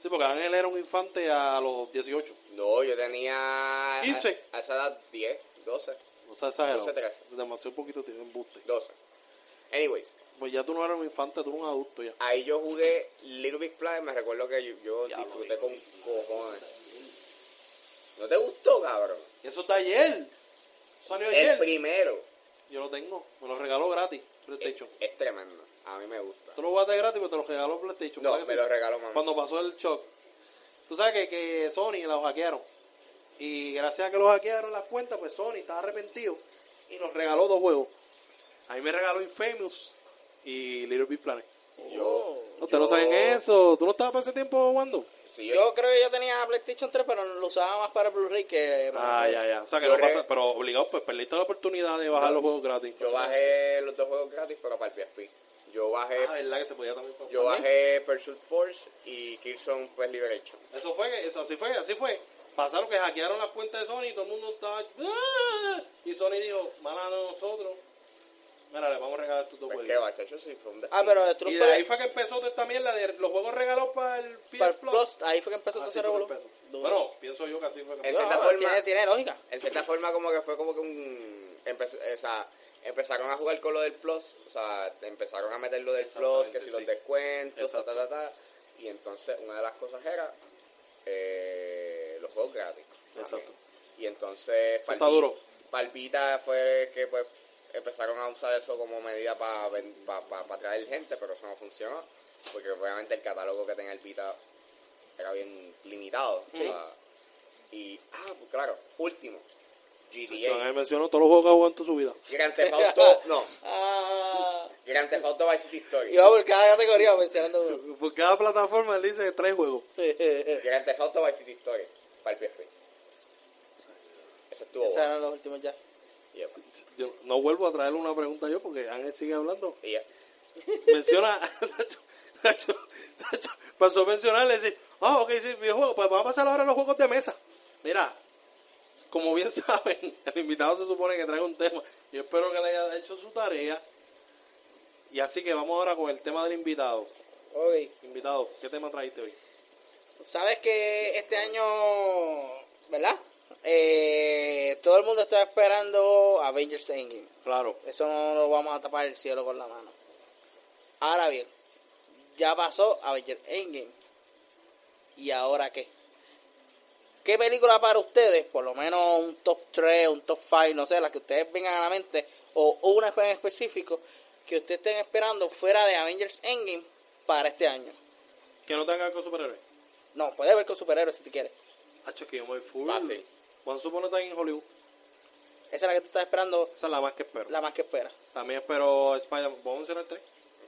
Sí, porque Ángel era un infante a los 18.
No, yo tenía... a-
15.
A, esa edad 10, 12,
O sea, exagerado.
No se te hace.
Demasiado poquito tiene embuste.
12. Anyways,
Pues ya tú no eres un infante, tú eres un adulto ya.
ahí yo jugué Little Big Planet, me recuerdo que yo, yo
Diablo,
disfruté
Little
con cojones. ¿No te gustó, cabrón?
Eso está ayer. Salió
El
ayer.
primero.
Yo lo tengo. Me lo regaló gratis. PlayStation.
Es, es tremendo. A mí me gusta.
Tú lo jugaste gratis, pero te lo regaló PlayStation.
No,
¿verdad que
me
sí?
lo regaló mamá.
Cuando pasó el shock. Tú sabes que, que Sony la hackearon. Y gracias a que lo hackearon las cuentas, pues Sony estaba arrepentido. y nos regaló dos juegos. A mí me regaló Infamous y Little Big Planet.
Oh.
Yo.
No, Ustedes no saben eso. ¿Tú no estabas para ese tiempo jugando?
Sí, yo,
Yo creo que yo tenía PlayStation 3, pero lo usaba más para Blu-ray que para
Ah, ya, ya. O sea, que
Yo
no pasa.
re-
Pero obligado, pues perdiste la oportunidad de bajar los juegos gratis.
yo bajé los dos juegos gratis, pero para el PSP. Yo bajé,
Ah, verdad que se podía también.
yo bajé Pursuit Force y Killzone Press Liberation.
Eso fue, que- eso así fue, así fue. Pasaron que hackearon las cuentas de Sony y todo el mundo estaba. ¡Ah! Y Sony dijo, mala de nosotros. Mira, le vamos a regalar estos dos
Pues qué
juegos.
va, chacho, sí, fue un
Ah, pero de
Y
Trooper-
de ahí fue que empezó toda esta mierda de los juegos regalados para el PS
para el
Plus. Ah,
Plus, ahí fue que empezó todo
Así
ese
fue que
revolú.
empezó.
Duro.
Bueno, pienso yo que así fue que
En
empezó. Ah,
cierta
No,
forma-
tiene, tiene lógica.
En cierta forma como que fue como que un... empezó- o sea, empezaron a jugar con lo del Plus, o sea, empezaron a meter lo del Plus,
Exactamente,
que si
sí.
los descuentos, ta,
Exacto.
ta, ta, ta. Y entonces una de las cosas era eh, los juegos gratis.
Exacto.
Y entonces...
está
Palvi-
duro.
Palvita fue que pues empezaron a usar eso como medida para atraer gente, pero eso no funcionó. Porque obviamente el catálogo que tenía el Vita era bien limitado. o sea, y, ah, pues claro, último.
Chacho,
GTA.
él mencionó todos los juegos que ha jugado en toda su vida.
Grand
(laughs)
Theft Auto, no.
Ah, (laughs)
Grand Theft Auto Vice City Story.
iba por cada categoría
(laughs)
mencionando uno.
Por cada plataforma él dice tres juegos.
Grand Theft Auto Vice City Story. Para el PSP. Ese estuvo
Esos
bueno.
eran los últimos ya.
Yeah.
Yo no vuelvo a traerle una pregunta yo porque Ángel sigue hablando.
Yeah.
Menciona, (laughs) Nacho, Nacho, Nacho, pasó a mencionarle y dice, ah, ok, sí, videojuego, pues vamos a pasar ahora a los juegos de mesa. Mira, como bien (laughs) saben, el invitado se supone que trae un tema. Yo espero que le haya hecho su tarea. Y así que vamos ahora con el tema del invitado.
Ok.
Invitado, ¿qué tema traíste hoy?
Sabes que este año, ¿verdad? Eh, todo el mundo está esperando Avengers Endgame.
Claro.
Eso no lo vamos a tapar el cielo con la mano. Ahora bien, ya pasó Avengers Endgame. ¿Y ahora qué? ¿Qué película para ustedes? Por lo menos un top 3, un top 5, no sé, las que ustedes vengan a la mente. O una en específico que ustedes estén esperando fuera de Avengers Endgame para este año.
Que no tenga con superhéroes.
No, puede ver con superhéroes si tú quieres.
Hacho, que yo me voy full.
Fácil.
Once Upon a Time in Hollywood.
Esa es la que tú estás esperando,
Esa es la más que espero.
la más que esperas. (laughs)
También espero Spider-Man. ¿Vamos a mencionar tres?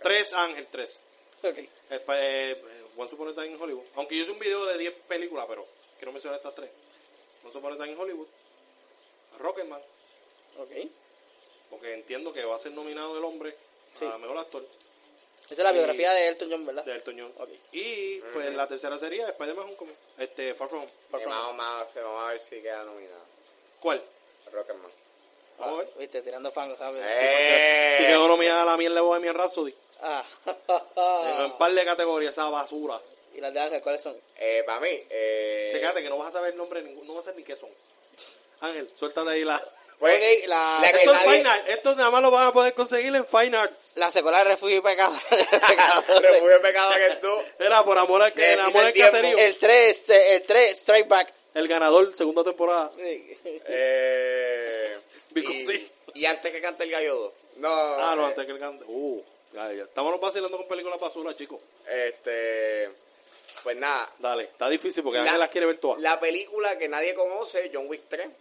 Tres, Ángel, tres.
Ok.
Espa- eh, eh, Once Upon a Time in Hollywood. Aunque yo hice un video de 10 películas, pero quiero mencionar estas tres. Once Upon a Time in Hollywood. Rocketman,
Ok.
porque entiendo que va a ser nominado el hombre
Sí.
a mejor actor
Esa es la
Y-
biografía de Elton John, ¿verdad?
de Elton John.
Ok.
Y pues la tercera sería Spider-Man Homecoming. Este, Far From Home.
Far
Y
From
vamos, vamos, vamos a ver si queda nominado.
¿Cuál?
Rocketman.
Vamos a
Ah,
ver.
Viste, tirando fango, ¿sabes?
¡Eh!
Si quedó nominada la mierda de Bohemian Rhapsody. (laughs)
Ah,
En un par de categorías, esa basura.
¿Y las de Ángel cuáles son?
Eh, para mí, eh,
Checate que no vas a saber el nombre de ningún- no vas a saber ni qué son. Ángel, suéltate ahí la.
pues,
Ok, la-
la que
Esto es
nadie- (laughs)
Fine Arts, esto nada más lo vas a poder conseguir en Fine Arts.
La secuela de Refugio
(laughs)
y Pecado.
Refugio pecado que tú.
Era por amor al, que,
Necesita
el amor
el
al
tiempo.
caserío. El,
el 3, el 3, Strike Back.
ganador, segunda temporada.
Eh,
(laughs) Because
y,
sí.
y antes que cante el gallo 2. No.
Ah, no,
eh,
antes que el ganador. Uh, ya, ya. Estamos vacilando con películas basura, chicos.
Este. Pues nada.
Dale, está difícil porque Ángel las quiere ver todas.
La película que nadie conoce, John Wick 3.
La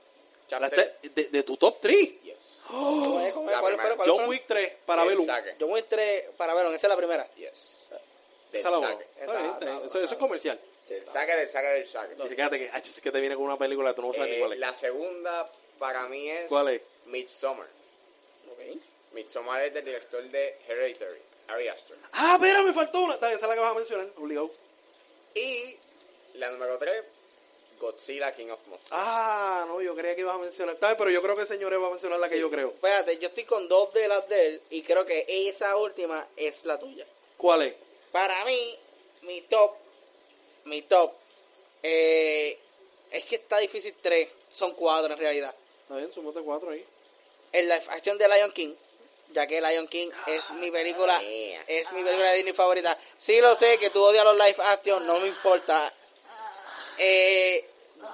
Chapter.
este- de, de tu top 3.
Yes.
¿Cómo es? ¿Cómo es?
La
¿Cuál
primera.
fueron? ¿Cuál
John
fueron?
Wick 3 para Belu.
Exacto.
Esa
Saque.
John Wick 3 para Verón, esa es la primera.
Yes. Del
es la buena.
saque.
Está bien, está bien.
Está,
Eso eso es comercial.
Del saque, del saque, del saque.
Y Fíjate que, ah, es que te viene con una película que tú no sabes
Eh,
ni cuál es.
la segunda para mí es.
¿Cuál es?
Midsommar.
Ok.
Midsommar es del director de Hereditary, Ari Aster.
Ah, espera, me faltó una. Está bien, Esa es la que vas a mencionar, obligado.
Y la número 3, Godzilla King of Monsters.
Ah, no, yo creía que ibas a mencionar. Está bien, pero yo creo que señores va a mencionar la que yo creo.
Fíjate, yo estoy con dos de las de él y creo que esa última es la tuya.
¿Cuál es?
Para mí, mi top, mi top, eh, es que está difícil tres, son cuatro en realidad.
Está bien, sumate cuatro ahí.
El live action de Lion King, ya que Lion King es mi película,
mía.
es mi película de Disney favorita. Sí lo sé, que tú odias los live action, no me importa. Eh,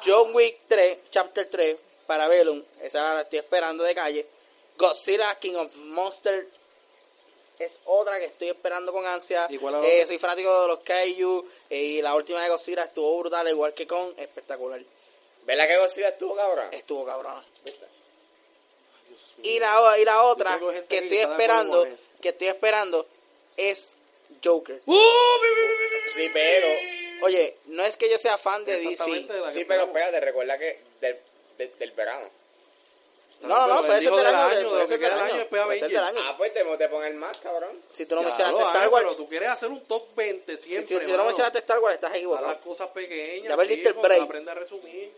John Wick 3, Chapter 3, para Bellum, esa la estoy esperando de calle. Godzilla, King of Monsters, es otra que estoy esperando con ansia.
¿Y cuál es la
Eh,
otra?
soy fanático de los Kaiju eh, y la última de Godzilla estuvo brutal, igual que con espectacular.
Eh.
¿Verdad que Godzilla estuvo, cabrón?
Estuvo cabrona. Y la, o- y la otra
tengo gente
que
aquí
estoy
que está de
esperando,
acuerdo con él.
que estoy esperando, es Joker.
¡Uh! mi, mi, mi, mi, mi,
Sí, pero.
Oye, no es que yo sea fan de DC.
Exactamente, la que
Sí, pero
esperamos.
espérate, recuerda que del, de- del verano.
No, no, no,
él
puede ser
dijo
del año,
de
puede
lo que
ser del
queda del
año,
año, después
puede ser del
Avengers.
año.
Ah, pues te, te ponen más, cabrón.
Si tú no
Ya,
mencionaste
lo,
Star
Ángel,
Wars,
Pero tú quieres hacer un top 20
si,
siempre.
si- si tú no
mano.
mencionaste Star Wars, estás
Haz las
equivocado.
cosas pequeñas.
Ya perdiste
chico,
el break.
Aprende a resumir.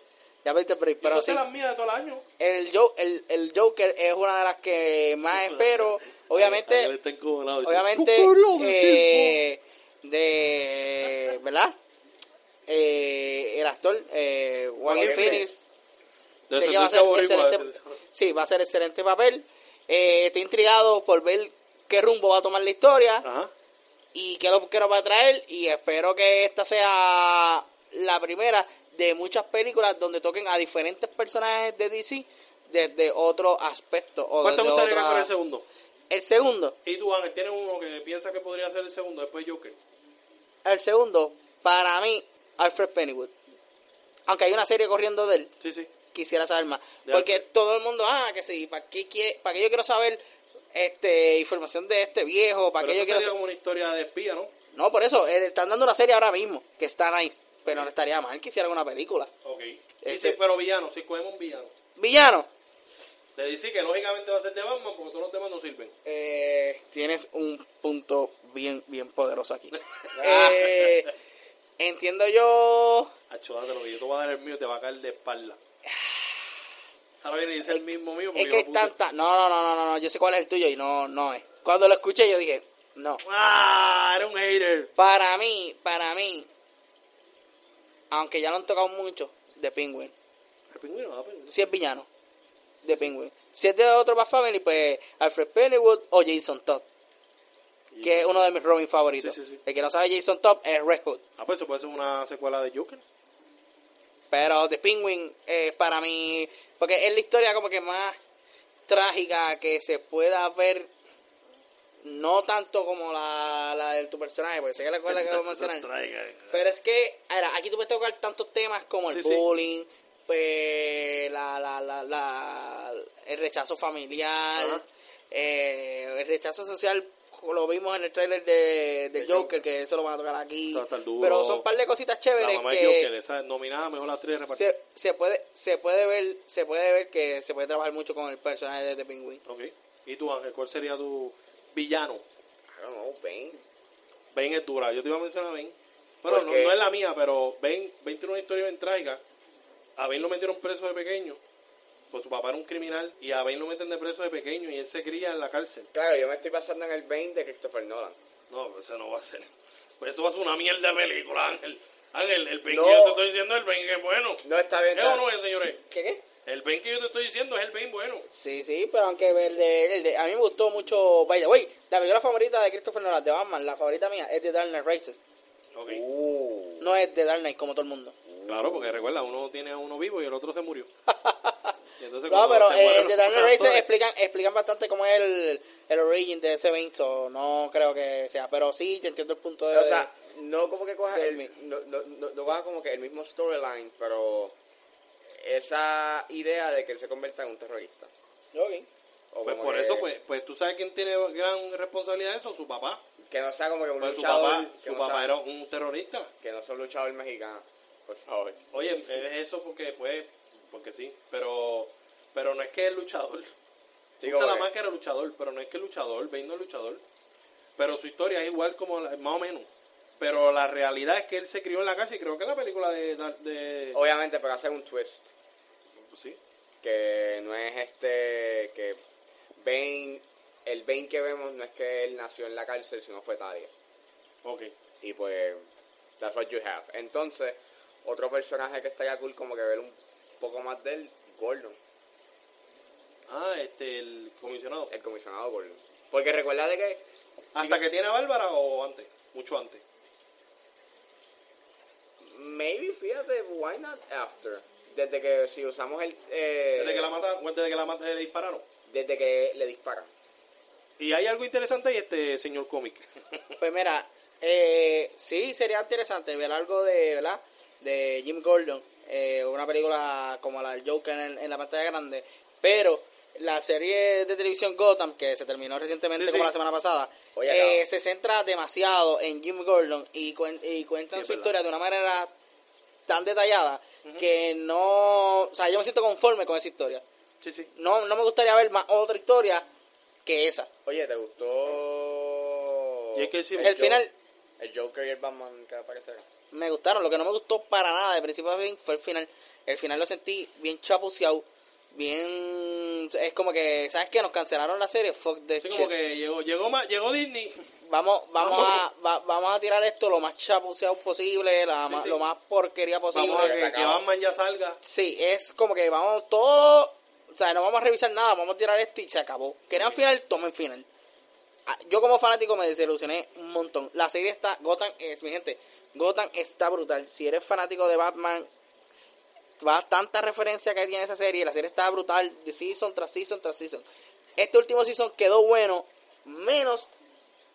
Ya viste, pero,
Pero
pero
Yo
sí.
sí. las mías de todo el año.
El, Jo- el, el Joker es una de las que más espero. Obviamente,
Ángel está encojonado, dice,
obviamente
"Tú podrías
eh, de verdad Eh, el actor eh, Joaquin
Joaquin
Phoenix
"De
sé que va a ser
descendencia boricua,
excelente sí va a ser excelente papel Eh, estoy intrigado por ver qué rumbo va a tomar la historia
Ajá.
y qué lo que nos va a traer y espero que esta sea la primera de muchas películas donde toquen a diferentes personajes de DC desde otro aspecto o
¿Cuál te
desde
gustaría que
otra-
fuera el segundo?
el segundo
Y tú, Ángel, tienes uno que piensa que podría ser el segundo después Joker.
El segundo, para mí, Alfred Pennywood. Aunque hay una serie corriendo de él,
Sí, sí.
quisiera saber más.
De
Porque
Alfred.
todo el mundo, ah, que sí, ¿para qué, quie- para qué yo quiero saber este información de este viejo? ¿Para
Pero
qué yo
esto
quiero
sería
sa-
como una historia de espía, ¿no?
No, por eso, eh, están dando una serie ahora mismo, que está nice. Pero no estaría mal que hicieran una película.
Ok.
Ese-
Dice, pero villano, si cogemos un villano.
Villano,
Le dice que lógicamente va a ser de Batman porque todos los demás no sirven.
eh, tienes un punto bien, bien
(laughs)
poderoso aquí. Eh, entiendo yo
Acho, dátelo, que yo te voy a dar el mío y te va a caer de espalda. Ahora viene y dice el mismo mío porque
Es
yo
que
lo
hay
puse.
tanta. No, no, no, no, no, no, yo sé cuál es el tuyo y no, no es. Cuando lo escuché, yo dije, no.
¡Ah! Era un hater.
Para mí, para mí, aunque ya lo han tocado mucho, de Penguin.
El pingüino, ah, pingüino.
Si es villano, de Penguin. Si es de otro Bad Family, pues Alfred Pennywood o Jason Todd, que es uno de mis Robin favoritos.
Sí, sí, sí.
El que no sabe Jason Todd es Red Hood.
Ah, pues eso puede ser una secuela de Joker.
Pero The Penguin eh, para mí, porque es la historia como que más trágica que se pueda ver, no tanto como la, la de tu personaje, porque sé que la cosa que voy
(laughs)
a mencionar.
Traiga.
Pero es que, ahora, aquí tú puedes tocar tantos temas como el
Sí, sí.
bullying, pues, la, la, la, la- el rechazo familiar,
Ajá.
eh, el rechazo social, lo vimos en el trailer de, de
De
Joker, que eso lo van a tocar aquí.
Eso va a estar duro.
Pero son un par de cositas chéveres
La mamá
que
de Joker, esa nominada mejor actriz repartida.
se, se puede se puede ver se puede ver que se puede trabajar mucho con el personaje de, The Penguin
Ok. ¿Y tú, Ángel, cuál sería tu villano?
I don't know, Ben.
Ben es dura. Yo te iba a mencionar a Ben. Pero
¿Por
no,
qué?
no es la mía, pero Ben, Ben tiene una historia bien trágica. A Ben lo metieron preso de pequeño. Pues su papá era un criminal. Y a Ben lo meten de preso de pequeño. Y él se cría en la cárcel.
Claro, yo me estoy pasando en el Ben de Christopher Nolan.
No, pues eso no va a ser. Pues eso va a ser una mierda de película, Ángel. Ángel, el Ben
No.
que yo te estoy diciendo es el Ben que es bueno.
No está bien.
¿Es o no es, señores?
¿qué qué?
El Ben que yo te estoy diciendo es el Ben bueno.
sí sí pero aunque el de, el de- a mí me gustó mucho by the way la película favorita de Christopher Nolan de Batman la favorita mía es The Dark Knight Rises
Ok.
Uh,
no es The Dark Knight como todo el mundo
Claro, porque recuerda, uno tiene a uno vivo y el otro se (laughs) murió. Y entonces
no
cuando
pero
se mueren
eh, The
los
Dark Knight Rises
actores-
explican explican bastante cómo es el, el origin de ese evento no creo que sea pero sí yo entiendo el punto de
o sea, no como que coja
Del
el, no, no, no, no coja como que el mismo storyline, pero esa idea de que él se convierta en un terrorista.
Ok.
O
Pues
como
por
que-
eso, pues, pues tú sabes quién tiene gran responsabilidad de eso, su papá.
Que no sea como que un
Pues su
luchador.
papá,
que
su
no
papá
sea-
era un terrorista.
Que no sea un luchador mexicano, por favor.
Oye, es eso porque pues, porque sí, pero pero no es que es luchador.
Sí,
Usa
como
la
que-
máscara de luchador, pero no es que es luchador, Bane no es luchador. Pero su historia es igual como la- más o menos. Pero la realidad es que él se crió en la calle y creo que es la película de, de-
Obviamente, pero hacer un twist.
sí.
que no es este que Bane el Bane que vemos no es que él nació en la cárcel sino fue Talia
Ok.
y pues that's what you have entonces otro personaje que estaría cool como que ver un poco más de él Gordon
Ah, este el comisionado.
el comisionado Gordon porque recuerda de que
Hasta que tiene a Bárbara o antes, mucho antes.
maybe fíjate why not after desde que si usamos el eh,
Desde que la mataron, desde que la mat- le dispararon.
desde que le disparan
Y hay algo interesante y este señor cómic.
Pues mira, eh, sí sería interesante ver algo de, ¿verdad? De Jim Gordon, eh, una película como la del Joker en, en la pantalla grande, pero la serie de televisión Gotham, que se terminó recientemente
Sí,
como
sí.
la semana pasada,
Hoy
eh,
acaba.
se centra demasiado en Jim Gordon y, cuen- y cuentan
Sí, es
su
verdad.
historia de una manera tan detallada que no... O sea, yo me siento conforme con esa historia.
Sí, sí.
No, no me gustaría ver más otra historia que esa.
Oye, ¿te gustó?
Y es que sí,
El
Jo-
final
El Joker y el Batman que aparecieron.
me gustaron. Lo que no me gustó para nada de principio a fin fue el final. El final lo sentí bien chapuceado. Bien... Es como que, ¿sabes qué? Nos cancelaron la serie. Fuck the
Sí,
shit.
como que llegó, llegó, más, llegó Disney.
Vamos, vamos,
Vamos.
a, va- vamos a tirar esto lo más chapuceado posible, la
Sí,
más-
sí.
lo más porquería posible.
Vamos a
se
que, que
acaba.
Batman ya salga.
Sí, es como que vamos todo, o sea, no vamos a revisar nada, vamos a tirar esto y se acabó. Querían final, tomen final. Ah, Yo como fanático me desilusioné un montón. La serie está, Gotham es, mi gente, Gotham está brutal. Si eres fanático de Batman, va tanta referencia que tiene esa serie, la serie está brutal, de season tras season tras season. Este último season quedó bueno, menos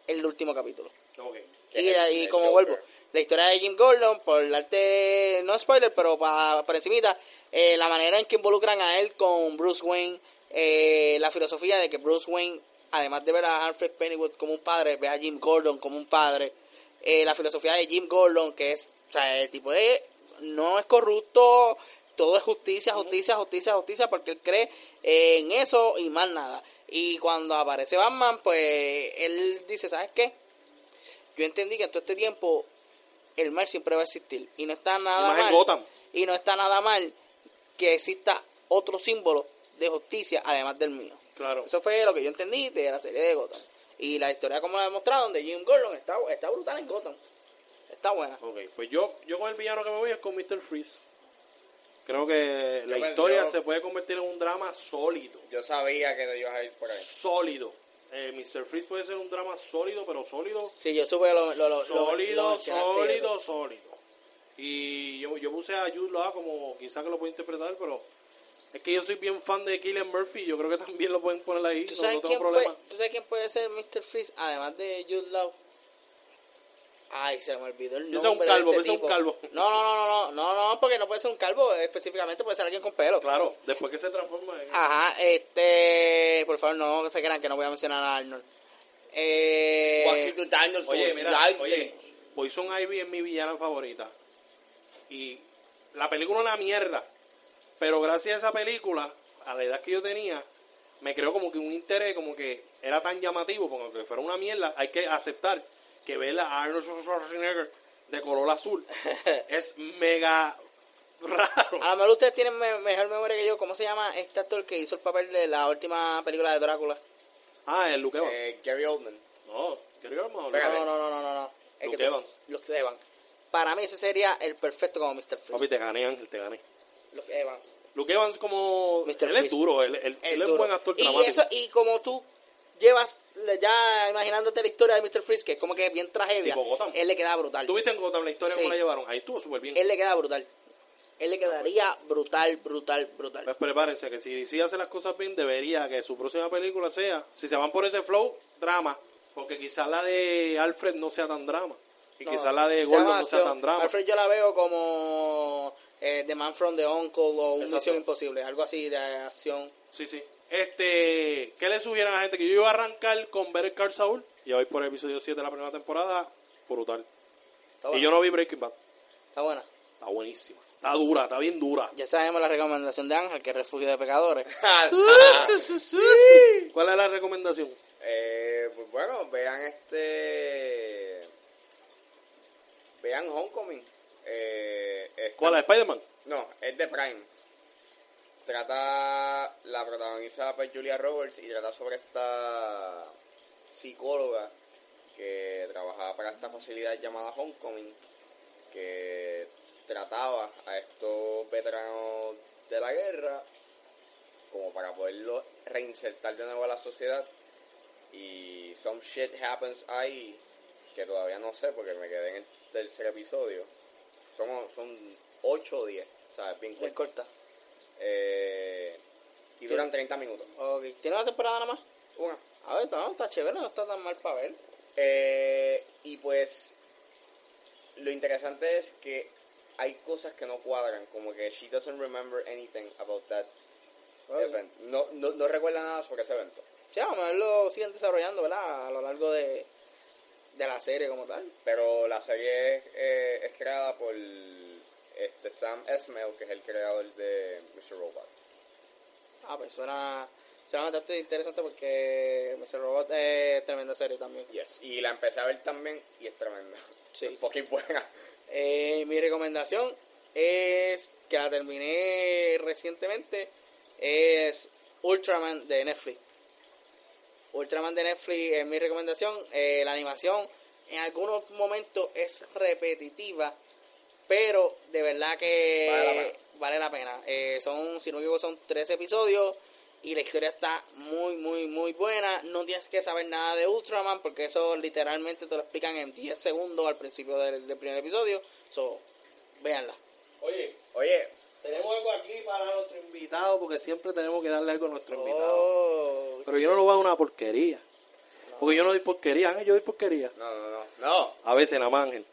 el último capítulo.
Ok.
Y,
El-
ahí,
el
como
Joker.
vuelvo, la historia de Jim Gordon, por darte, no spoiler, pero para, para encimita, eh, la manera en que involucran a él con Bruce Wayne, eh, la filosofía de que Bruce Wayne, además de ver a Alfred Pennywood como un padre, ve a Jim Gordon como un padre, eh, la filosofía de Jim Gordon, que es, o sea, el tipo de, no es corrupto, todo es justicia, justicia, justicia, justicia, porque él cree eh, en eso y más nada. Y cuando aparece Batman, pues él dice, ¿sabes qué? yo entendí que en todo este tiempo el mal siempre va a existir y no está nada
Y más en
mal
Gotham.
y no está nada mal que exista otro símbolo de justicia además del mío
Claro.
eso fue lo que yo entendí de la serie de Gotham y la historia como la demostraron de Jim Gordon está, está brutal en Gotham está buena
Ok, pues yo, yo con el villano que me voy es con Mr. Freeze. Creo que la
me-
historia
yo-
se puede convertir en un drama sólido.
Yo sabía que te ibas a ir por ahí.
Sólido. Eh, Mr. Freeze puede ser un drama sólido, pero sólido.
sí yo supe lo, lo, lo- lo- lo
sólido,
mencionaste y
sólido,
eso.
sólido. Y yo, yo puse a Jude Law como quizás que lo puede interpretar, pero es que yo soy bien fan de Killian Murphy. Yo creo que también lo pueden poner ahí.
¿Tú
No,
sabes,
no tengo
quién
problema.
puede, ¿Tú sabes quién puede ser Mr. Freeze además de Jude Law? Ay, se me olvidó el nombre.
Piensa un calvo,
de este
piensa un
tipo.
calvo.
No, no, no, no, no, no, no, porque no puede ser un calvo específicamente, puede ser alguien con pelo.
Claro, después que se transforma en.
Ajá, este. Por favor, no se crean que no voy a mencionar a Arnold. Eh,
Joaquín Two Daniels
Oye,
for
mira,
life.
oye, Poison Ivy es mi villana favorita. Y la película es una mierda. Pero gracias a esa película, a la edad que yo tenía, me creó como que un interés, como que era tan llamativo, porque aunque fuera una mierda, hay que aceptar que ver a Arnold Schwarzenegger de color
(laughs)
azul es mega raro.
a lo mejor ustedes tienen me- mejor memoria que yo. ¿Cómo se llama este actor que hizo el papel de la última película de Drácula?
Ah, el Luke Evans.
Eh,
(laughs)
Gary Oldman.
no, Gary Oldman.
Espérate.
No, no, no, no, no. no. Es
Luke
que tú-
Evans.
Luke Evans. Para mí ese sería el perfecto como Mr. Freeze.
Papi, te gané, Ángel, te gané.
Luke Evans.
Luke Evans como...
Mr.
Él es
Freeze.
duro, él, él-
El
él es
duro.
buen actor
y,
dramático.
eso, y como tú llevas le- ya imaginándote la historia de Mr. Freeze, que es como que bien tragedia,
Tipo Gotham.
él le queda brutal.
¿Tuviste en Gotham la historia
Sí.
cómo la llevaron? Ahí estuvo súper bien.
Él le queda brutal. Él le quedaría brutal, brutal, brutal.
Pues prepárense, que si DC hace las cosas bien, debería que su próxima película sea, si se van por ese flow, drama. Porque quizás la de Alfred no sea tan drama. Y
No,
quizás la de
se
Gordon
llama
no sea
acción.
tan drama.
Alfred yo la veo como eh, The Man from the Uncle o Un
Exacto.
Misión Imposible, algo así de acción.
Sí, sí. Este, ¿qué le sugieren a la gente? Que yo iba a arrancar con Better Call Saul. Y hoy por el episodio 7 de la primera temporada. Brutal.
Está buena.
Y yo no vi Breaking Bad.
Está buena.
Está buenísima. Está dura, está bien
(laughs)
dura.
Ya sabemos la recomendación de Ángel, que es refugio de pecadores. (laughs)
¿Cuál es la recomendación?
Eh, pues bueno, vean este. Vean Homecoming. Eh, esta-
¿Cuál? ¿La de Spider-Man?
No, es de Prime. Trata. La protagoniza por Julia Roberts y trata sobre esta psicóloga que trabajaba para esta facilidad llamada Homecoming que trataba a estos veteranos de la guerra como para poderlos reinsertar de nuevo a la sociedad y some shit happens ahí que todavía no sé porque me quedé en el tercer episodio son, son 8 o 10 sabes bien
Es
corto.
corta.
Eh, y duran 30 minutos
Ok. ¿Tiene una temporada nada más?
una
A ver, no, está chévere, no está tan mal para ver.
Eh, y pues lo interesante es que hay cosas que no cuadran, como que she doesn't remember anything about that. Event. No, no, no recuerda nada sobre ese evento.
Sí, a lo mejor lo siguen desarrollando, ¿verdad? A lo largo de, de la serie como tal.
Pero la serie es, eh, es creada por este Sam Esmail, que es el creador de Mr. Robot.
Ah, pues suena, suena bastante interesante porque Mr. Robot es tremenda serie también.
Yes. Y la empecé a ver también y es tremenda.
Sí.
(laughs) Es fucking buena.
Eh, mi recomendación es que la terminé recientemente es Ultraman de Netflix. Ultraman de Netflix es mi recomendación. Eh, la animación en algunos momentos es repetitiva, pero de verdad que
Vale la pena.
vale la pena. Eh, son, si no me equivoco, son tres episodios y la historia está muy, muy, muy buena. No tienes que saber nada de Ultraman porque eso literalmente te lo explican en 10 segundos al principio del, del primer episodio. So, véanla.
Oye,
Oye,
tenemos algo aquí para nuestro invitado, porque siempre tenemos que darle algo a nuestro invitado.
Oh,
Pero yo no lo voy a dar una porquería. Porque yo no doy porquería, Ángel, yo doy porquería.
no, no, no. No.
A veces nada más, Ángel.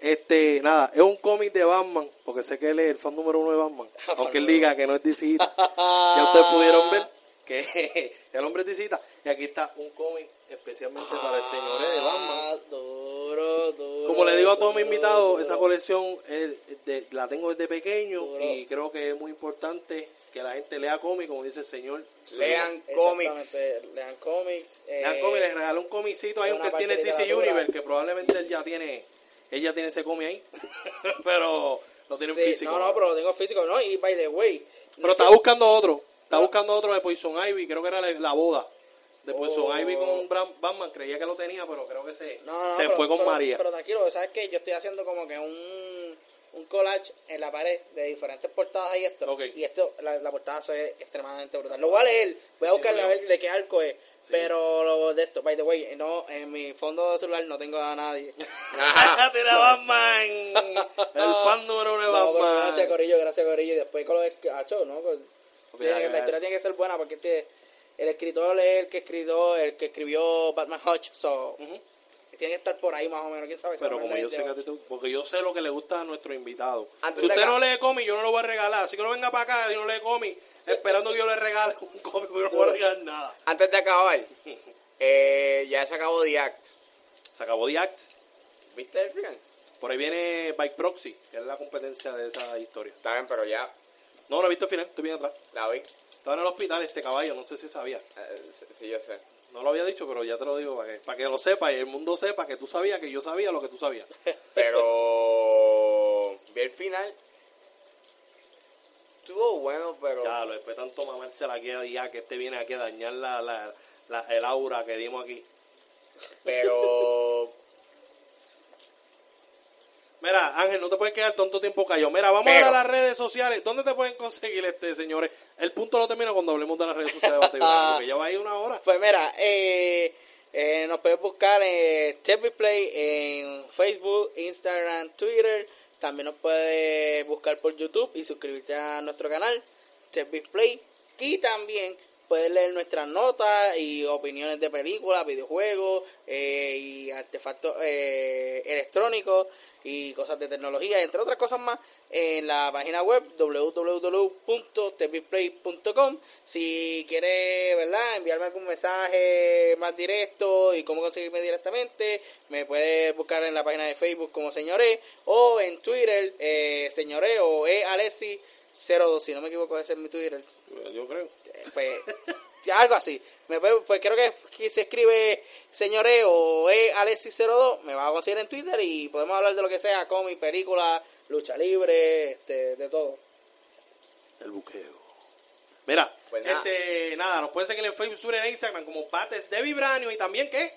Este, nada, es un cómic de Batman, porque sé que él es el (laughs) fan número uno de Batman. aunque él diga que no es (laughs) DCita. ya ustedes pudieron ver que (laughs) el hombre es DCita. Y aquí está un cómic especialmente para el señor E ¿eh? de Batman.
Ah, duro, duro,
Como le digo a todos mis
duro,
invitados,
duro.
esa colección es de- la tengo desde pequeño
Duro.
y creo que es muy importante que la gente lea cómic, como dice el señor.
Lean (laughs) cómics. eh,
Exactamente, Lean cómics. eh,
Lean cómic, les regaló un comicito ahí,
una
un que tiene
parte de
DC
literatura.
Universe, que probablemente él ya tiene, ella tiene ese cómic ahí, (laughs) pero no tiene
sí,
un físico.
No, no, pero lo tengo físico, no. Y by the way,
Pero está buscando otro, está
No.
buscando otro de Poison Ivy, creo que era la, la boda. De Poison
Oh.
Ivy con Bram- Batman, creía que lo tenía, pero creo que se,
No, no,
se
pero-
fue con
pero-
María.
Pero tranquilo, sabes que yo estoy haciendo como que un, un collage en la pared de diferentes portadas y esto.
Ok.
Y esto, la, la portada se ve extremadamente brutal. Lo voy a leer, voy a
Sí,
buscarle a
porque-
ver de qué arco es. Pero lo de esto, by the way, no, en mi fondo de celular no tengo a nadie.
¡Cállate la
(laughs)
Batman! El fan número uno de
No, pero
Batman.
gracias Corillo, gracias Corillo. Y después con lo del cacho, ¿no? Con-
Ok,
tiene que-
gracias.
la historia tiene que ser buena porque este- el escritor es el que escribió, el que escribió Batman Hodge, so,
Ujú.
tiene que estar por ahí más o menos, quién sabe. si
Pero
Batman
como
es
yo
de este
sé que a ti
Hodge.
te- porque yo sé lo que le gusta a nuestro invitado.
Antes
si
de
usted
acá-
no lee cómic, yo no lo voy a regalar. Así que no venga para acá y no lee cómic, esperando que yo le regale un cómic, porque yo no voy a regalar nada.
Antes de acabar, (laughs) eh, ya se acabó The Act.
Se acabó The Act.
¿Viste el final?
Por ahí viene By Proxy, que es la competencia de esa historia.
Está bien, pero ya
No, no he visto el final, estoy bien atrás.
la vi.
Estaba en el hospital este caballo, no sé si sabía.
Eh, sí, sí, yo sé.
No lo había dicho, pero ya te lo digo para que, para que lo sepa y el mundo sepa que tú sabías que yo sabía lo que tú sabías. (laughs)
Pero vi el final. Estuvo bueno, pero.
Ya, lo después tanto mamársela aquí a ya que este viene aquí a dañar la, la- la- el aura que dimos aquí.
Pero.
(laughs) Mira, Ángel, no te puedes quedar tanto tiempo callado. Mira, vamos
Pero-
a las redes sociales. ¿Dónde te pueden conseguir este, señores? El punto lo termino cuando hablemos de las redes sociales. de Bate y Blanco, porque ya va ahí una hora.
Pues mira, eh, eh, nos puedes buscar en TV Play, en Facebook, Instagram, Twitter. También nos puedes buscar por YouTube y suscribirte a nuestro canal, TV Play. Y también puedes leer nuestras notas y opiniones de películas, videojuegos eh, y artefactos eh, electrónicos y cosas de tecnología, entre otras cosas más, en la página web www.tvplay.com. Si quieres, ¿verdad?, enviarme algún mensaje más directo y cómo conseguirme directamente, me puedes buscar en la página de Facebook como Señoré o en Twitter, eh, Señoré o ealexi02, si no me equivoco, ese es mi Twitter
Yo creo.
eh, pues sí, algo así me puede- pues creo que si se escribe señores o e Alexis 02 me va a conseguir en Twitter y podemos hablar de lo que sea cómic película lucha libre este de todo
El buqueo. Mira,
Pues nada.
este, nada, nos pueden seguir en Facebook, Twitter e Instagram como Pates de Vibranio y también, ¿qué?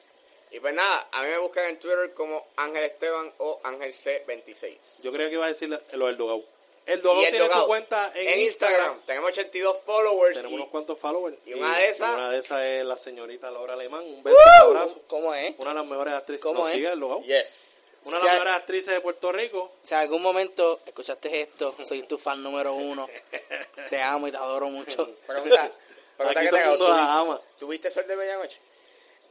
Y pues nada, a mí me buscan en Twitter como Ángel Esteban o Ángel C26.
Yo creía que iba a decir lo del Dogau. El
Y
Dogau
el
tiene
Dogao,
su cuenta en, Instagram.
Tenemos 82 followers.
Tenemos
y-
unos cuantos followers.
y una de esas-
una de esas es la señorita Laura Alemán. Un beso, y un abrazo.
cómo es
Una de las mejores actrices.
¿Cómo
Nos
es?
sigue el Dogao.
Yes.
(laughs) Una de las
Si hay-
mejores actrices de Puerto Rico.
si en algún momento escuchaste esto soy tu fan número uno te amo y te adoro mucho
Pregunta, pregunta
Aquí
que
todo
te
el
hago.
mundo
¿Tuvi-
la ama.
¿Tuviste sol de medianoche?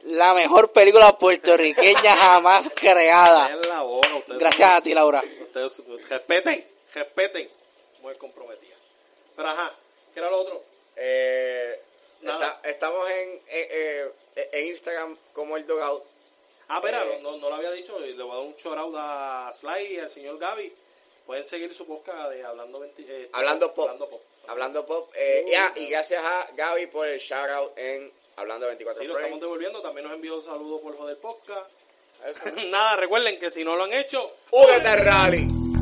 la mejor película puertorriqueña jamás
(laughs)
creada
Es la bola. Ustedes
gracias a ti Laura
son- ustedes- respeten, respeten. Muy comprometida. Pero ajá, ¿qué era lo otro?
Eh,
Nada.
está- estamos en, en- eh, en Instagram como el Dogout.
Ah, espera,
Eh.
no, no, no lo había dicho. y Le voy a dar un shoutout a Sly y al señor Gaby. Pueden seguir su podcast de Hablando, 20 eh,
Hablando Pop.
Hablando Pop.
Hablando Pop. eh,
Uy,
y, ah,
claro.
y gracias a Gaby por el shout out en Hablando 24
Sí, lo
Frames.
estamos devolviendo. También nos envió un saludo por joder podcast.
Eso.
(laughs) Nada, recuerden que si no lo han hecho,
Únete al rally.